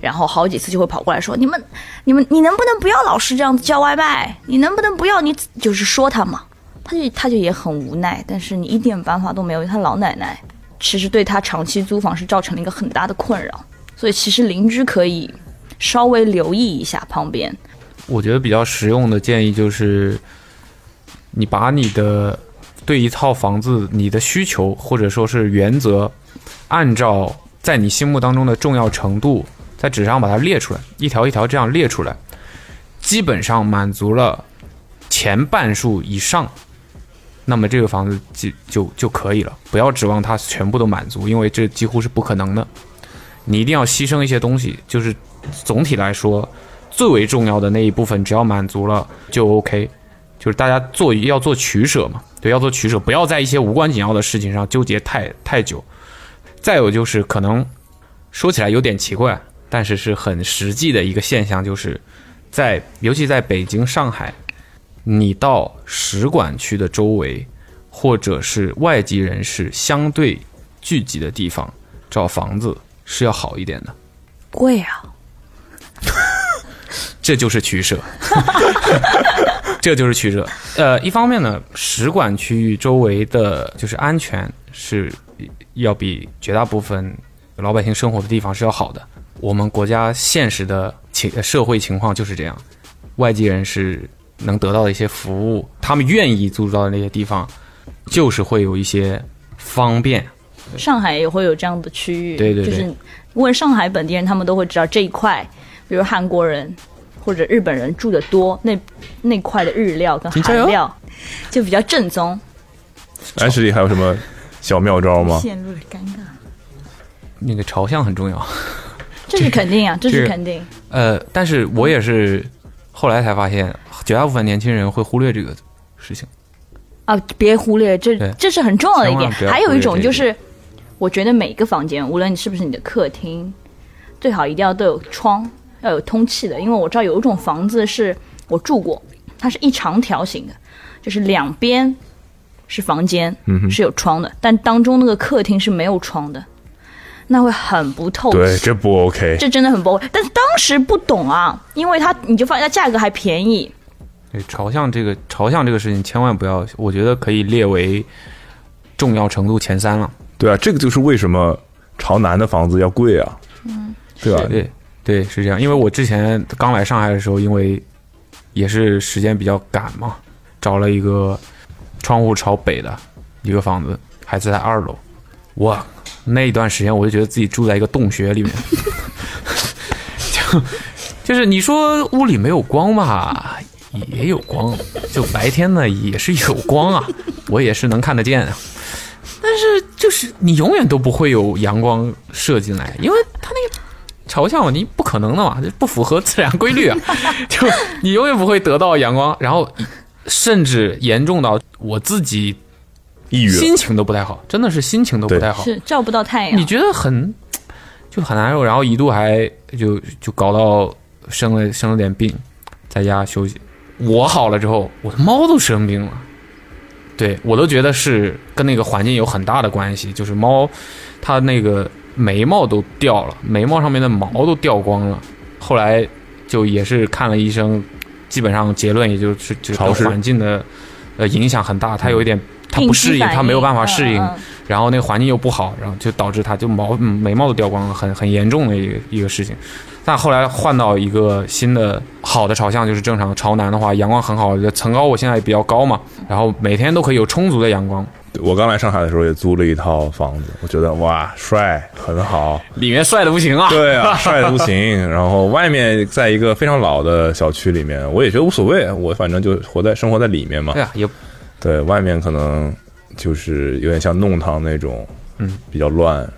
[SPEAKER 7] 然后好几次就会跑过来说你们你们你能不能不要老是这样子叫外卖？你能不能不要你就是说他嘛？他就他就也很无奈，但是你一点办法都没有。因为他老奶奶其实对他长期租房是造成了一个很大的困扰，所以其实邻居可以稍微留意一下旁边。
[SPEAKER 3] 我觉得比较实用的建议就是，你把你的对一套房子你的需求或者说是原则，按照在你心目当中的重要程度，在纸上把它列出来，一条一条这样列出来，基本上满足了前半数以上，那么这个房子就就就可以了。不要指望它全部都满足，因为这几乎是不可能的。你一定要牺牲一些东西，就是总体来说，最为重要的那一部分，只要满足了就 OK。就是大家做要做取舍嘛，对，要做取舍，不要在一些无关紧要的事情上纠结太太久。再有就是，可能说起来有点奇怪，但是是很实际的一个现象，就是在尤其在北京、上海，你到使馆区的周围，或者是外籍人士相对聚集的地方，找房子是要好一点的。
[SPEAKER 7] 贵啊，
[SPEAKER 3] 这就是取舍，这就是取舍。呃，一方面呢，使馆区域周围的就是安全是要比绝大部分老百姓生活的地方是要好的。我们国家现实的情社会情况就是这样，外籍人士能得到的一些服务，他们愿意租住到的那些地方，就是会有一些方便。
[SPEAKER 7] 上海也会有这样的区域，
[SPEAKER 3] 对对对
[SPEAKER 7] 就是问上海本地人，他们都会知道这一块，比如韩国人或者日本人住的多，那那块的日料跟
[SPEAKER 3] 请加油
[SPEAKER 7] 韩料就比较正宗。
[SPEAKER 2] 安石里还有什么小妙招吗？
[SPEAKER 7] 陷入了尴尬，
[SPEAKER 3] 那个朝向很重要。
[SPEAKER 7] 这是肯定啊，这
[SPEAKER 3] 这
[SPEAKER 7] 是
[SPEAKER 3] 个
[SPEAKER 7] 肯定。
[SPEAKER 3] 呃，但是我也是后来才发现，绝大部分年轻人会忽略这个事情。
[SPEAKER 7] 啊，别忽略这
[SPEAKER 3] 对，
[SPEAKER 7] 这是很重要的一点。
[SPEAKER 3] 千万不要忽略
[SPEAKER 7] 还有一种就
[SPEAKER 3] 这
[SPEAKER 7] 是，我觉得每个房间，无论你是不是你的客厅，最好一定要都有窗，要有通气的。因为我知道有一种房子是我住过，它是一长条形的，就是两边是房间，
[SPEAKER 3] 嗯
[SPEAKER 2] 哼
[SPEAKER 7] 是有窗的，但当中那个客厅是没有窗的，那会很不透气。
[SPEAKER 2] 对，这不 OK。
[SPEAKER 7] 这真的很不 OK，但是当时不懂啊，因为它你就发现它价格还便宜，
[SPEAKER 3] 对，哎朝向这个朝向这个事情，千万不要，我觉得可以列为重要程度前三了。
[SPEAKER 2] 对啊，这个就是为什么朝南的房子要贵啊，对吧？
[SPEAKER 3] 对对，是这样。因为我之前刚来上海的时候，因为也是时间比较赶嘛，找了一个窗户朝北的一个房子，还是在二楼。哇，那一段时间我就觉得自己住在一个洞穴里面， 就就是你说屋里没有光吧，也有光，就白天呢也是有光啊，我也是能看得见啊。但是就是你永远都不会有阳光射进来，因为它那个朝向你不可能的嘛，这不符合自然规律啊！就你永远不会得到阳光，然后甚至严重到我自己
[SPEAKER 2] 抑郁了
[SPEAKER 3] 心情都不太好，真的是心情都不
[SPEAKER 2] 对
[SPEAKER 3] 太好。
[SPEAKER 7] 是照不到太阳。
[SPEAKER 3] 你觉得很就很难受，然后一度还就就搞到生了生了点病，在家休息。我好了之后，我的猫都生病了，对我都觉得是跟那个环境有很大的关系，就是猫它那个眉毛都掉了，眉毛上面的毛都掉光了。后来就也是看了医生，基本上结论也就是就是
[SPEAKER 2] 潮
[SPEAKER 3] 对
[SPEAKER 2] 湿
[SPEAKER 3] 环境的呃影响很大，它有一点它
[SPEAKER 7] 应
[SPEAKER 3] 不
[SPEAKER 7] 激
[SPEAKER 3] 适应，
[SPEAKER 7] 嗯反
[SPEAKER 3] 它没有办法
[SPEAKER 7] 嗯
[SPEAKER 3] 适应
[SPEAKER 7] 嗯，
[SPEAKER 3] 然后那个环境又不好，然后就导致他就毛嗯眉毛都掉光了，很很严重的一个一个事情。但后来换到一个新的好的朝向，就是正常朝南的话，阳光很好，层高我现在也比较高嘛，然后每天都可以有充足的阳光，
[SPEAKER 2] 我刚来上海的时候也租了一套房子，我觉得哇，帅，很好。
[SPEAKER 3] 里面帅的不行啊。
[SPEAKER 2] 对啊，帅的不行。然后外面在一个非常老的小区里面，我也觉得无所谓，我反正就活在生活在里面嘛
[SPEAKER 3] 对。啊，也
[SPEAKER 2] 对外面可能就是有点像弄堂那种，嗯，比较乱。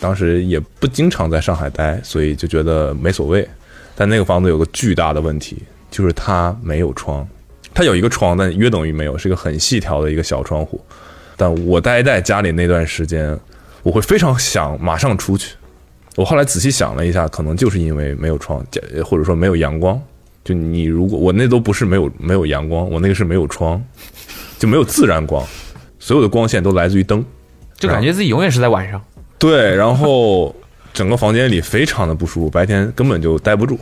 [SPEAKER 2] 当时也不经常在上海待，所以就觉得没所谓。但那个房子有个巨大的问题，就是它没有窗，它有一个窗，但约等于没有，是一个很细条的一个小窗户。但我待在家里那段时间，我会非常想马上出去。我后来仔细想了一下，可能就是因为没有窗，加或者说没有阳光。就你如果我那都不是没有没有阳光，我那个是没有窗，就没有自然光，所有的光线都来自于灯。
[SPEAKER 3] 就感觉自己永远是在晚上。
[SPEAKER 2] 对，然后整个房间里非常的不舒服，白天根本就待不住。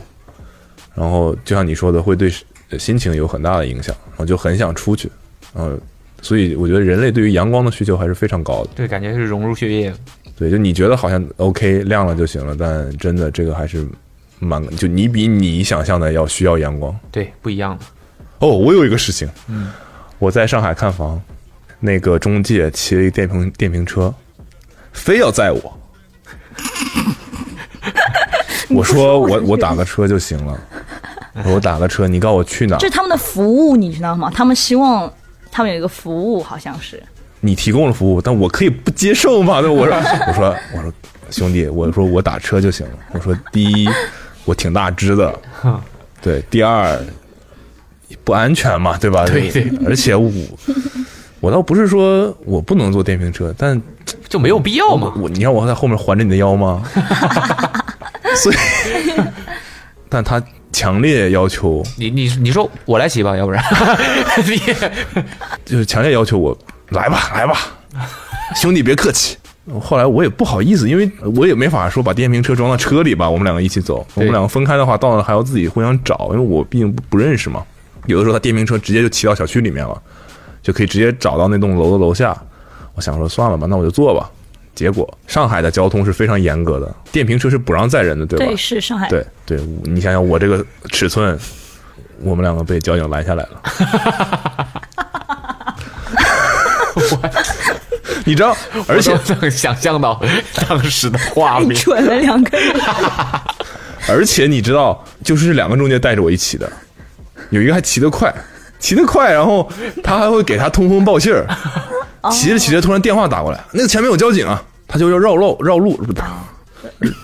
[SPEAKER 2] 然后就像你说的，会对呃心情有很大的影响，然后就很想出去。嗯，所以我觉得人类对于阳光的需求还是非常高的。
[SPEAKER 3] 对，感觉是融入血液。
[SPEAKER 2] 对，就你觉得好像 OK 亮了就行了，但真的这个还是蛮就你比你想象的要需要阳光。
[SPEAKER 3] 对，不一样的。
[SPEAKER 2] 哦，我有一个事情，嗯，我在上海看房，那个中介骑了一电瓶电瓶车，非要载 我。我说我我打个车就行了，我说我打个车，你告诉我去哪儿
[SPEAKER 7] 就是他们的服务，你知道吗？他们希望他们有一个服务，好像是
[SPEAKER 2] 你提供了服务，但我可以不接受吗？对，我说 我说我说兄弟，我说我打车就行了。我说第一，我挺大只的，对；第二，不安全嘛，对吧？
[SPEAKER 3] 对对。
[SPEAKER 2] 而且我我倒不是说我不能坐电瓶车，但
[SPEAKER 3] 就没有必要嘛。
[SPEAKER 2] 我你让我在后面环着你的腰 吗？所以， 但他强烈要求，
[SPEAKER 3] 你你你说我来骑吧，要不然 你
[SPEAKER 2] 就是强烈要求我来吧，来吧，兄弟别客气。后来我也不好意思，因为我也没法说把电瓶车装到车里吧，我们两个一起走。我
[SPEAKER 3] 对
[SPEAKER 2] 们两个分开的话，到那还要自己互相找，因为我毕竟不不认识嘛。有的时候他电瓶车直接就骑到小区里面了，就可以直接找到那栋楼的楼下。我想说算了吧，那我就坐吧。结果上海的交通是非常严格的，电瓶车是不让载人的，对吧？
[SPEAKER 7] 对是上海。
[SPEAKER 2] 对对，你想想我这个尺寸，我们两个被交警拦下来了。你知道，而且
[SPEAKER 3] 都能想象 到当时的画
[SPEAKER 7] 太
[SPEAKER 3] 面。
[SPEAKER 7] 蠢了，两个人
[SPEAKER 2] 而且你知道，就是两个中介带着我一起的，有一个还骑得快，骑得快，然后他还会给他通风报信儿。骑着骑着，突然电话打过来，那个前面有交警啊，他就要绕路绕路，不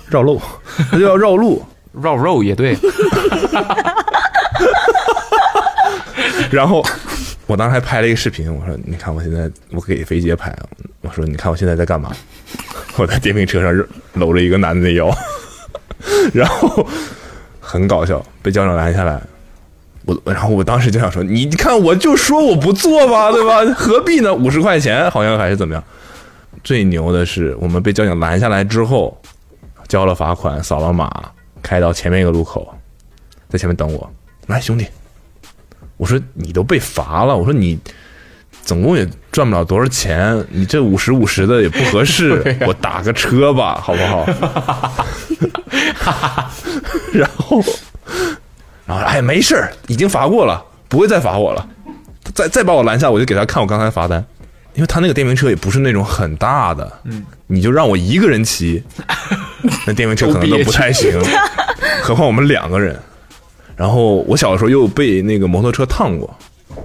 [SPEAKER 2] 绕路，他就要绕路，
[SPEAKER 3] 绕 肉也对，
[SPEAKER 2] 然后我当时还拍了一个视频，我说：“你看我现在，我给肥姐拍，我说你看我现在在干嘛？ 我在电瓶车上搂着一个男的的腰， 然后很搞笑，被交警拦下来。我然后我当时就想说，你看我就说我不做吧，对吧？ 何必呢？五十块钱好像还是怎么样？最牛的是，我们被交警拦下来之后，交了罚款，扫了码，开到前面一个路口，在前面等我。来，兄弟，我说你都被罚了，我说你总共也赚不了多少钱，你这五十五十的也不合适，我打个车吧，好不好？ 然后，然后哎，没事儿，已经罚过了，不会再罚我了。他再再把我拦下，我就给他看我刚才罚单，因为他那个电瓶车也不是那种很大的，嗯，你就让我一个人骑，那电瓶车可能都不太行，何况我们两个人。然后我小的时候又被那个摩托车烫过，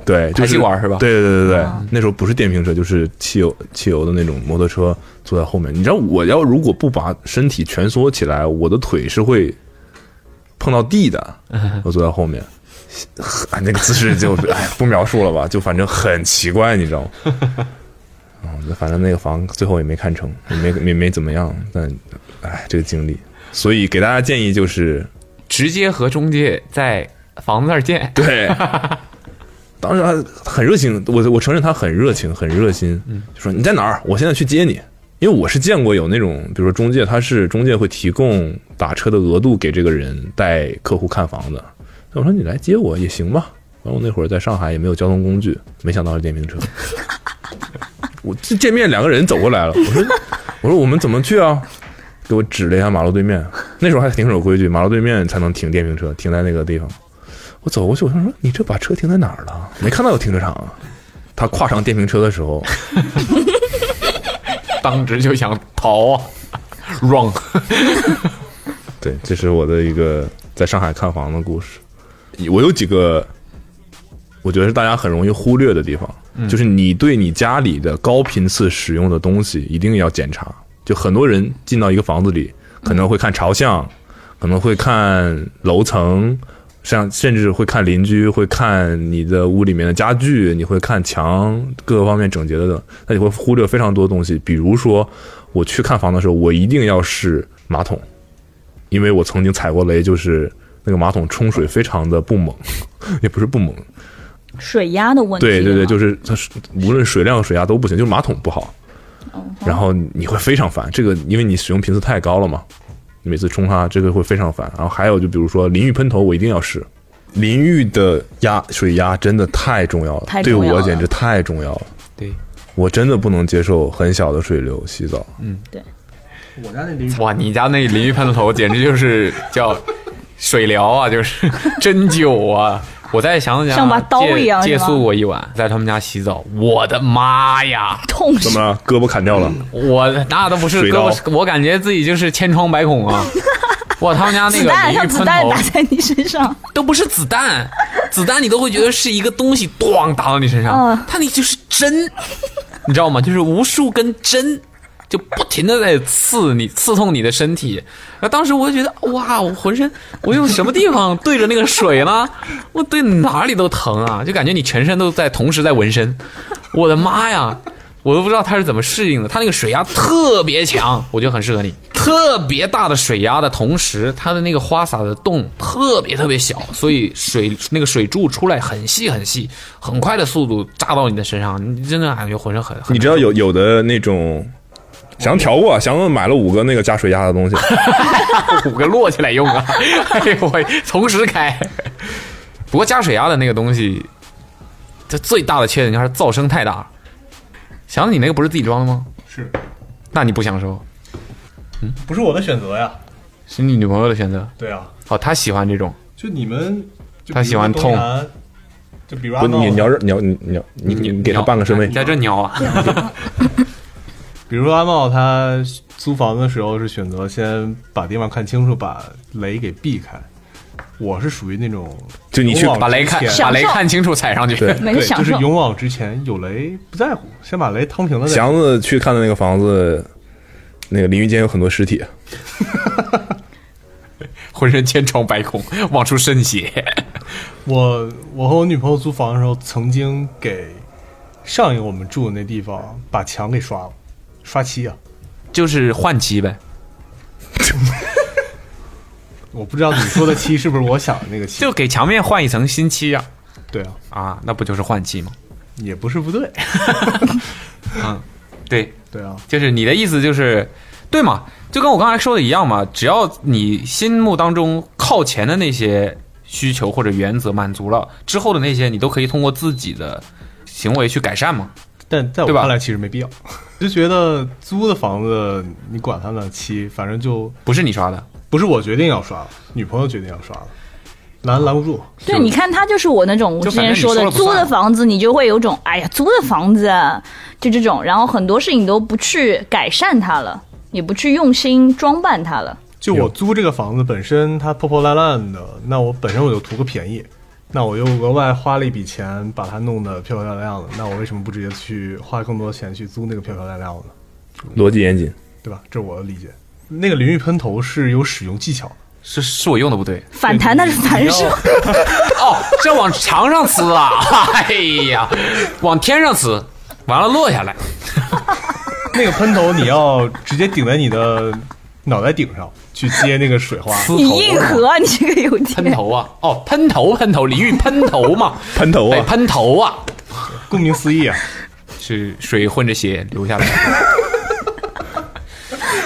[SPEAKER 2] 对，就
[SPEAKER 3] 排气
[SPEAKER 2] 是
[SPEAKER 3] 管是吧
[SPEAKER 2] 对对对对对，那时候不是电瓶车，就是汽油汽油的那种摩托车，坐在后面。你知道，我要如果不把身体蜷缩起来，我的腿是会碰到地的。我坐在后面， 啊，那个姿势就哎不描述了吧，就反正很奇怪，你知道吗？ 嗯，反正那个房最后也没看成，也没也没怎么样，但哎，这个经历，所以给大家建议就是，
[SPEAKER 3] 直接和中介在房子那儿见。
[SPEAKER 2] 对，当时他很热情，我我承认他很热情，很热心，就说你在哪儿，我现在去接你。因为我是见过有那种，比如说中介，他是中介会提供打车的额度给这个人带客户看房子。那我说你来接我也行吧。完我那会儿在上海也没有交通工具，没想到是电瓶车。我这见面两个人走过来了，我说 我说我们怎么去啊？给我指了一下马路对面，那时候还挺守规矩，马路对面才能停电瓶车，停在那个地方。我走过去，我想说你这把车停在哪儿了？没看到有停车场啊。他跨上电瓶车的时候，
[SPEAKER 3] 当时就想逃啊，run！
[SPEAKER 2] 对，这是我的一个在上海看房的故事。我有几个，我觉得是大家很容易忽略的地方，就是你对你家里的高频次使用的东西一定要检查。就很多人进到一个房子里，可能会看朝向，可能会看楼层，像甚至会看邻居，会看你的屋里面的家具，你会看墙各个方面整洁的等，那你会忽略非常多东西。比如说，我去看房的时候，我一定要试马桶。因为我曾经踩过雷，就是那个马桶冲水非常的不猛， 也不是不猛，
[SPEAKER 7] 水压的问题。
[SPEAKER 2] 对对对，就是是它是无论水量和水压都不行，就是马桶不好，
[SPEAKER 7] 哦
[SPEAKER 2] 然后你会非常烦。这个因为你使用频次太高了嘛，你每次冲它这个会非常烦。然后还有就比如说淋浴喷头，我一定要试，淋浴的压水压真的太重要了，
[SPEAKER 7] 太
[SPEAKER 2] 对
[SPEAKER 7] 重要
[SPEAKER 2] 我
[SPEAKER 7] 了
[SPEAKER 2] 简直太重要了。
[SPEAKER 3] 对，
[SPEAKER 2] 我真的不能接受很小的水流洗澡，
[SPEAKER 6] 我家那淋浴
[SPEAKER 3] 哇，你家那淋浴喷头简直就是叫水疗啊， 就是针灸啊。我在想想啊，
[SPEAKER 7] 像把刀一样
[SPEAKER 3] 借
[SPEAKER 7] 是
[SPEAKER 3] 借
[SPEAKER 7] 吧
[SPEAKER 3] 宿我一晚，在他们家洗澡，我的妈呀！
[SPEAKER 7] 痛
[SPEAKER 2] 怎
[SPEAKER 7] 死
[SPEAKER 2] 么。了？胳膊砍掉了？
[SPEAKER 3] 我那都不是
[SPEAKER 2] 水
[SPEAKER 3] 哥，
[SPEAKER 2] 刀
[SPEAKER 3] 我我感觉自己就是千疮百 孔啊！哇，他们家那
[SPEAKER 7] 子
[SPEAKER 3] 个
[SPEAKER 7] 弹
[SPEAKER 3] 淋浴
[SPEAKER 7] 像子
[SPEAKER 3] 喷
[SPEAKER 7] 弹
[SPEAKER 3] 头
[SPEAKER 7] 打在你身上，
[SPEAKER 3] 都不是子弹，子弹你都会觉得是一个东西咣打到你身上
[SPEAKER 7] 嗯，
[SPEAKER 3] 它那就是针，你知道吗？就是无数根针。就不停的在刺你，刺痛你的身体。那当时我就觉得，哇，我浑身，我用什么地方对着那个水呢？我对哪里都疼啊，就感觉你全身都在同时在纹身。 我的妈呀，我都不知道他是怎么适应的。他那个水压特别强，我觉得很适合你。特别大的水压的同时，它的那个花洒的洞特别特别小，所以水那个水柱出来很细很细，很快的速度扎到你的身上，你真的感觉浑身很。很
[SPEAKER 2] 你知道有有的那种翔调过，翔买了五个那个加水压的 东西，
[SPEAKER 3] 五个摞起来用啊！哎呦喂，同时开。不过加水压的那个东西，它最大的缺点就是它噪声太大。祥子，你那个不是自己装的吗？
[SPEAKER 6] 是，
[SPEAKER 3] 那你不享受，
[SPEAKER 6] 不是我的选择呀。
[SPEAKER 3] 是你女朋友的选择。
[SPEAKER 6] 对啊，
[SPEAKER 3] 哦，她喜欢这种。
[SPEAKER 6] 就你们，就
[SPEAKER 3] 他喜欢
[SPEAKER 6] 比如说
[SPEAKER 3] 痛
[SPEAKER 6] 东南，就比如阿
[SPEAKER 2] 不，
[SPEAKER 7] 啊
[SPEAKER 6] 闹
[SPEAKER 2] 你你要是你要你你要你你你给他半个身位
[SPEAKER 3] 你，在这鸟啊！
[SPEAKER 6] 比如说阿茂他租房的时候是选择先把地方看清楚，把雷给避开，我是属于那种
[SPEAKER 2] 就你去
[SPEAKER 6] 勇往
[SPEAKER 3] 把雷
[SPEAKER 6] 直
[SPEAKER 3] 看
[SPEAKER 6] 前
[SPEAKER 3] 把雷看清楚踩上去。
[SPEAKER 2] 对
[SPEAKER 7] 没
[SPEAKER 6] 对，
[SPEAKER 7] 事享
[SPEAKER 6] 就是
[SPEAKER 7] 受。
[SPEAKER 6] 勇往直前，有雷不在乎，先把雷趟平了再说。
[SPEAKER 2] 祥子去看的那个房子，那个淋浴间有很多尸体，
[SPEAKER 3] 浑身千疮百孔， 往出渗血。
[SPEAKER 6] 我我和我女朋友租房的时候，曾经给上一个我们住的那地方把墙给刷了，刷漆啊！
[SPEAKER 3] 就是换漆呗，
[SPEAKER 6] 我不知道你说的漆是不是我想的那个漆
[SPEAKER 3] 就？给墙面换一层新漆呀、
[SPEAKER 6] 对啊，
[SPEAKER 3] 啊！那不就是换漆吗？
[SPEAKER 6] 也不是不 对。
[SPEAKER 3] 对，
[SPEAKER 6] 对啊，
[SPEAKER 3] 就是你的意思就是，对嘛？就跟我刚才说的一样嘛，只要你心目当中靠前的那些需求或者原则满足了，之后的那些你都可以通过自己的行为去改善嘛。
[SPEAKER 6] 但在我
[SPEAKER 3] 对吧
[SPEAKER 6] 看来其实没必要。 就觉得租的房子你管它呢漆，反正就
[SPEAKER 3] 不是你刷的，
[SPEAKER 6] 不是我决定要刷了，女朋友决定要刷了，拦拦不住。
[SPEAKER 7] 对，你看他就是我那种我
[SPEAKER 3] 就
[SPEAKER 7] 之
[SPEAKER 3] 反正
[SPEAKER 7] 前
[SPEAKER 3] 你
[SPEAKER 7] 说的，
[SPEAKER 3] 说了不算
[SPEAKER 7] 租的房子你就会有种哎呀，租的房子啊就这种，然后很多事情都不去改善它了，也不去用心装扮它了。
[SPEAKER 6] 就我租这个房子本身它破破烂烂的，那我本身我就图个便宜，那我又额外花了一笔钱把它弄得漂漂亮亮的，那我为什么不直接去花更多钱去租那个漂漂亮亮的呢？
[SPEAKER 2] 逻辑严谨。
[SPEAKER 6] 对吧？这是我的理解。那个淋浴喷头是有使用技巧的，
[SPEAKER 3] 是是我用的不对
[SPEAKER 7] 反弹那是反
[SPEAKER 6] 你
[SPEAKER 7] 手，
[SPEAKER 6] 要
[SPEAKER 3] 哦，这往墙上呲啊！哎呀，往天上呲，完了落下来。
[SPEAKER 6] 那个喷头你要直接顶在你的脑袋顶上去接那个水花。
[SPEAKER 7] 你硬核啊，你这个有
[SPEAKER 3] 喷
[SPEAKER 7] 点。
[SPEAKER 3] 头啊，哦，喷头，喷头，淋浴喷头嘛，
[SPEAKER 2] 喷头
[SPEAKER 3] 对，
[SPEAKER 2] 啊，
[SPEAKER 3] 喷头啊，
[SPEAKER 6] 顾名思义啊，
[SPEAKER 3] 是水混着血流下来的。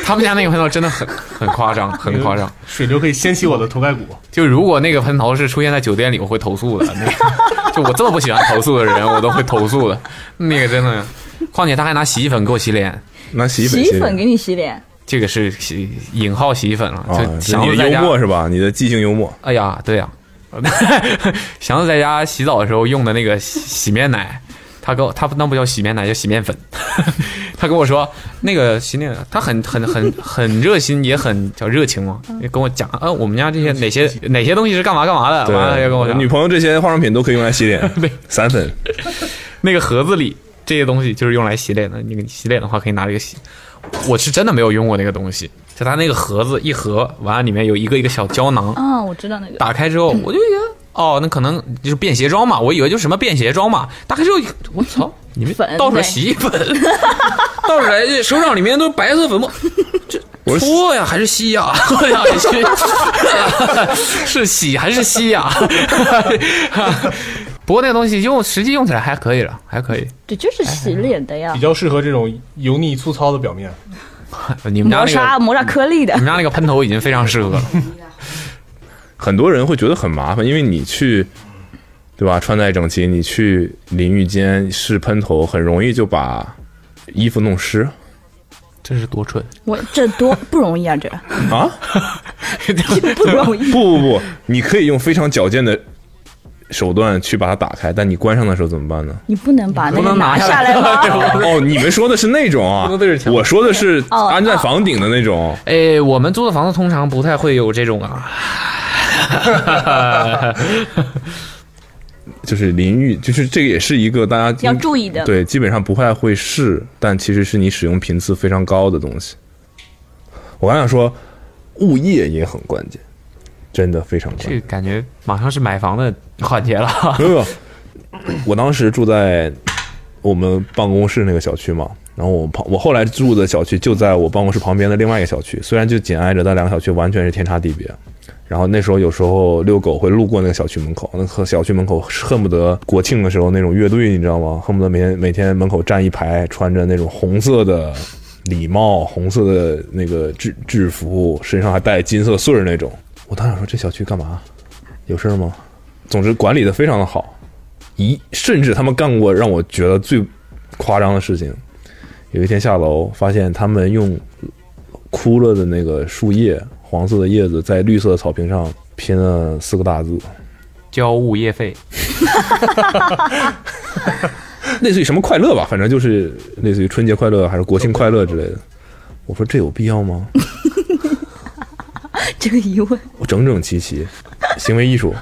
[SPEAKER 3] 他们家那个喷头真的很很夸张，很夸张。，
[SPEAKER 6] 水流可以掀起我的头盖骨。
[SPEAKER 3] 就如果那个喷头是出现在酒店里，我会投诉的。那个，就我这么不喜欢投诉的人，我都会投诉的。那个真的，况且他还拿洗衣粉给我洗脸，
[SPEAKER 2] 拿洗衣
[SPEAKER 7] 洗
[SPEAKER 2] 粉
[SPEAKER 7] 衣粉给你洗脸，这
[SPEAKER 3] 这个是洗引号洗衣粉了。
[SPEAKER 2] 啊，
[SPEAKER 3] 就
[SPEAKER 2] 这
[SPEAKER 3] 祥
[SPEAKER 2] 你
[SPEAKER 3] 子
[SPEAKER 2] 的
[SPEAKER 3] 在
[SPEAKER 2] 幽
[SPEAKER 3] 家，
[SPEAKER 2] 默是吧？你的即兴幽默，
[SPEAKER 3] 哎呀，对呀、 祥子在家洗澡的时候用的那个洗洗面奶，他跟我他那不叫洗面奶，叫洗面粉。 他跟我说那个洗面，他很很很很热心，也很叫热情嘛，也跟我讲，呃，我们家这些哪些哪些东西是干嘛干嘛的，
[SPEAKER 2] 对
[SPEAKER 3] 完了他就跟我，讲
[SPEAKER 2] 女朋友这些化妆品都可以用来洗 脸，散粉，
[SPEAKER 3] 那个盒子里这些东西就是用来洗脸的，那个洗脸的话可以拿这个洗。我是真的没有用过那个东西，就它那个盒子一盒，完了里面有一个一个小胶囊，
[SPEAKER 7] 啊、我知道那个。
[SPEAKER 3] 打开之后，
[SPEAKER 7] 嗯
[SPEAKER 3] 我就觉得哦，那可能就是便携装嘛，我以为就是什么便携装嘛。打开之后，我操，你们
[SPEAKER 7] 粉
[SPEAKER 3] 倒出来
[SPEAKER 7] 对
[SPEAKER 3] 洗衣粉， 倒出来手掌里面都是白色粉末，这搓呀还是吸呀？ 哎呀是是洗还是吸呀？ 不过那个东西用实际用起来还可以了，还可以。
[SPEAKER 7] 对，就是洗脸的呀
[SPEAKER 6] 比，较适合这种油腻粗糙的表面。
[SPEAKER 3] 你们家
[SPEAKER 7] 磨
[SPEAKER 3] 那
[SPEAKER 7] 砂
[SPEAKER 3] 个，嗯
[SPEAKER 7] 磨砂颗粒的
[SPEAKER 3] 你。们家那个喷头已经非常适合 了。
[SPEAKER 2] 很多人会觉得很麻烦，因为你去，对吧？穿戴整齐，你去淋浴间试喷头，很容易就把衣服弄湿
[SPEAKER 3] 这是多蠢！
[SPEAKER 7] 我这多不容易啊，这
[SPEAKER 2] 啊！
[SPEAKER 7] 不容易。
[SPEAKER 2] 不不不，你可以用非常矫健的手段去把它打开，但你关上的时候怎么 办呢？
[SPEAKER 7] 你不能把那
[SPEAKER 3] 不
[SPEAKER 7] 个
[SPEAKER 3] 能拿
[SPEAKER 7] 下
[SPEAKER 3] 下
[SPEAKER 7] 来 吗？
[SPEAKER 2] 哦，你们说的是那种啊
[SPEAKER 3] 不能对着，墙
[SPEAKER 2] 我说的是
[SPEAKER 7] 哦
[SPEAKER 2] 安在房顶的那种。
[SPEAKER 3] 哎，我们租的房子通常不太会有这种啊。
[SPEAKER 2] 就是淋浴，就是这个也是一个大家
[SPEAKER 7] 要注意的
[SPEAKER 2] 对，基本上不太会试，但其实是你使用频次非常高的东西。我刚想说，物业也很关键，真的非常关
[SPEAKER 3] 这
[SPEAKER 2] 键。
[SPEAKER 3] 个感觉马上是买房的环节了。
[SPEAKER 2] 没有没有，我当时住在我们办公室那个小区嘛，然后我旁我后来住的小区就在我办公室旁边的另外一个小区，虽然就紧挨着，但两个小区完全是天差地别。然后那时候有时候遛狗会路过那个小区门口，那个小区门口恨不得国庆的时候那种乐队，你知道吗？恨不得每天每天门口站一排，穿着那种红色的礼帽、红色的那个制制服，身上还带金色穗儿那种。我当时想说这小区干嘛？有事儿吗？总之管理的非常的好，一甚至他们干过让我觉得最夸张的事情。有一天下楼，发现他们用枯了的那个树叶，黄色的叶子在绿色的草坪上拼了四个大字，
[SPEAKER 3] 交物业费，
[SPEAKER 2] 类似于什么快乐吧，反正就是类似于春节快乐还是国庆快乐之类的。我说这有必要吗？
[SPEAKER 7] 这个疑问，
[SPEAKER 2] 我
[SPEAKER 8] 整整齐齐，行为艺术。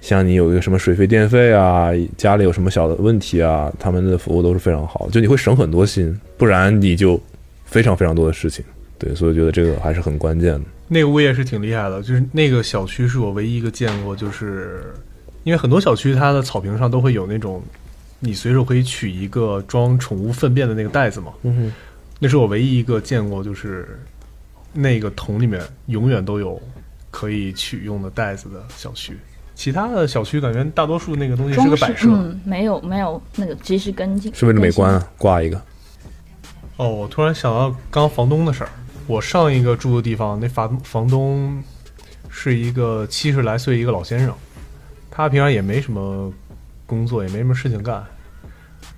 [SPEAKER 8] 像你有一个什么水费电费啊，家里有什么小的问题啊，他们的服务都是非常好，就你会省很多心，不然你就非常非常多的事情。对，所以我觉得这个还是很关键的。
[SPEAKER 6] 那个物业是挺厉害的，就是那个小区是我唯一一个见过，就是因为很多小区它的草坪上都会有那种，你随手可以取一个装宠物粪便的那个袋子嘛，
[SPEAKER 8] 嗯哼，
[SPEAKER 6] 那是我唯一一个见过，就是那个桶里面永远都有可以取用的袋子的小区。其他的小区感觉大多数那个东西是
[SPEAKER 7] 中
[SPEAKER 6] 个
[SPEAKER 7] 式
[SPEAKER 6] 摆设。
[SPEAKER 7] 嗯，没有没有那个及时跟进，
[SPEAKER 8] 是为了美观啊，挂一个。
[SPEAKER 6] 哦，我突然想到刚房东的事儿。我上一个住的地方，那房房东是一个七十来岁一个老先生，他平常也没什么工作，也没什么事情干。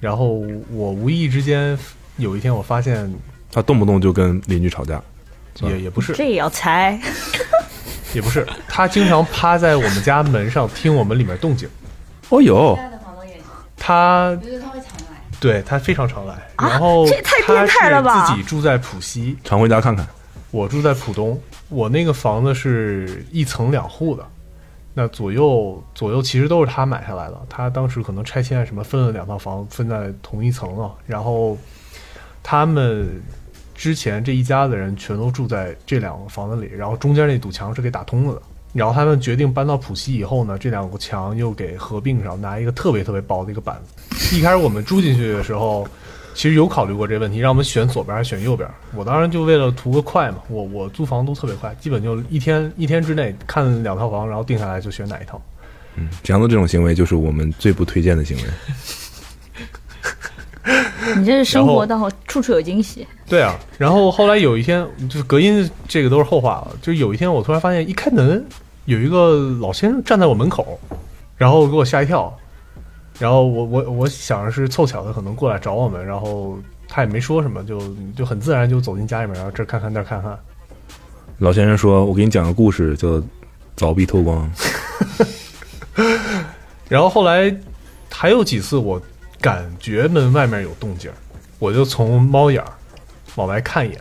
[SPEAKER 6] 然后我无意之间有一天，我发现
[SPEAKER 2] 他动不动就跟邻居吵架，
[SPEAKER 6] 也也不是，
[SPEAKER 7] 这也要猜，
[SPEAKER 6] 也不是，他经常趴在我们家门上听我们里面动静。
[SPEAKER 2] 哦哟，
[SPEAKER 6] 他对他非常常来，
[SPEAKER 7] 啊
[SPEAKER 6] 然后
[SPEAKER 7] 这也太
[SPEAKER 6] 他
[SPEAKER 7] 变态了吧
[SPEAKER 6] 是自己住在浦西，
[SPEAKER 2] 常回家看看。
[SPEAKER 6] 我住在浦东，我那个房子是一层两户的，那左右左右其实都是他买下来的，他当时可能拆迁什么分了两套房，分在同一层了，然后他们之前这一家子人全都住在这两个房子里，然后中间那堵墙是给打通了的。然后他们决定搬到浦西以后呢，这两个墙又给合并上，拿一个特别特别薄的一个板子。一开始我们住进去的时候，其实有考虑过这个问题，让我们选左边还是选右边。我当然就为了图个快嘛，我我租房都特别快，基本就一天一天之内看两套房，然后定下来就选哪一套。
[SPEAKER 2] 强子这种行为就是我们最不推荐的行为。
[SPEAKER 7] 你这是生活
[SPEAKER 6] 然
[SPEAKER 7] 到处处有惊喜，
[SPEAKER 6] 对啊，然后后来有一天，就是隔音这个都是后话了。就是有一天，我突然发现一开门，有一个老先生站在我门口，然后给我吓一跳。然后我我我想着是凑巧的，可能过来找我们，然后他也没说什么，就就很自然就走进家里面，然后这儿看看那儿看看。
[SPEAKER 2] 老先生说：“我给你讲个故事，叫凿壁偷光。
[SPEAKER 6] 然后后来还有几次，我感觉门外面有动静儿，我就从猫眼儿往外看一眼，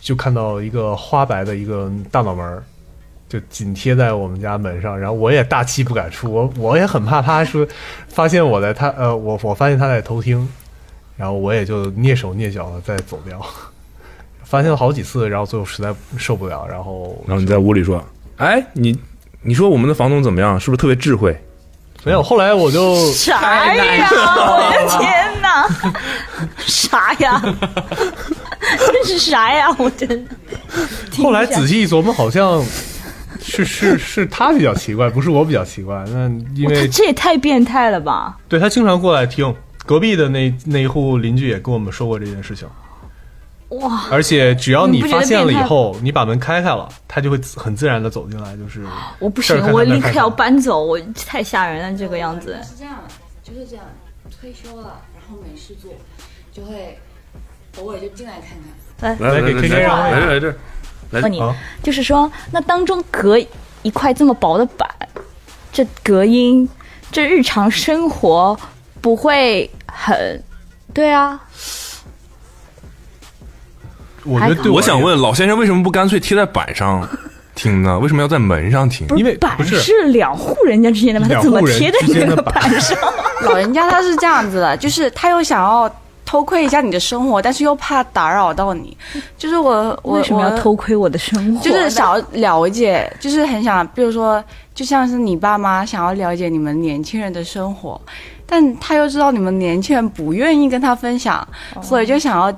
[SPEAKER 6] 就看到一个花白的一个大脑门儿，就紧贴在我们家门上。然后我也大气不敢出，我我也很怕他说发现我在他呃我我发现他在偷听，然后我也就蹑手蹑脚的再走掉。发现了好几次，然后最后实在受不了，然后”
[SPEAKER 2] 然后你在屋里说：“哎，你你说我们的房东怎么样？是不是特别智慧
[SPEAKER 6] 没有。后来我就
[SPEAKER 7] 啥呀？我的天哪，啥呀？这是啥呀？我真的。听一下
[SPEAKER 6] 后来仔细一琢磨，好像是是是他比较奇怪，不是我比较奇怪。那因
[SPEAKER 7] 哇他
[SPEAKER 6] 为
[SPEAKER 7] 这也太变态了吧！
[SPEAKER 6] 对他经常过来听，隔壁的那那一户邻居也跟我们说过这件事情。
[SPEAKER 7] 哇，
[SPEAKER 6] 而且只要
[SPEAKER 7] 你
[SPEAKER 6] 你
[SPEAKER 7] 不觉得
[SPEAKER 6] 发现了以
[SPEAKER 7] 变态
[SPEAKER 6] 后，你把门开开了，他就会自很自然的走进来，就是
[SPEAKER 7] 我不
[SPEAKER 6] 这儿
[SPEAKER 7] 行
[SPEAKER 6] 看，看
[SPEAKER 7] 我
[SPEAKER 6] 那儿
[SPEAKER 7] 立刻
[SPEAKER 6] 看
[SPEAKER 7] 要
[SPEAKER 6] 看
[SPEAKER 7] 搬走，我太吓人了，这个样子。
[SPEAKER 9] 是这样，就是这样，退休了，然后没事做，就会偶尔就进来看看。？”
[SPEAKER 2] 来
[SPEAKER 6] 来给 KK 让位
[SPEAKER 2] 来这儿，
[SPEAKER 7] 问你
[SPEAKER 6] 啊，
[SPEAKER 7] 就是说，那当中隔一块这么薄的板，这隔音，这日常生活不会很，对啊，
[SPEAKER 6] 我觉得对
[SPEAKER 2] 我
[SPEAKER 6] 而言
[SPEAKER 2] 想，问老先生，为什么不干脆贴在板上听呢？为什么要在门上听？
[SPEAKER 6] 因为
[SPEAKER 7] 板
[SPEAKER 6] 不是
[SPEAKER 7] 是两户人家之间的板，它
[SPEAKER 6] 两
[SPEAKER 7] 怎么
[SPEAKER 6] 户人
[SPEAKER 7] 贴在
[SPEAKER 6] 之
[SPEAKER 7] 你
[SPEAKER 6] 间
[SPEAKER 7] 那
[SPEAKER 6] 的
[SPEAKER 7] 个
[SPEAKER 6] 板
[SPEAKER 7] 板上？
[SPEAKER 9] 老人家他是这样子的， 就是他又想要偷窥一下你的生活，但是又怕打扰到你。就是我 我
[SPEAKER 7] 为什么要
[SPEAKER 9] 我
[SPEAKER 7] 偷窥我的生活？
[SPEAKER 9] 就是想要了解，就是很想，比如说，就像是你爸妈想要了解你们年轻人的生活，但他又知道你们年轻人不愿意跟他分享，所以就想要，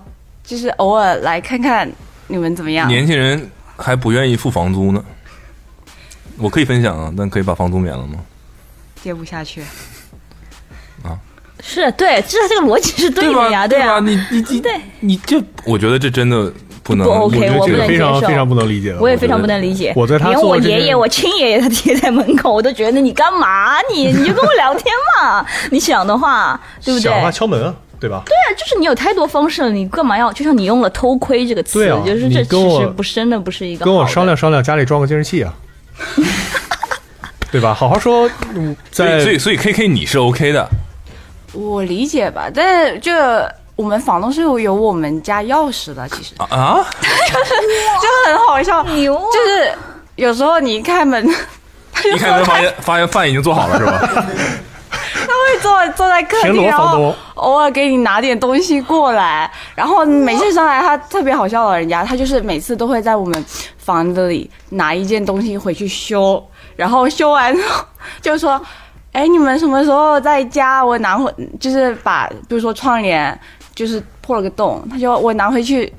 [SPEAKER 9] 就是偶尔来看看你们怎么样。
[SPEAKER 2] 年轻人还不愿意付房租呢。我可以分享啊，但可以把房租免了吗？
[SPEAKER 9] 接不下去，
[SPEAKER 7] 是对，这这个逻辑是对的呀，
[SPEAKER 2] 吧？对吧？
[SPEAKER 7] 啊，
[SPEAKER 2] 你你你
[SPEAKER 7] 对，
[SPEAKER 2] 你这，我觉得这真的不能
[SPEAKER 7] 不 OK，
[SPEAKER 2] 我觉得
[SPEAKER 7] 我不能
[SPEAKER 6] 这个非常
[SPEAKER 7] 接受
[SPEAKER 6] 非常不能理解的。
[SPEAKER 7] 我也
[SPEAKER 6] 觉
[SPEAKER 7] 非常
[SPEAKER 6] 得
[SPEAKER 7] 不能理解。
[SPEAKER 6] 我在他
[SPEAKER 7] 连
[SPEAKER 6] 做
[SPEAKER 7] 我
[SPEAKER 6] 这
[SPEAKER 7] 爷
[SPEAKER 6] 件
[SPEAKER 7] 爷、我亲爷爷他贴在门口，我都觉得你干嘛你？你就跟我聊天嘛，你想的话，对不对？
[SPEAKER 6] 想
[SPEAKER 7] 对
[SPEAKER 6] 的话
[SPEAKER 7] 啊，
[SPEAKER 6] 敲门啊，对吧？
[SPEAKER 7] 就是你有太多方式了，你干嘛要？就像你用了“偷窥”这个词，
[SPEAKER 6] 对啊
[SPEAKER 7] 就是这
[SPEAKER 6] 你跟
[SPEAKER 7] 其
[SPEAKER 6] 我
[SPEAKER 7] 实不是真的不是一个
[SPEAKER 6] 跟我
[SPEAKER 7] 好的
[SPEAKER 6] 商量商量，家里装个监 视器啊，对吧？好好说，嗯
[SPEAKER 2] 所以
[SPEAKER 6] 在
[SPEAKER 2] 所以所以 K K 你是 OK 的，
[SPEAKER 9] 我理解吧，但是就我们房东是有我们家钥匙的，其实
[SPEAKER 2] 啊，
[SPEAKER 9] 就很好笑，
[SPEAKER 7] 牛啊，
[SPEAKER 9] 就是有时候你一开门，
[SPEAKER 2] 一开门发现发现饭已经做好了是吧？
[SPEAKER 9] 他会坐坐在客厅，
[SPEAKER 6] 田螺
[SPEAKER 9] 然
[SPEAKER 6] 房
[SPEAKER 9] 后
[SPEAKER 6] 东
[SPEAKER 9] 偶尔给你拿点东西过来。然后每次上来，他特别好笑的人家，他就是每次都会在我们房子里拿一件东西回去修，然后修完之后就说：“哎，你们什么时候在家？我拿回，就是把比如说窗帘就是破了个洞，他就我拿回去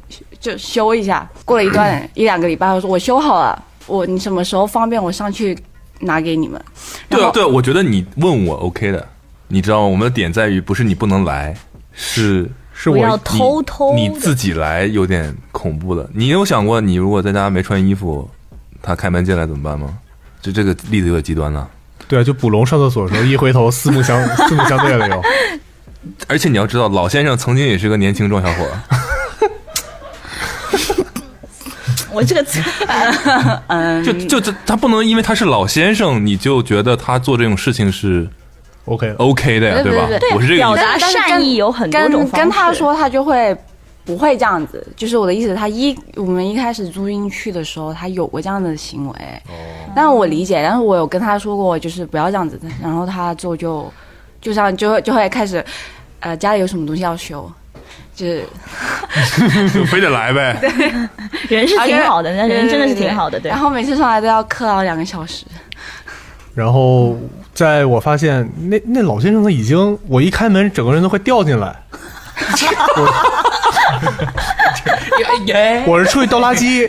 [SPEAKER 9] 就修一下。过了一段一两个礼拜，我说我修好了，我你什么时候方便我上去拿给你们？然
[SPEAKER 2] 对
[SPEAKER 9] 后
[SPEAKER 2] 啊，对啊，我觉得你问我 OK 的，你知道吗？我们的点在于不是你不能来，是
[SPEAKER 6] 是
[SPEAKER 7] 不要
[SPEAKER 6] 我
[SPEAKER 7] 偷偷
[SPEAKER 2] 你
[SPEAKER 7] 地
[SPEAKER 2] 自己来有点恐怖的。你有想过，你如果在家没穿衣服，他开门进来怎么办吗？就这个例子有点极端了、
[SPEAKER 6] 对啊，就捕龙上厕所的时候，一回头四目相四目相对了又。
[SPEAKER 2] 而且你要知道，老先生曾经也是个年轻壮小伙儿，
[SPEAKER 7] 嗯我这个词，
[SPEAKER 9] 嗯
[SPEAKER 2] 就就这他不能因为他是老先生，你就觉得他做这种事情是
[SPEAKER 6] OK 的
[SPEAKER 2] OK 的呀，
[SPEAKER 7] 对
[SPEAKER 2] 吧
[SPEAKER 7] 对对？
[SPEAKER 2] 我是这个
[SPEAKER 7] 表
[SPEAKER 2] 意思。
[SPEAKER 7] 达
[SPEAKER 9] 但是跟
[SPEAKER 7] 善意有很多
[SPEAKER 9] 跟
[SPEAKER 7] 种方式。
[SPEAKER 9] 跟他说，他就会不会这样子。就是我的意思，他一我们一开始租进去的时候，他有过这样的行为，但我理解，但是我有跟他说过，就是不要这样子。然后他之后就就像就会就会开始，呃，家里有什么东西要修，就是
[SPEAKER 2] 就 非得来呗。
[SPEAKER 7] 人是挺好的，
[SPEAKER 9] 啊
[SPEAKER 7] 那
[SPEAKER 9] 对
[SPEAKER 7] 人真的是
[SPEAKER 9] 对对
[SPEAKER 7] 挺好的，对
[SPEAKER 9] 然。后每次上来都要客到两个小时，
[SPEAKER 6] 然后在我发现那那老先生他已经，我一开门，整个人都快掉进来。 我我是出去倒垃圾，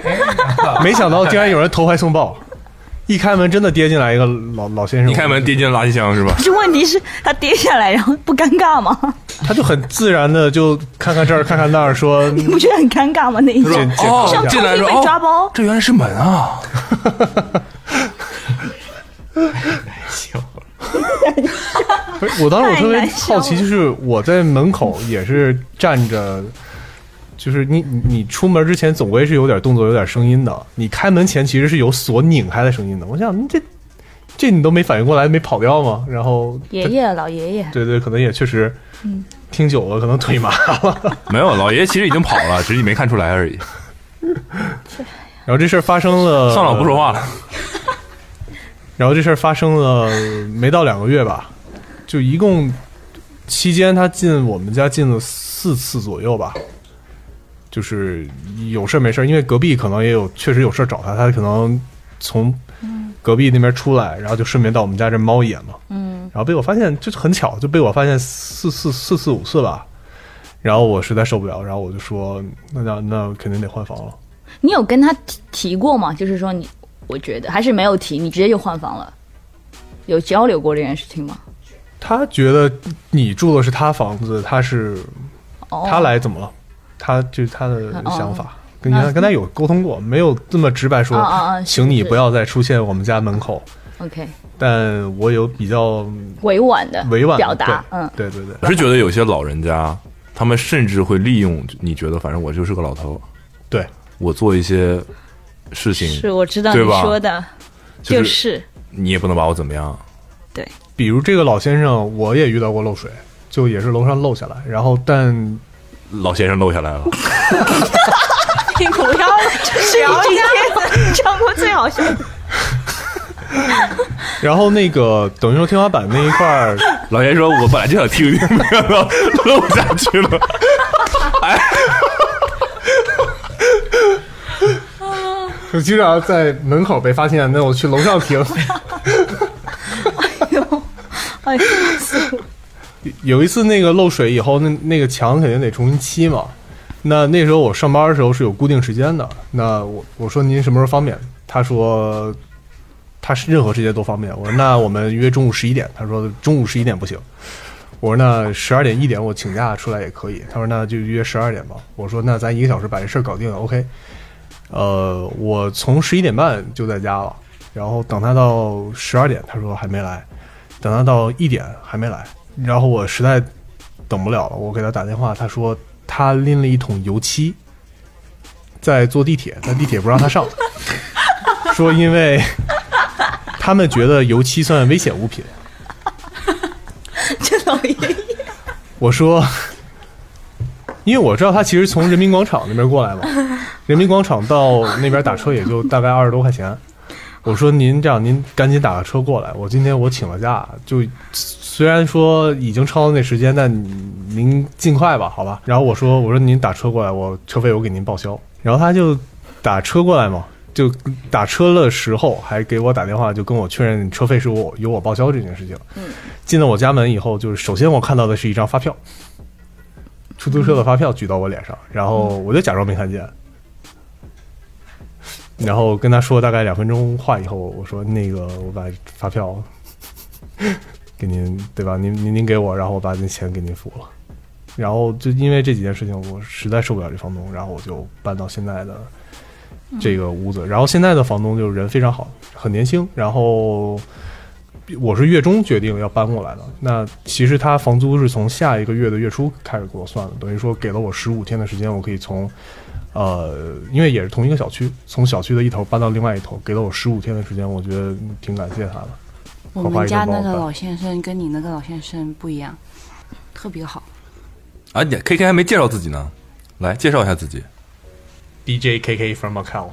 [SPEAKER 6] 没想到竟然有人投怀送抱。一开门，真的跌进来一个老老先生。
[SPEAKER 2] 你开门跌进垃圾箱是吧
[SPEAKER 7] 可？是问题是，他跌下来，然后不尴尬吗？
[SPEAKER 6] 他就很自然的就看看这儿，看看那儿，说
[SPEAKER 7] 你 不觉得很尴尬吗？那一
[SPEAKER 6] 说
[SPEAKER 7] 瞬
[SPEAKER 6] 健康
[SPEAKER 2] 哦
[SPEAKER 6] 一
[SPEAKER 7] 像
[SPEAKER 6] 下
[SPEAKER 2] 进
[SPEAKER 7] 抽
[SPEAKER 2] 来
[SPEAKER 7] 屉
[SPEAKER 2] 说
[SPEAKER 7] 被抓
[SPEAKER 2] 哦，
[SPEAKER 7] 包，
[SPEAKER 2] 这原来是门啊！
[SPEAKER 6] 不是，我当时我特别
[SPEAKER 7] 太难受
[SPEAKER 6] 好奇，
[SPEAKER 7] 了
[SPEAKER 6] 就是我在门口也是站着，就是你你你出门之前总归是有点动作、有点声音的。你开门前其实是有锁拧开的声音的。我想你这这你都没反应过来，没跑掉吗？然后
[SPEAKER 7] 爷爷老爷爷，
[SPEAKER 6] 对对，可能也确实
[SPEAKER 7] 嗯
[SPEAKER 6] 听久了，可能腿麻了。
[SPEAKER 2] 没有，老爷其实已经跑了，只是你没看出来而已。
[SPEAKER 6] 然后这事儿发生了，
[SPEAKER 2] 算了，我不说话了。
[SPEAKER 6] 然后这事儿发生了没到两个月吧，就一共期间他进我们家进了四次左右吧，就是有事儿没事儿，因为隔壁可能也有确实有事儿找他，他可能从隔壁那边出来，然后就顺便到我们家这猫一眼嘛，嗯，然后被我发现就是很巧，就被我发现四四四次五次吧，然后我实在受不了，然后我就说那那那肯定得换房了。
[SPEAKER 7] 你有跟他提提过吗？就是说你，我觉得还是没有提，你直接就换房了。有交流过这件事情吗？
[SPEAKER 6] 他觉得你住的是他房子，他是
[SPEAKER 7] 哦，
[SPEAKER 6] 他来怎么了？他就是他的想法，跟
[SPEAKER 7] 那
[SPEAKER 6] 他跟他有沟通过，没有这么直白说，
[SPEAKER 7] 啊啊啊是
[SPEAKER 6] 请你
[SPEAKER 7] 是
[SPEAKER 6] 不要再出现我们家门口。
[SPEAKER 7] ，OK，
[SPEAKER 6] 但我有比较
[SPEAKER 7] 委婉的
[SPEAKER 6] 委婉的
[SPEAKER 7] 表达，嗯，
[SPEAKER 6] 对对对
[SPEAKER 2] 我是觉得有些老人家，他们甚至会利用你觉得，反正我就是个老头，
[SPEAKER 6] 对，
[SPEAKER 2] 我做一些事情，
[SPEAKER 7] 我知道
[SPEAKER 2] 对吧
[SPEAKER 7] 的，
[SPEAKER 2] 就是
[SPEAKER 7] 是
[SPEAKER 2] 你也不能把我怎么样。
[SPEAKER 6] 比如这个老先生，我也遇到过漏水，就也是楼上漏下来，然后但
[SPEAKER 2] 老先生漏下来了，
[SPEAKER 7] 你不要，这 是你今天 唱过最好笑的。
[SPEAKER 6] 然后那个等于说天花板那一块儿，
[SPEAKER 2] 老先生说：“我本来就想听听，没想到漏下去了。”哎，
[SPEAKER 6] 就经常在门口被发现，那我去楼上停。
[SPEAKER 7] 哎，
[SPEAKER 6] 有一次那个漏水以后，那那个墙肯定得重新漆嘛。那那时候我上班的时候是有固定时间的。那我我说您什么时候方便？他说他是任何时间都方便。我说那我们约中午十一点。他说中午十一点不行。我说那十二点一点我请假出来也可以。他说那就约十二点吧。我说那咱一个小时把这事儿搞定了，OK。呃，我从十一点半就在家了，然后等他到十二点，他说还没来。等他到一点还没来，然后我实在等不了了，我给他打电话，他说他拎了一桶油漆，在坐地铁，但地铁不让他上，说因为他们觉得油漆算危险物品。
[SPEAKER 7] 这老爷爷
[SPEAKER 6] 我说，因为我知道他其实从人民广场那边过来嘛，人民广场到那边打车也就大概二十多块钱。我说您这样，您赶紧打个车过来。我今天我请了假，就虽然说已经超到那时间，但您尽快吧，好吧。然后我说我说您打车过来，我车费我给您报销。然后他就打车过来嘛，就打车的时候还给我打电话，就跟我确认车费是我由我报销这件事情。
[SPEAKER 7] 嗯，
[SPEAKER 6] 进了我家门以后，就是首先我看到的是一张发票，出租车的发票举到我脸上，然后我就假装没看见。然后跟他说大概两分钟话以后，我说那个我把发票给您，对吧？您您您给我，然后我把那钱给您付了。然后就因为这几件事情，我实在受不了这房东，然后我就搬到现在的这个屋子。然后现在的房东就是人非常好，很年轻。然后我是月中决定要搬过来的。那其实他房租是从下一个月的月初开始给我算的，等于说给了我十五天的时间，我可以从呃，因为也是同一个小区，从小区的一头搬到另外一头，给了我十五天的时间，我觉得挺感谢他的。
[SPEAKER 9] 我
[SPEAKER 6] 花花
[SPEAKER 9] 们
[SPEAKER 6] 一
[SPEAKER 9] 家
[SPEAKER 6] 个包
[SPEAKER 9] 那个
[SPEAKER 6] 吧
[SPEAKER 9] 老先生跟你那个老先生不一样，特别好。
[SPEAKER 2] 啊，你 K K 还没介绍自己呢，来介绍一下自己。
[SPEAKER 6] DJ KK from Macau，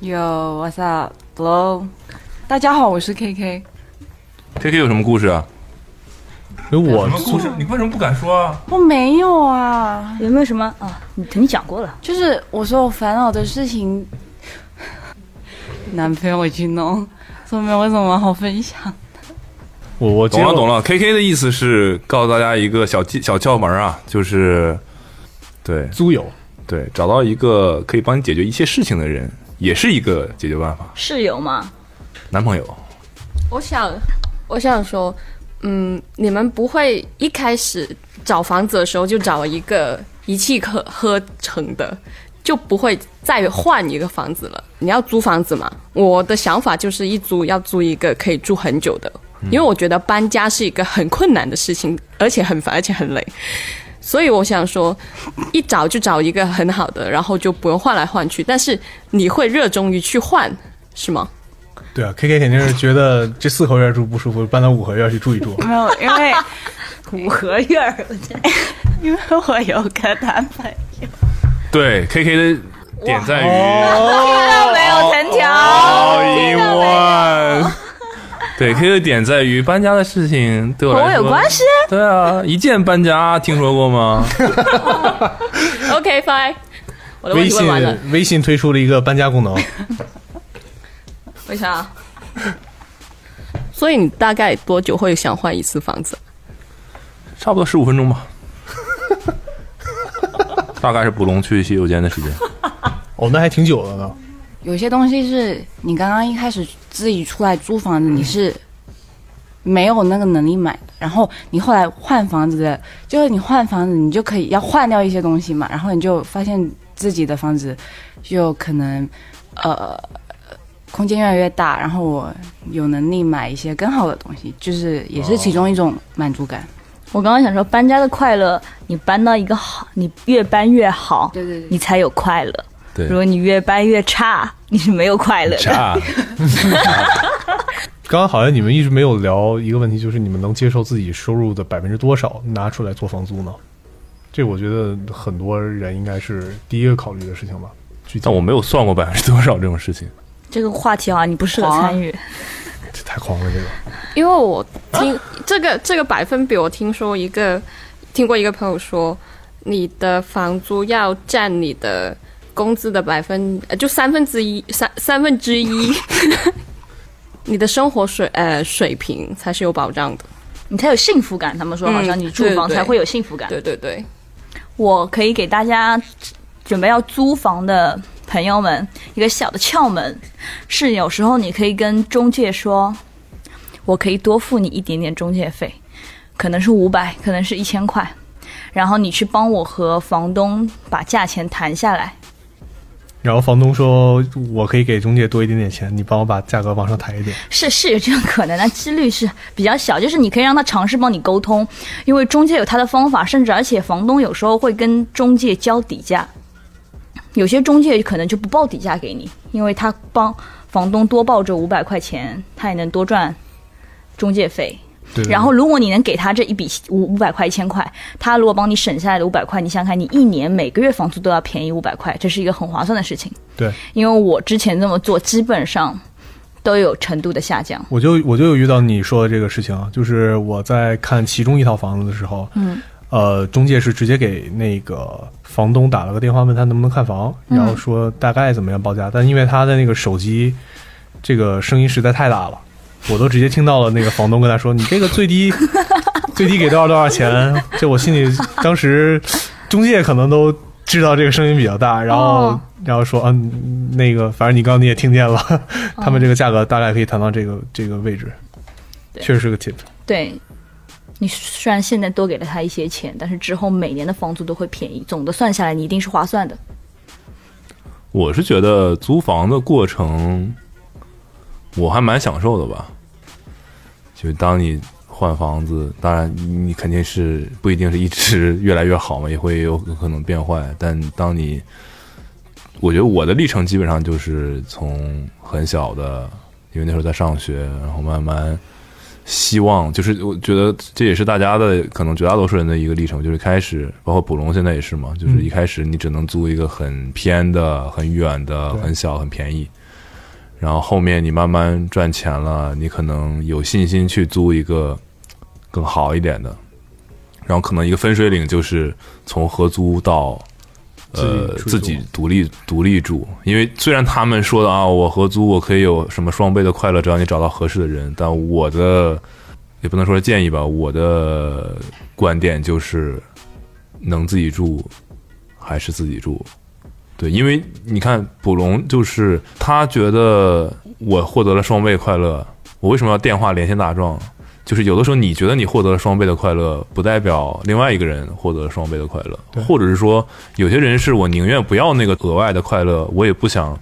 [SPEAKER 9] Yo, what's up, bro？大家好，我是 KK。
[SPEAKER 2] K K 有什么故事啊？
[SPEAKER 6] 因为我
[SPEAKER 2] 故事？你为什么不敢说啊？
[SPEAKER 9] 我没有啊，
[SPEAKER 7] 有没有什么啊？你你讲过了，
[SPEAKER 9] 就是我说我烦恼的事情，男朋友去弄，说没有什么好分享。
[SPEAKER 6] 我我
[SPEAKER 2] 懂了懂
[SPEAKER 6] 了，
[SPEAKER 2] 了，K K 的意思是告诉大家一个小技小窍门啊，就是，对
[SPEAKER 6] 租友。
[SPEAKER 2] 对，找到一个可以帮你解决一切事情的人，也是一个解决办法。
[SPEAKER 7] 室友嘛，
[SPEAKER 2] 男朋友，
[SPEAKER 1] 我想，我想说，嗯，你们不会一开始找房子的时候就找一个一气呵呵成的，就不会再换一个房子了。你要租房子嘛？我的想法就是一租要租一个可以住很久的，因为我觉得搬家是一个很困难的事情，而且很烦，而且很累。所以我想说，一找就找一个很好的，然后就不用换来换去。但是你会热衷于去换，是吗？
[SPEAKER 6] 对啊，K K 肯定是觉得这四合院住不舒服，搬到五合院去住一住。
[SPEAKER 9] 没有，因为
[SPEAKER 7] 五合院儿，
[SPEAKER 9] 因为我有个男朋友。
[SPEAKER 2] 对 K K 的点在于
[SPEAKER 7] 到没有藤条，
[SPEAKER 2] all in one。对 K K 的点在于搬家的事情对我
[SPEAKER 7] 和
[SPEAKER 2] 来
[SPEAKER 7] 我
[SPEAKER 2] 说
[SPEAKER 7] 有关系。
[SPEAKER 2] 对啊，一键搬家听说 过吗？
[SPEAKER 1] OK fine，我的问
[SPEAKER 6] 微
[SPEAKER 1] 题
[SPEAKER 6] 信
[SPEAKER 1] 问完了，
[SPEAKER 6] 微信推出了一个搬家功能，
[SPEAKER 1] 为啥？所以你大概多久会想换一次房子？
[SPEAKER 2] 差不多十五分钟 吧，大概是捕龙去洗手间的时间。
[SPEAKER 6] 哦，那还挺久的呢。
[SPEAKER 9] 有些东西是你刚刚一开始自己出来租房子，你是没有那个能力买的。然后你后来换房子的，就是你换房子，你就可以要换掉一些东西嘛。然后你就发现自己的房子就可能呃空间越来越大，然后我有能力买一些更好的东西，就是也是其中一种满足感。
[SPEAKER 7] 我刚刚想说，搬家的快乐，你搬到一个好，你越搬越好，
[SPEAKER 9] 对对对
[SPEAKER 7] 你才有快乐。
[SPEAKER 2] 对啊
[SPEAKER 7] 如果你越搬越差，你是没有快乐的。
[SPEAKER 2] 啥？
[SPEAKER 6] 刚刚好像你们一直没有聊一个问题，就是你们能接受自己收入的百分之多少拿出来做房租呢？这我觉得很多人应该是第一个考虑的事情吧。具体
[SPEAKER 2] 但我没有算过百分之多少这种事情。
[SPEAKER 7] 这个话题啊，你不适合参与。
[SPEAKER 6] 这 太狂了，这个
[SPEAKER 1] 因为我听这个这个百分比，我听说一个听过一个朋友说，你的房租要占你的工资的百分，呃，就三分之一，三三分之 一，你的生活水呃水平才是有保障的。
[SPEAKER 7] 你才有幸福感。他们说，
[SPEAKER 1] 嗯
[SPEAKER 7] 好像你住
[SPEAKER 1] 对
[SPEAKER 7] 房
[SPEAKER 1] 对
[SPEAKER 7] 才会有幸福感。
[SPEAKER 1] 对对对，
[SPEAKER 7] 我可以给大家准备要租房的朋友们一个小的窍门，是有时候你可以跟中介说，我可以多付你一点点中介费，可能是五百，可能是一千块，然后你去帮我和房东把价钱谈下来。
[SPEAKER 6] 然后房东说，我可以给中介多一点点钱，你帮我把价格往上抬一 点。
[SPEAKER 7] 是是有这种可能，但几率是比较小。就是你可以让他尝试帮你沟通，因为中介有他的方法，甚至而且房东有时候会跟中介交底价，有些中介可能就不报底价给你，因为他帮房东多报这五百块钱，他也能多赚中介费。
[SPEAKER 6] 对对
[SPEAKER 7] 然后，如果你能给他这一笔五五百块、一千块，他如果帮你省下来的五百块，你想想看，你一年每个月房租都要便宜五百块，这是一个很划算的事情。
[SPEAKER 6] 对，
[SPEAKER 7] 因为我之前这么做，基本上都有程度的下降。
[SPEAKER 6] 我就我就有遇到你说的这个事情啊，就是我在看其中一套房子的时候，
[SPEAKER 7] 嗯，
[SPEAKER 6] 呃，中介是直接给那个房东打了个电话，问他能不能看房，
[SPEAKER 7] 嗯
[SPEAKER 6] 然后说大概怎么样报价。但因为他的那个手机这个声音实在太大了，我都直接听到了那个房东跟他说：“你这个 最低最低给多少多少钱？”这我心里当时中介可能都知道这个声音比较大，然后、
[SPEAKER 7] 哦
[SPEAKER 6] 然后说：“嗯，那个反正你刚刚你也听见了，
[SPEAKER 7] 哦
[SPEAKER 6] 他们这个价格大概可以谈到这个这个位置，
[SPEAKER 7] 对
[SPEAKER 6] 确实是个 tip。”
[SPEAKER 7] 对，你虽然现在多给了他一些钱，但是之后每年的房租都会便宜，总的算下来你一定是划算的。
[SPEAKER 2] 我是觉得租房的过程，我还蛮享受的吧。就当你换房子，当然你你肯定是不一定是一直越来越好嘛，也会有有可能变坏。但当你，我觉得我的历程基本上就是从很小的，因为那时候在上学，然后慢慢希望，就是我觉得这也是大家的可能绝大多数人的一个历程，就是开始，包括普龙现在也是嘛，就是一开始你只能租一个很偏的、很远的、
[SPEAKER 6] 对
[SPEAKER 2] 很小、很便宜，然后后面你慢慢赚钱了，你可能有信心去租一个更好一点的，然后可能一个分水岭就是从合租到呃
[SPEAKER 6] 自己出租
[SPEAKER 2] 自己独立独立住，因为虽然他们说的啊，我合租我可以有什么双倍的快乐，只要你找到合适的人，但我的也不能说是建议吧，我的观点就是能自己住还是自己住。对，因为你看卜龙，就是他觉得我获得了双倍快乐，我为什么要电话连线打撞？就是有的时候你觉得你获得了双倍的快乐，不代表另外一个人获得了双倍的快乐，或者是说有些人是我宁愿不要那个额外的快乐，我也不想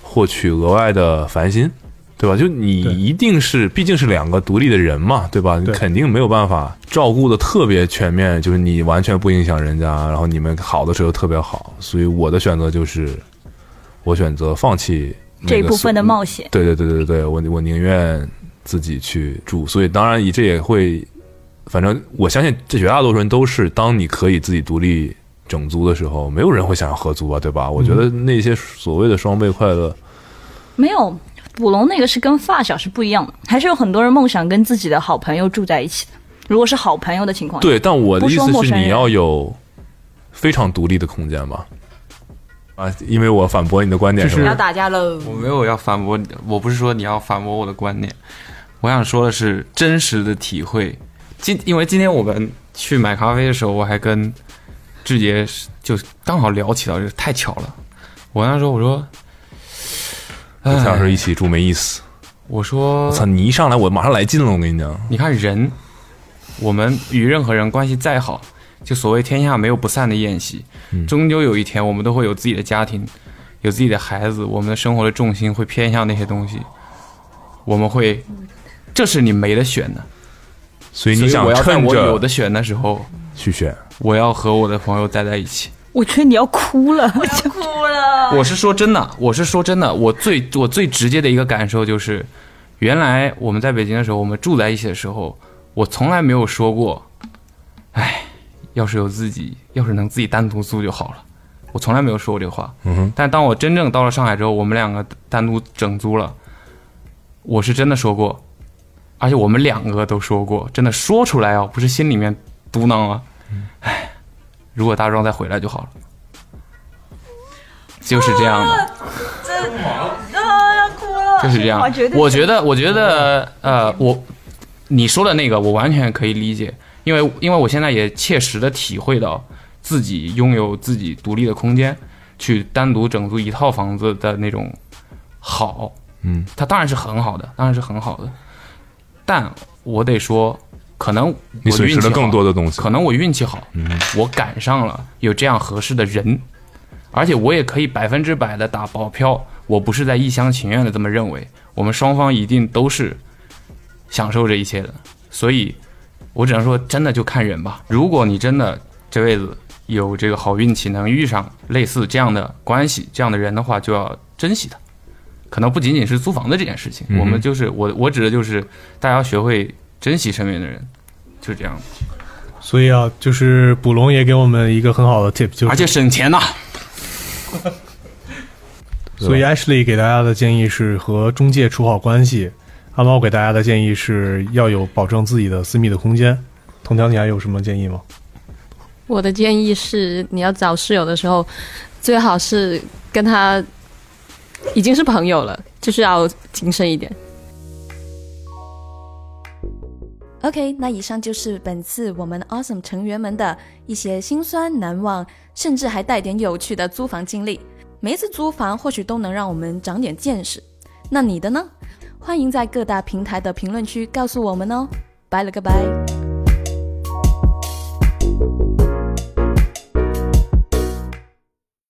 [SPEAKER 2] 获取额外的烦心，对吧？就你
[SPEAKER 6] 对
[SPEAKER 2] 一定是，毕竟是两个独立的人嘛，对吧？你
[SPEAKER 6] 对
[SPEAKER 2] 肯定没有办法照顾的特别全面，就是你完全不影响人家，然后你们好的时候特别好，所以我的选择就是，我选择放弃那
[SPEAKER 7] 这一
[SPEAKER 2] 个嗯
[SPEAKER 7] 部
[SPEAKER 2] 所
[SPEAKER 7] 分的冒险，
[SPEAKER 2] 对对对对对，我我宁愿自己去住，所以当然这也会，反正我相信这绝大多数人都是，当你可以自己独立整租的时候，没有人会想要合租啊，对吧？我觉得
[SPEAKER 3] 嗯
[SPEAKER 2] 那些所谓的双倍快乐，
[SPEAKER 7] 没有捕龙那个是跟发小是不一样的，还是有很多人梦想跟自己的好朋友住在一起的。如果是好朋友的情况下，
[SPEAKER 2] 对，但我的
[SPEAKER 7] 不
[SPEAKER 2] 意
[SPEAKER 7] 说
[SPEAKER 2] 思
[SPEAKER 7] 陌
[SPEAKER 2] 是
[SPEAKER 7] 生
[SPEAKER 2] 你
[SPEAKER 7] 人
[SPEAKER 2] 要有非常独立的空间吧。啊，因为我反驳你的观点
[SPEAKER 3] 就是是
[SPEAKER 2] 吧
[SPEAKER 9] 要打架喽！
[SPEAKER 3] 我没有要反驳你，我不是说你要反驳我的观点，我想说的是真实的体会。今因为今天我们去买咖啡的时候，我还跟志杰是就刚好聊起到这个，太巧了。我跟他说，我说，
[SPEAKER 2] 跟蔡老
[SPEAKER 3] 哎
[SPEAKER 2] 师一起住没意思。
[SPEAKER 3] 我说
[SPEAKER 2] 我操，你一上来我马上来劲了，我跟你讲。
[SPEAKER 3] 你看人，我们与任何人关系再好，就所谓天下没有不散的宴席，
[SPEAKER 2] 嗯
[SPEAKER 3] 终究有一天我们都会有自己的家庭，有自己的孩子，我们的生活的重心会偏向那些东西，我们会，这是你没得选的。
[SPEAKER 2] 所以
[SPEAKER 3] 所
[SPEAKER 2] 你
[SPEAKER 3] 以
[SPEAKER 2] 想
[SPEAKER 3] 我要在
[SPEAKER 2] 趁
[SPEAKER 3] 我有
[SPEAKER 2] 着
[SPEAKER 3] 的选的时候，
[SPEAKER 2] 去选，
[SPEAKER 3] 我要和我的朋友待在一起。
[SPEAKER 7] 我觉得你要哭了，我就
[SPEAKER 3] 我是说真的，我是说真的，我最我最直接的一个感受就是，原来我们在北京的时候，我们住在一起的时候，我从来没有说过，哎，要是有自己，要是能自己单独租就好了，我从来没有说过这个话。
[SPEAKER 2] 嗯哼，
[SPEAKER 3] 但当我真正到了上海之后，我们两个单独整租了，我是真的说过，而且我们两个都说过，真的说出来啊，不是心里面嘟囔啊，哎，如果大壮再回来就好了，就是这样的。
[SPEAKER 1] 啊
[SPEAKER 3] 就是这样
[SPEAKER 7] 我觉，得
[SPEAKER 3] 我觉得，我觉得，呃，我你说的那个，我完全可以理解，因为因为我现在也切实的体会到自己拥有自己独立的空间，去单独整租一套房子的那种好，
[SPEAKER 2] 嗯，
[SPEAKER 3] 它当然是很好的，当然是很好的，但我得说，可能
[SPEAKER 2] 你
[SPEAKER 3] 我
[SPEAKER 2] 损失
[SPEAKER 3] 运气
[SPEAKER 2] 了更
[SPEAKER 3] 好
[SPEAKER 2] 多的东西。
[SPEAKER 3] 可能我运气好，
[SPEAKER 2] 嗯
[SPEAKER 3] 我赶上了有这样合适的人，而且我也可以百分之百的打保票，我不是在一厢情愿的这么认为，我们双方一定都是享受这一切的，所以我只能说，真的就看人吧。如果你真的这辈子有这个好运气，能遇上类似这样的关系、这样的人的话，就要珍惜他。可能不仅仅是租房子这件事情，
[SPEAKER 2] 嗯哼
[SPEAKER 3] 我们就是我，我指的就是大家要学会珍惜身边的人，就是这样。
[SPEAKER 6] 所以啊，就是捕龙也给我们一个很好的 tip，就是
[SPEAKER 3] 而且省钱呐、对吧
[SPEAKER 6] 所以 Ashley 给大家的建议是和中介处好关系，阿猫给大家的建议是要有保证自己的私密的空间。童强，你还有什么建议吗？
[SPEAKER 10] 我的建议是，你要找室友的时候，最好是跟他已经是朋友了，就是要谨慎一点。
[SPEAKER 1] OK，那以上就是本次我们 Awesome 成员们的一些辛酸、难忘，甚至还带点有趣的租房经历。每一次租房或许都能让我们长点见识。那你的呢？欢迎在各大平台的评论区告诉我们哦。拜了个拜。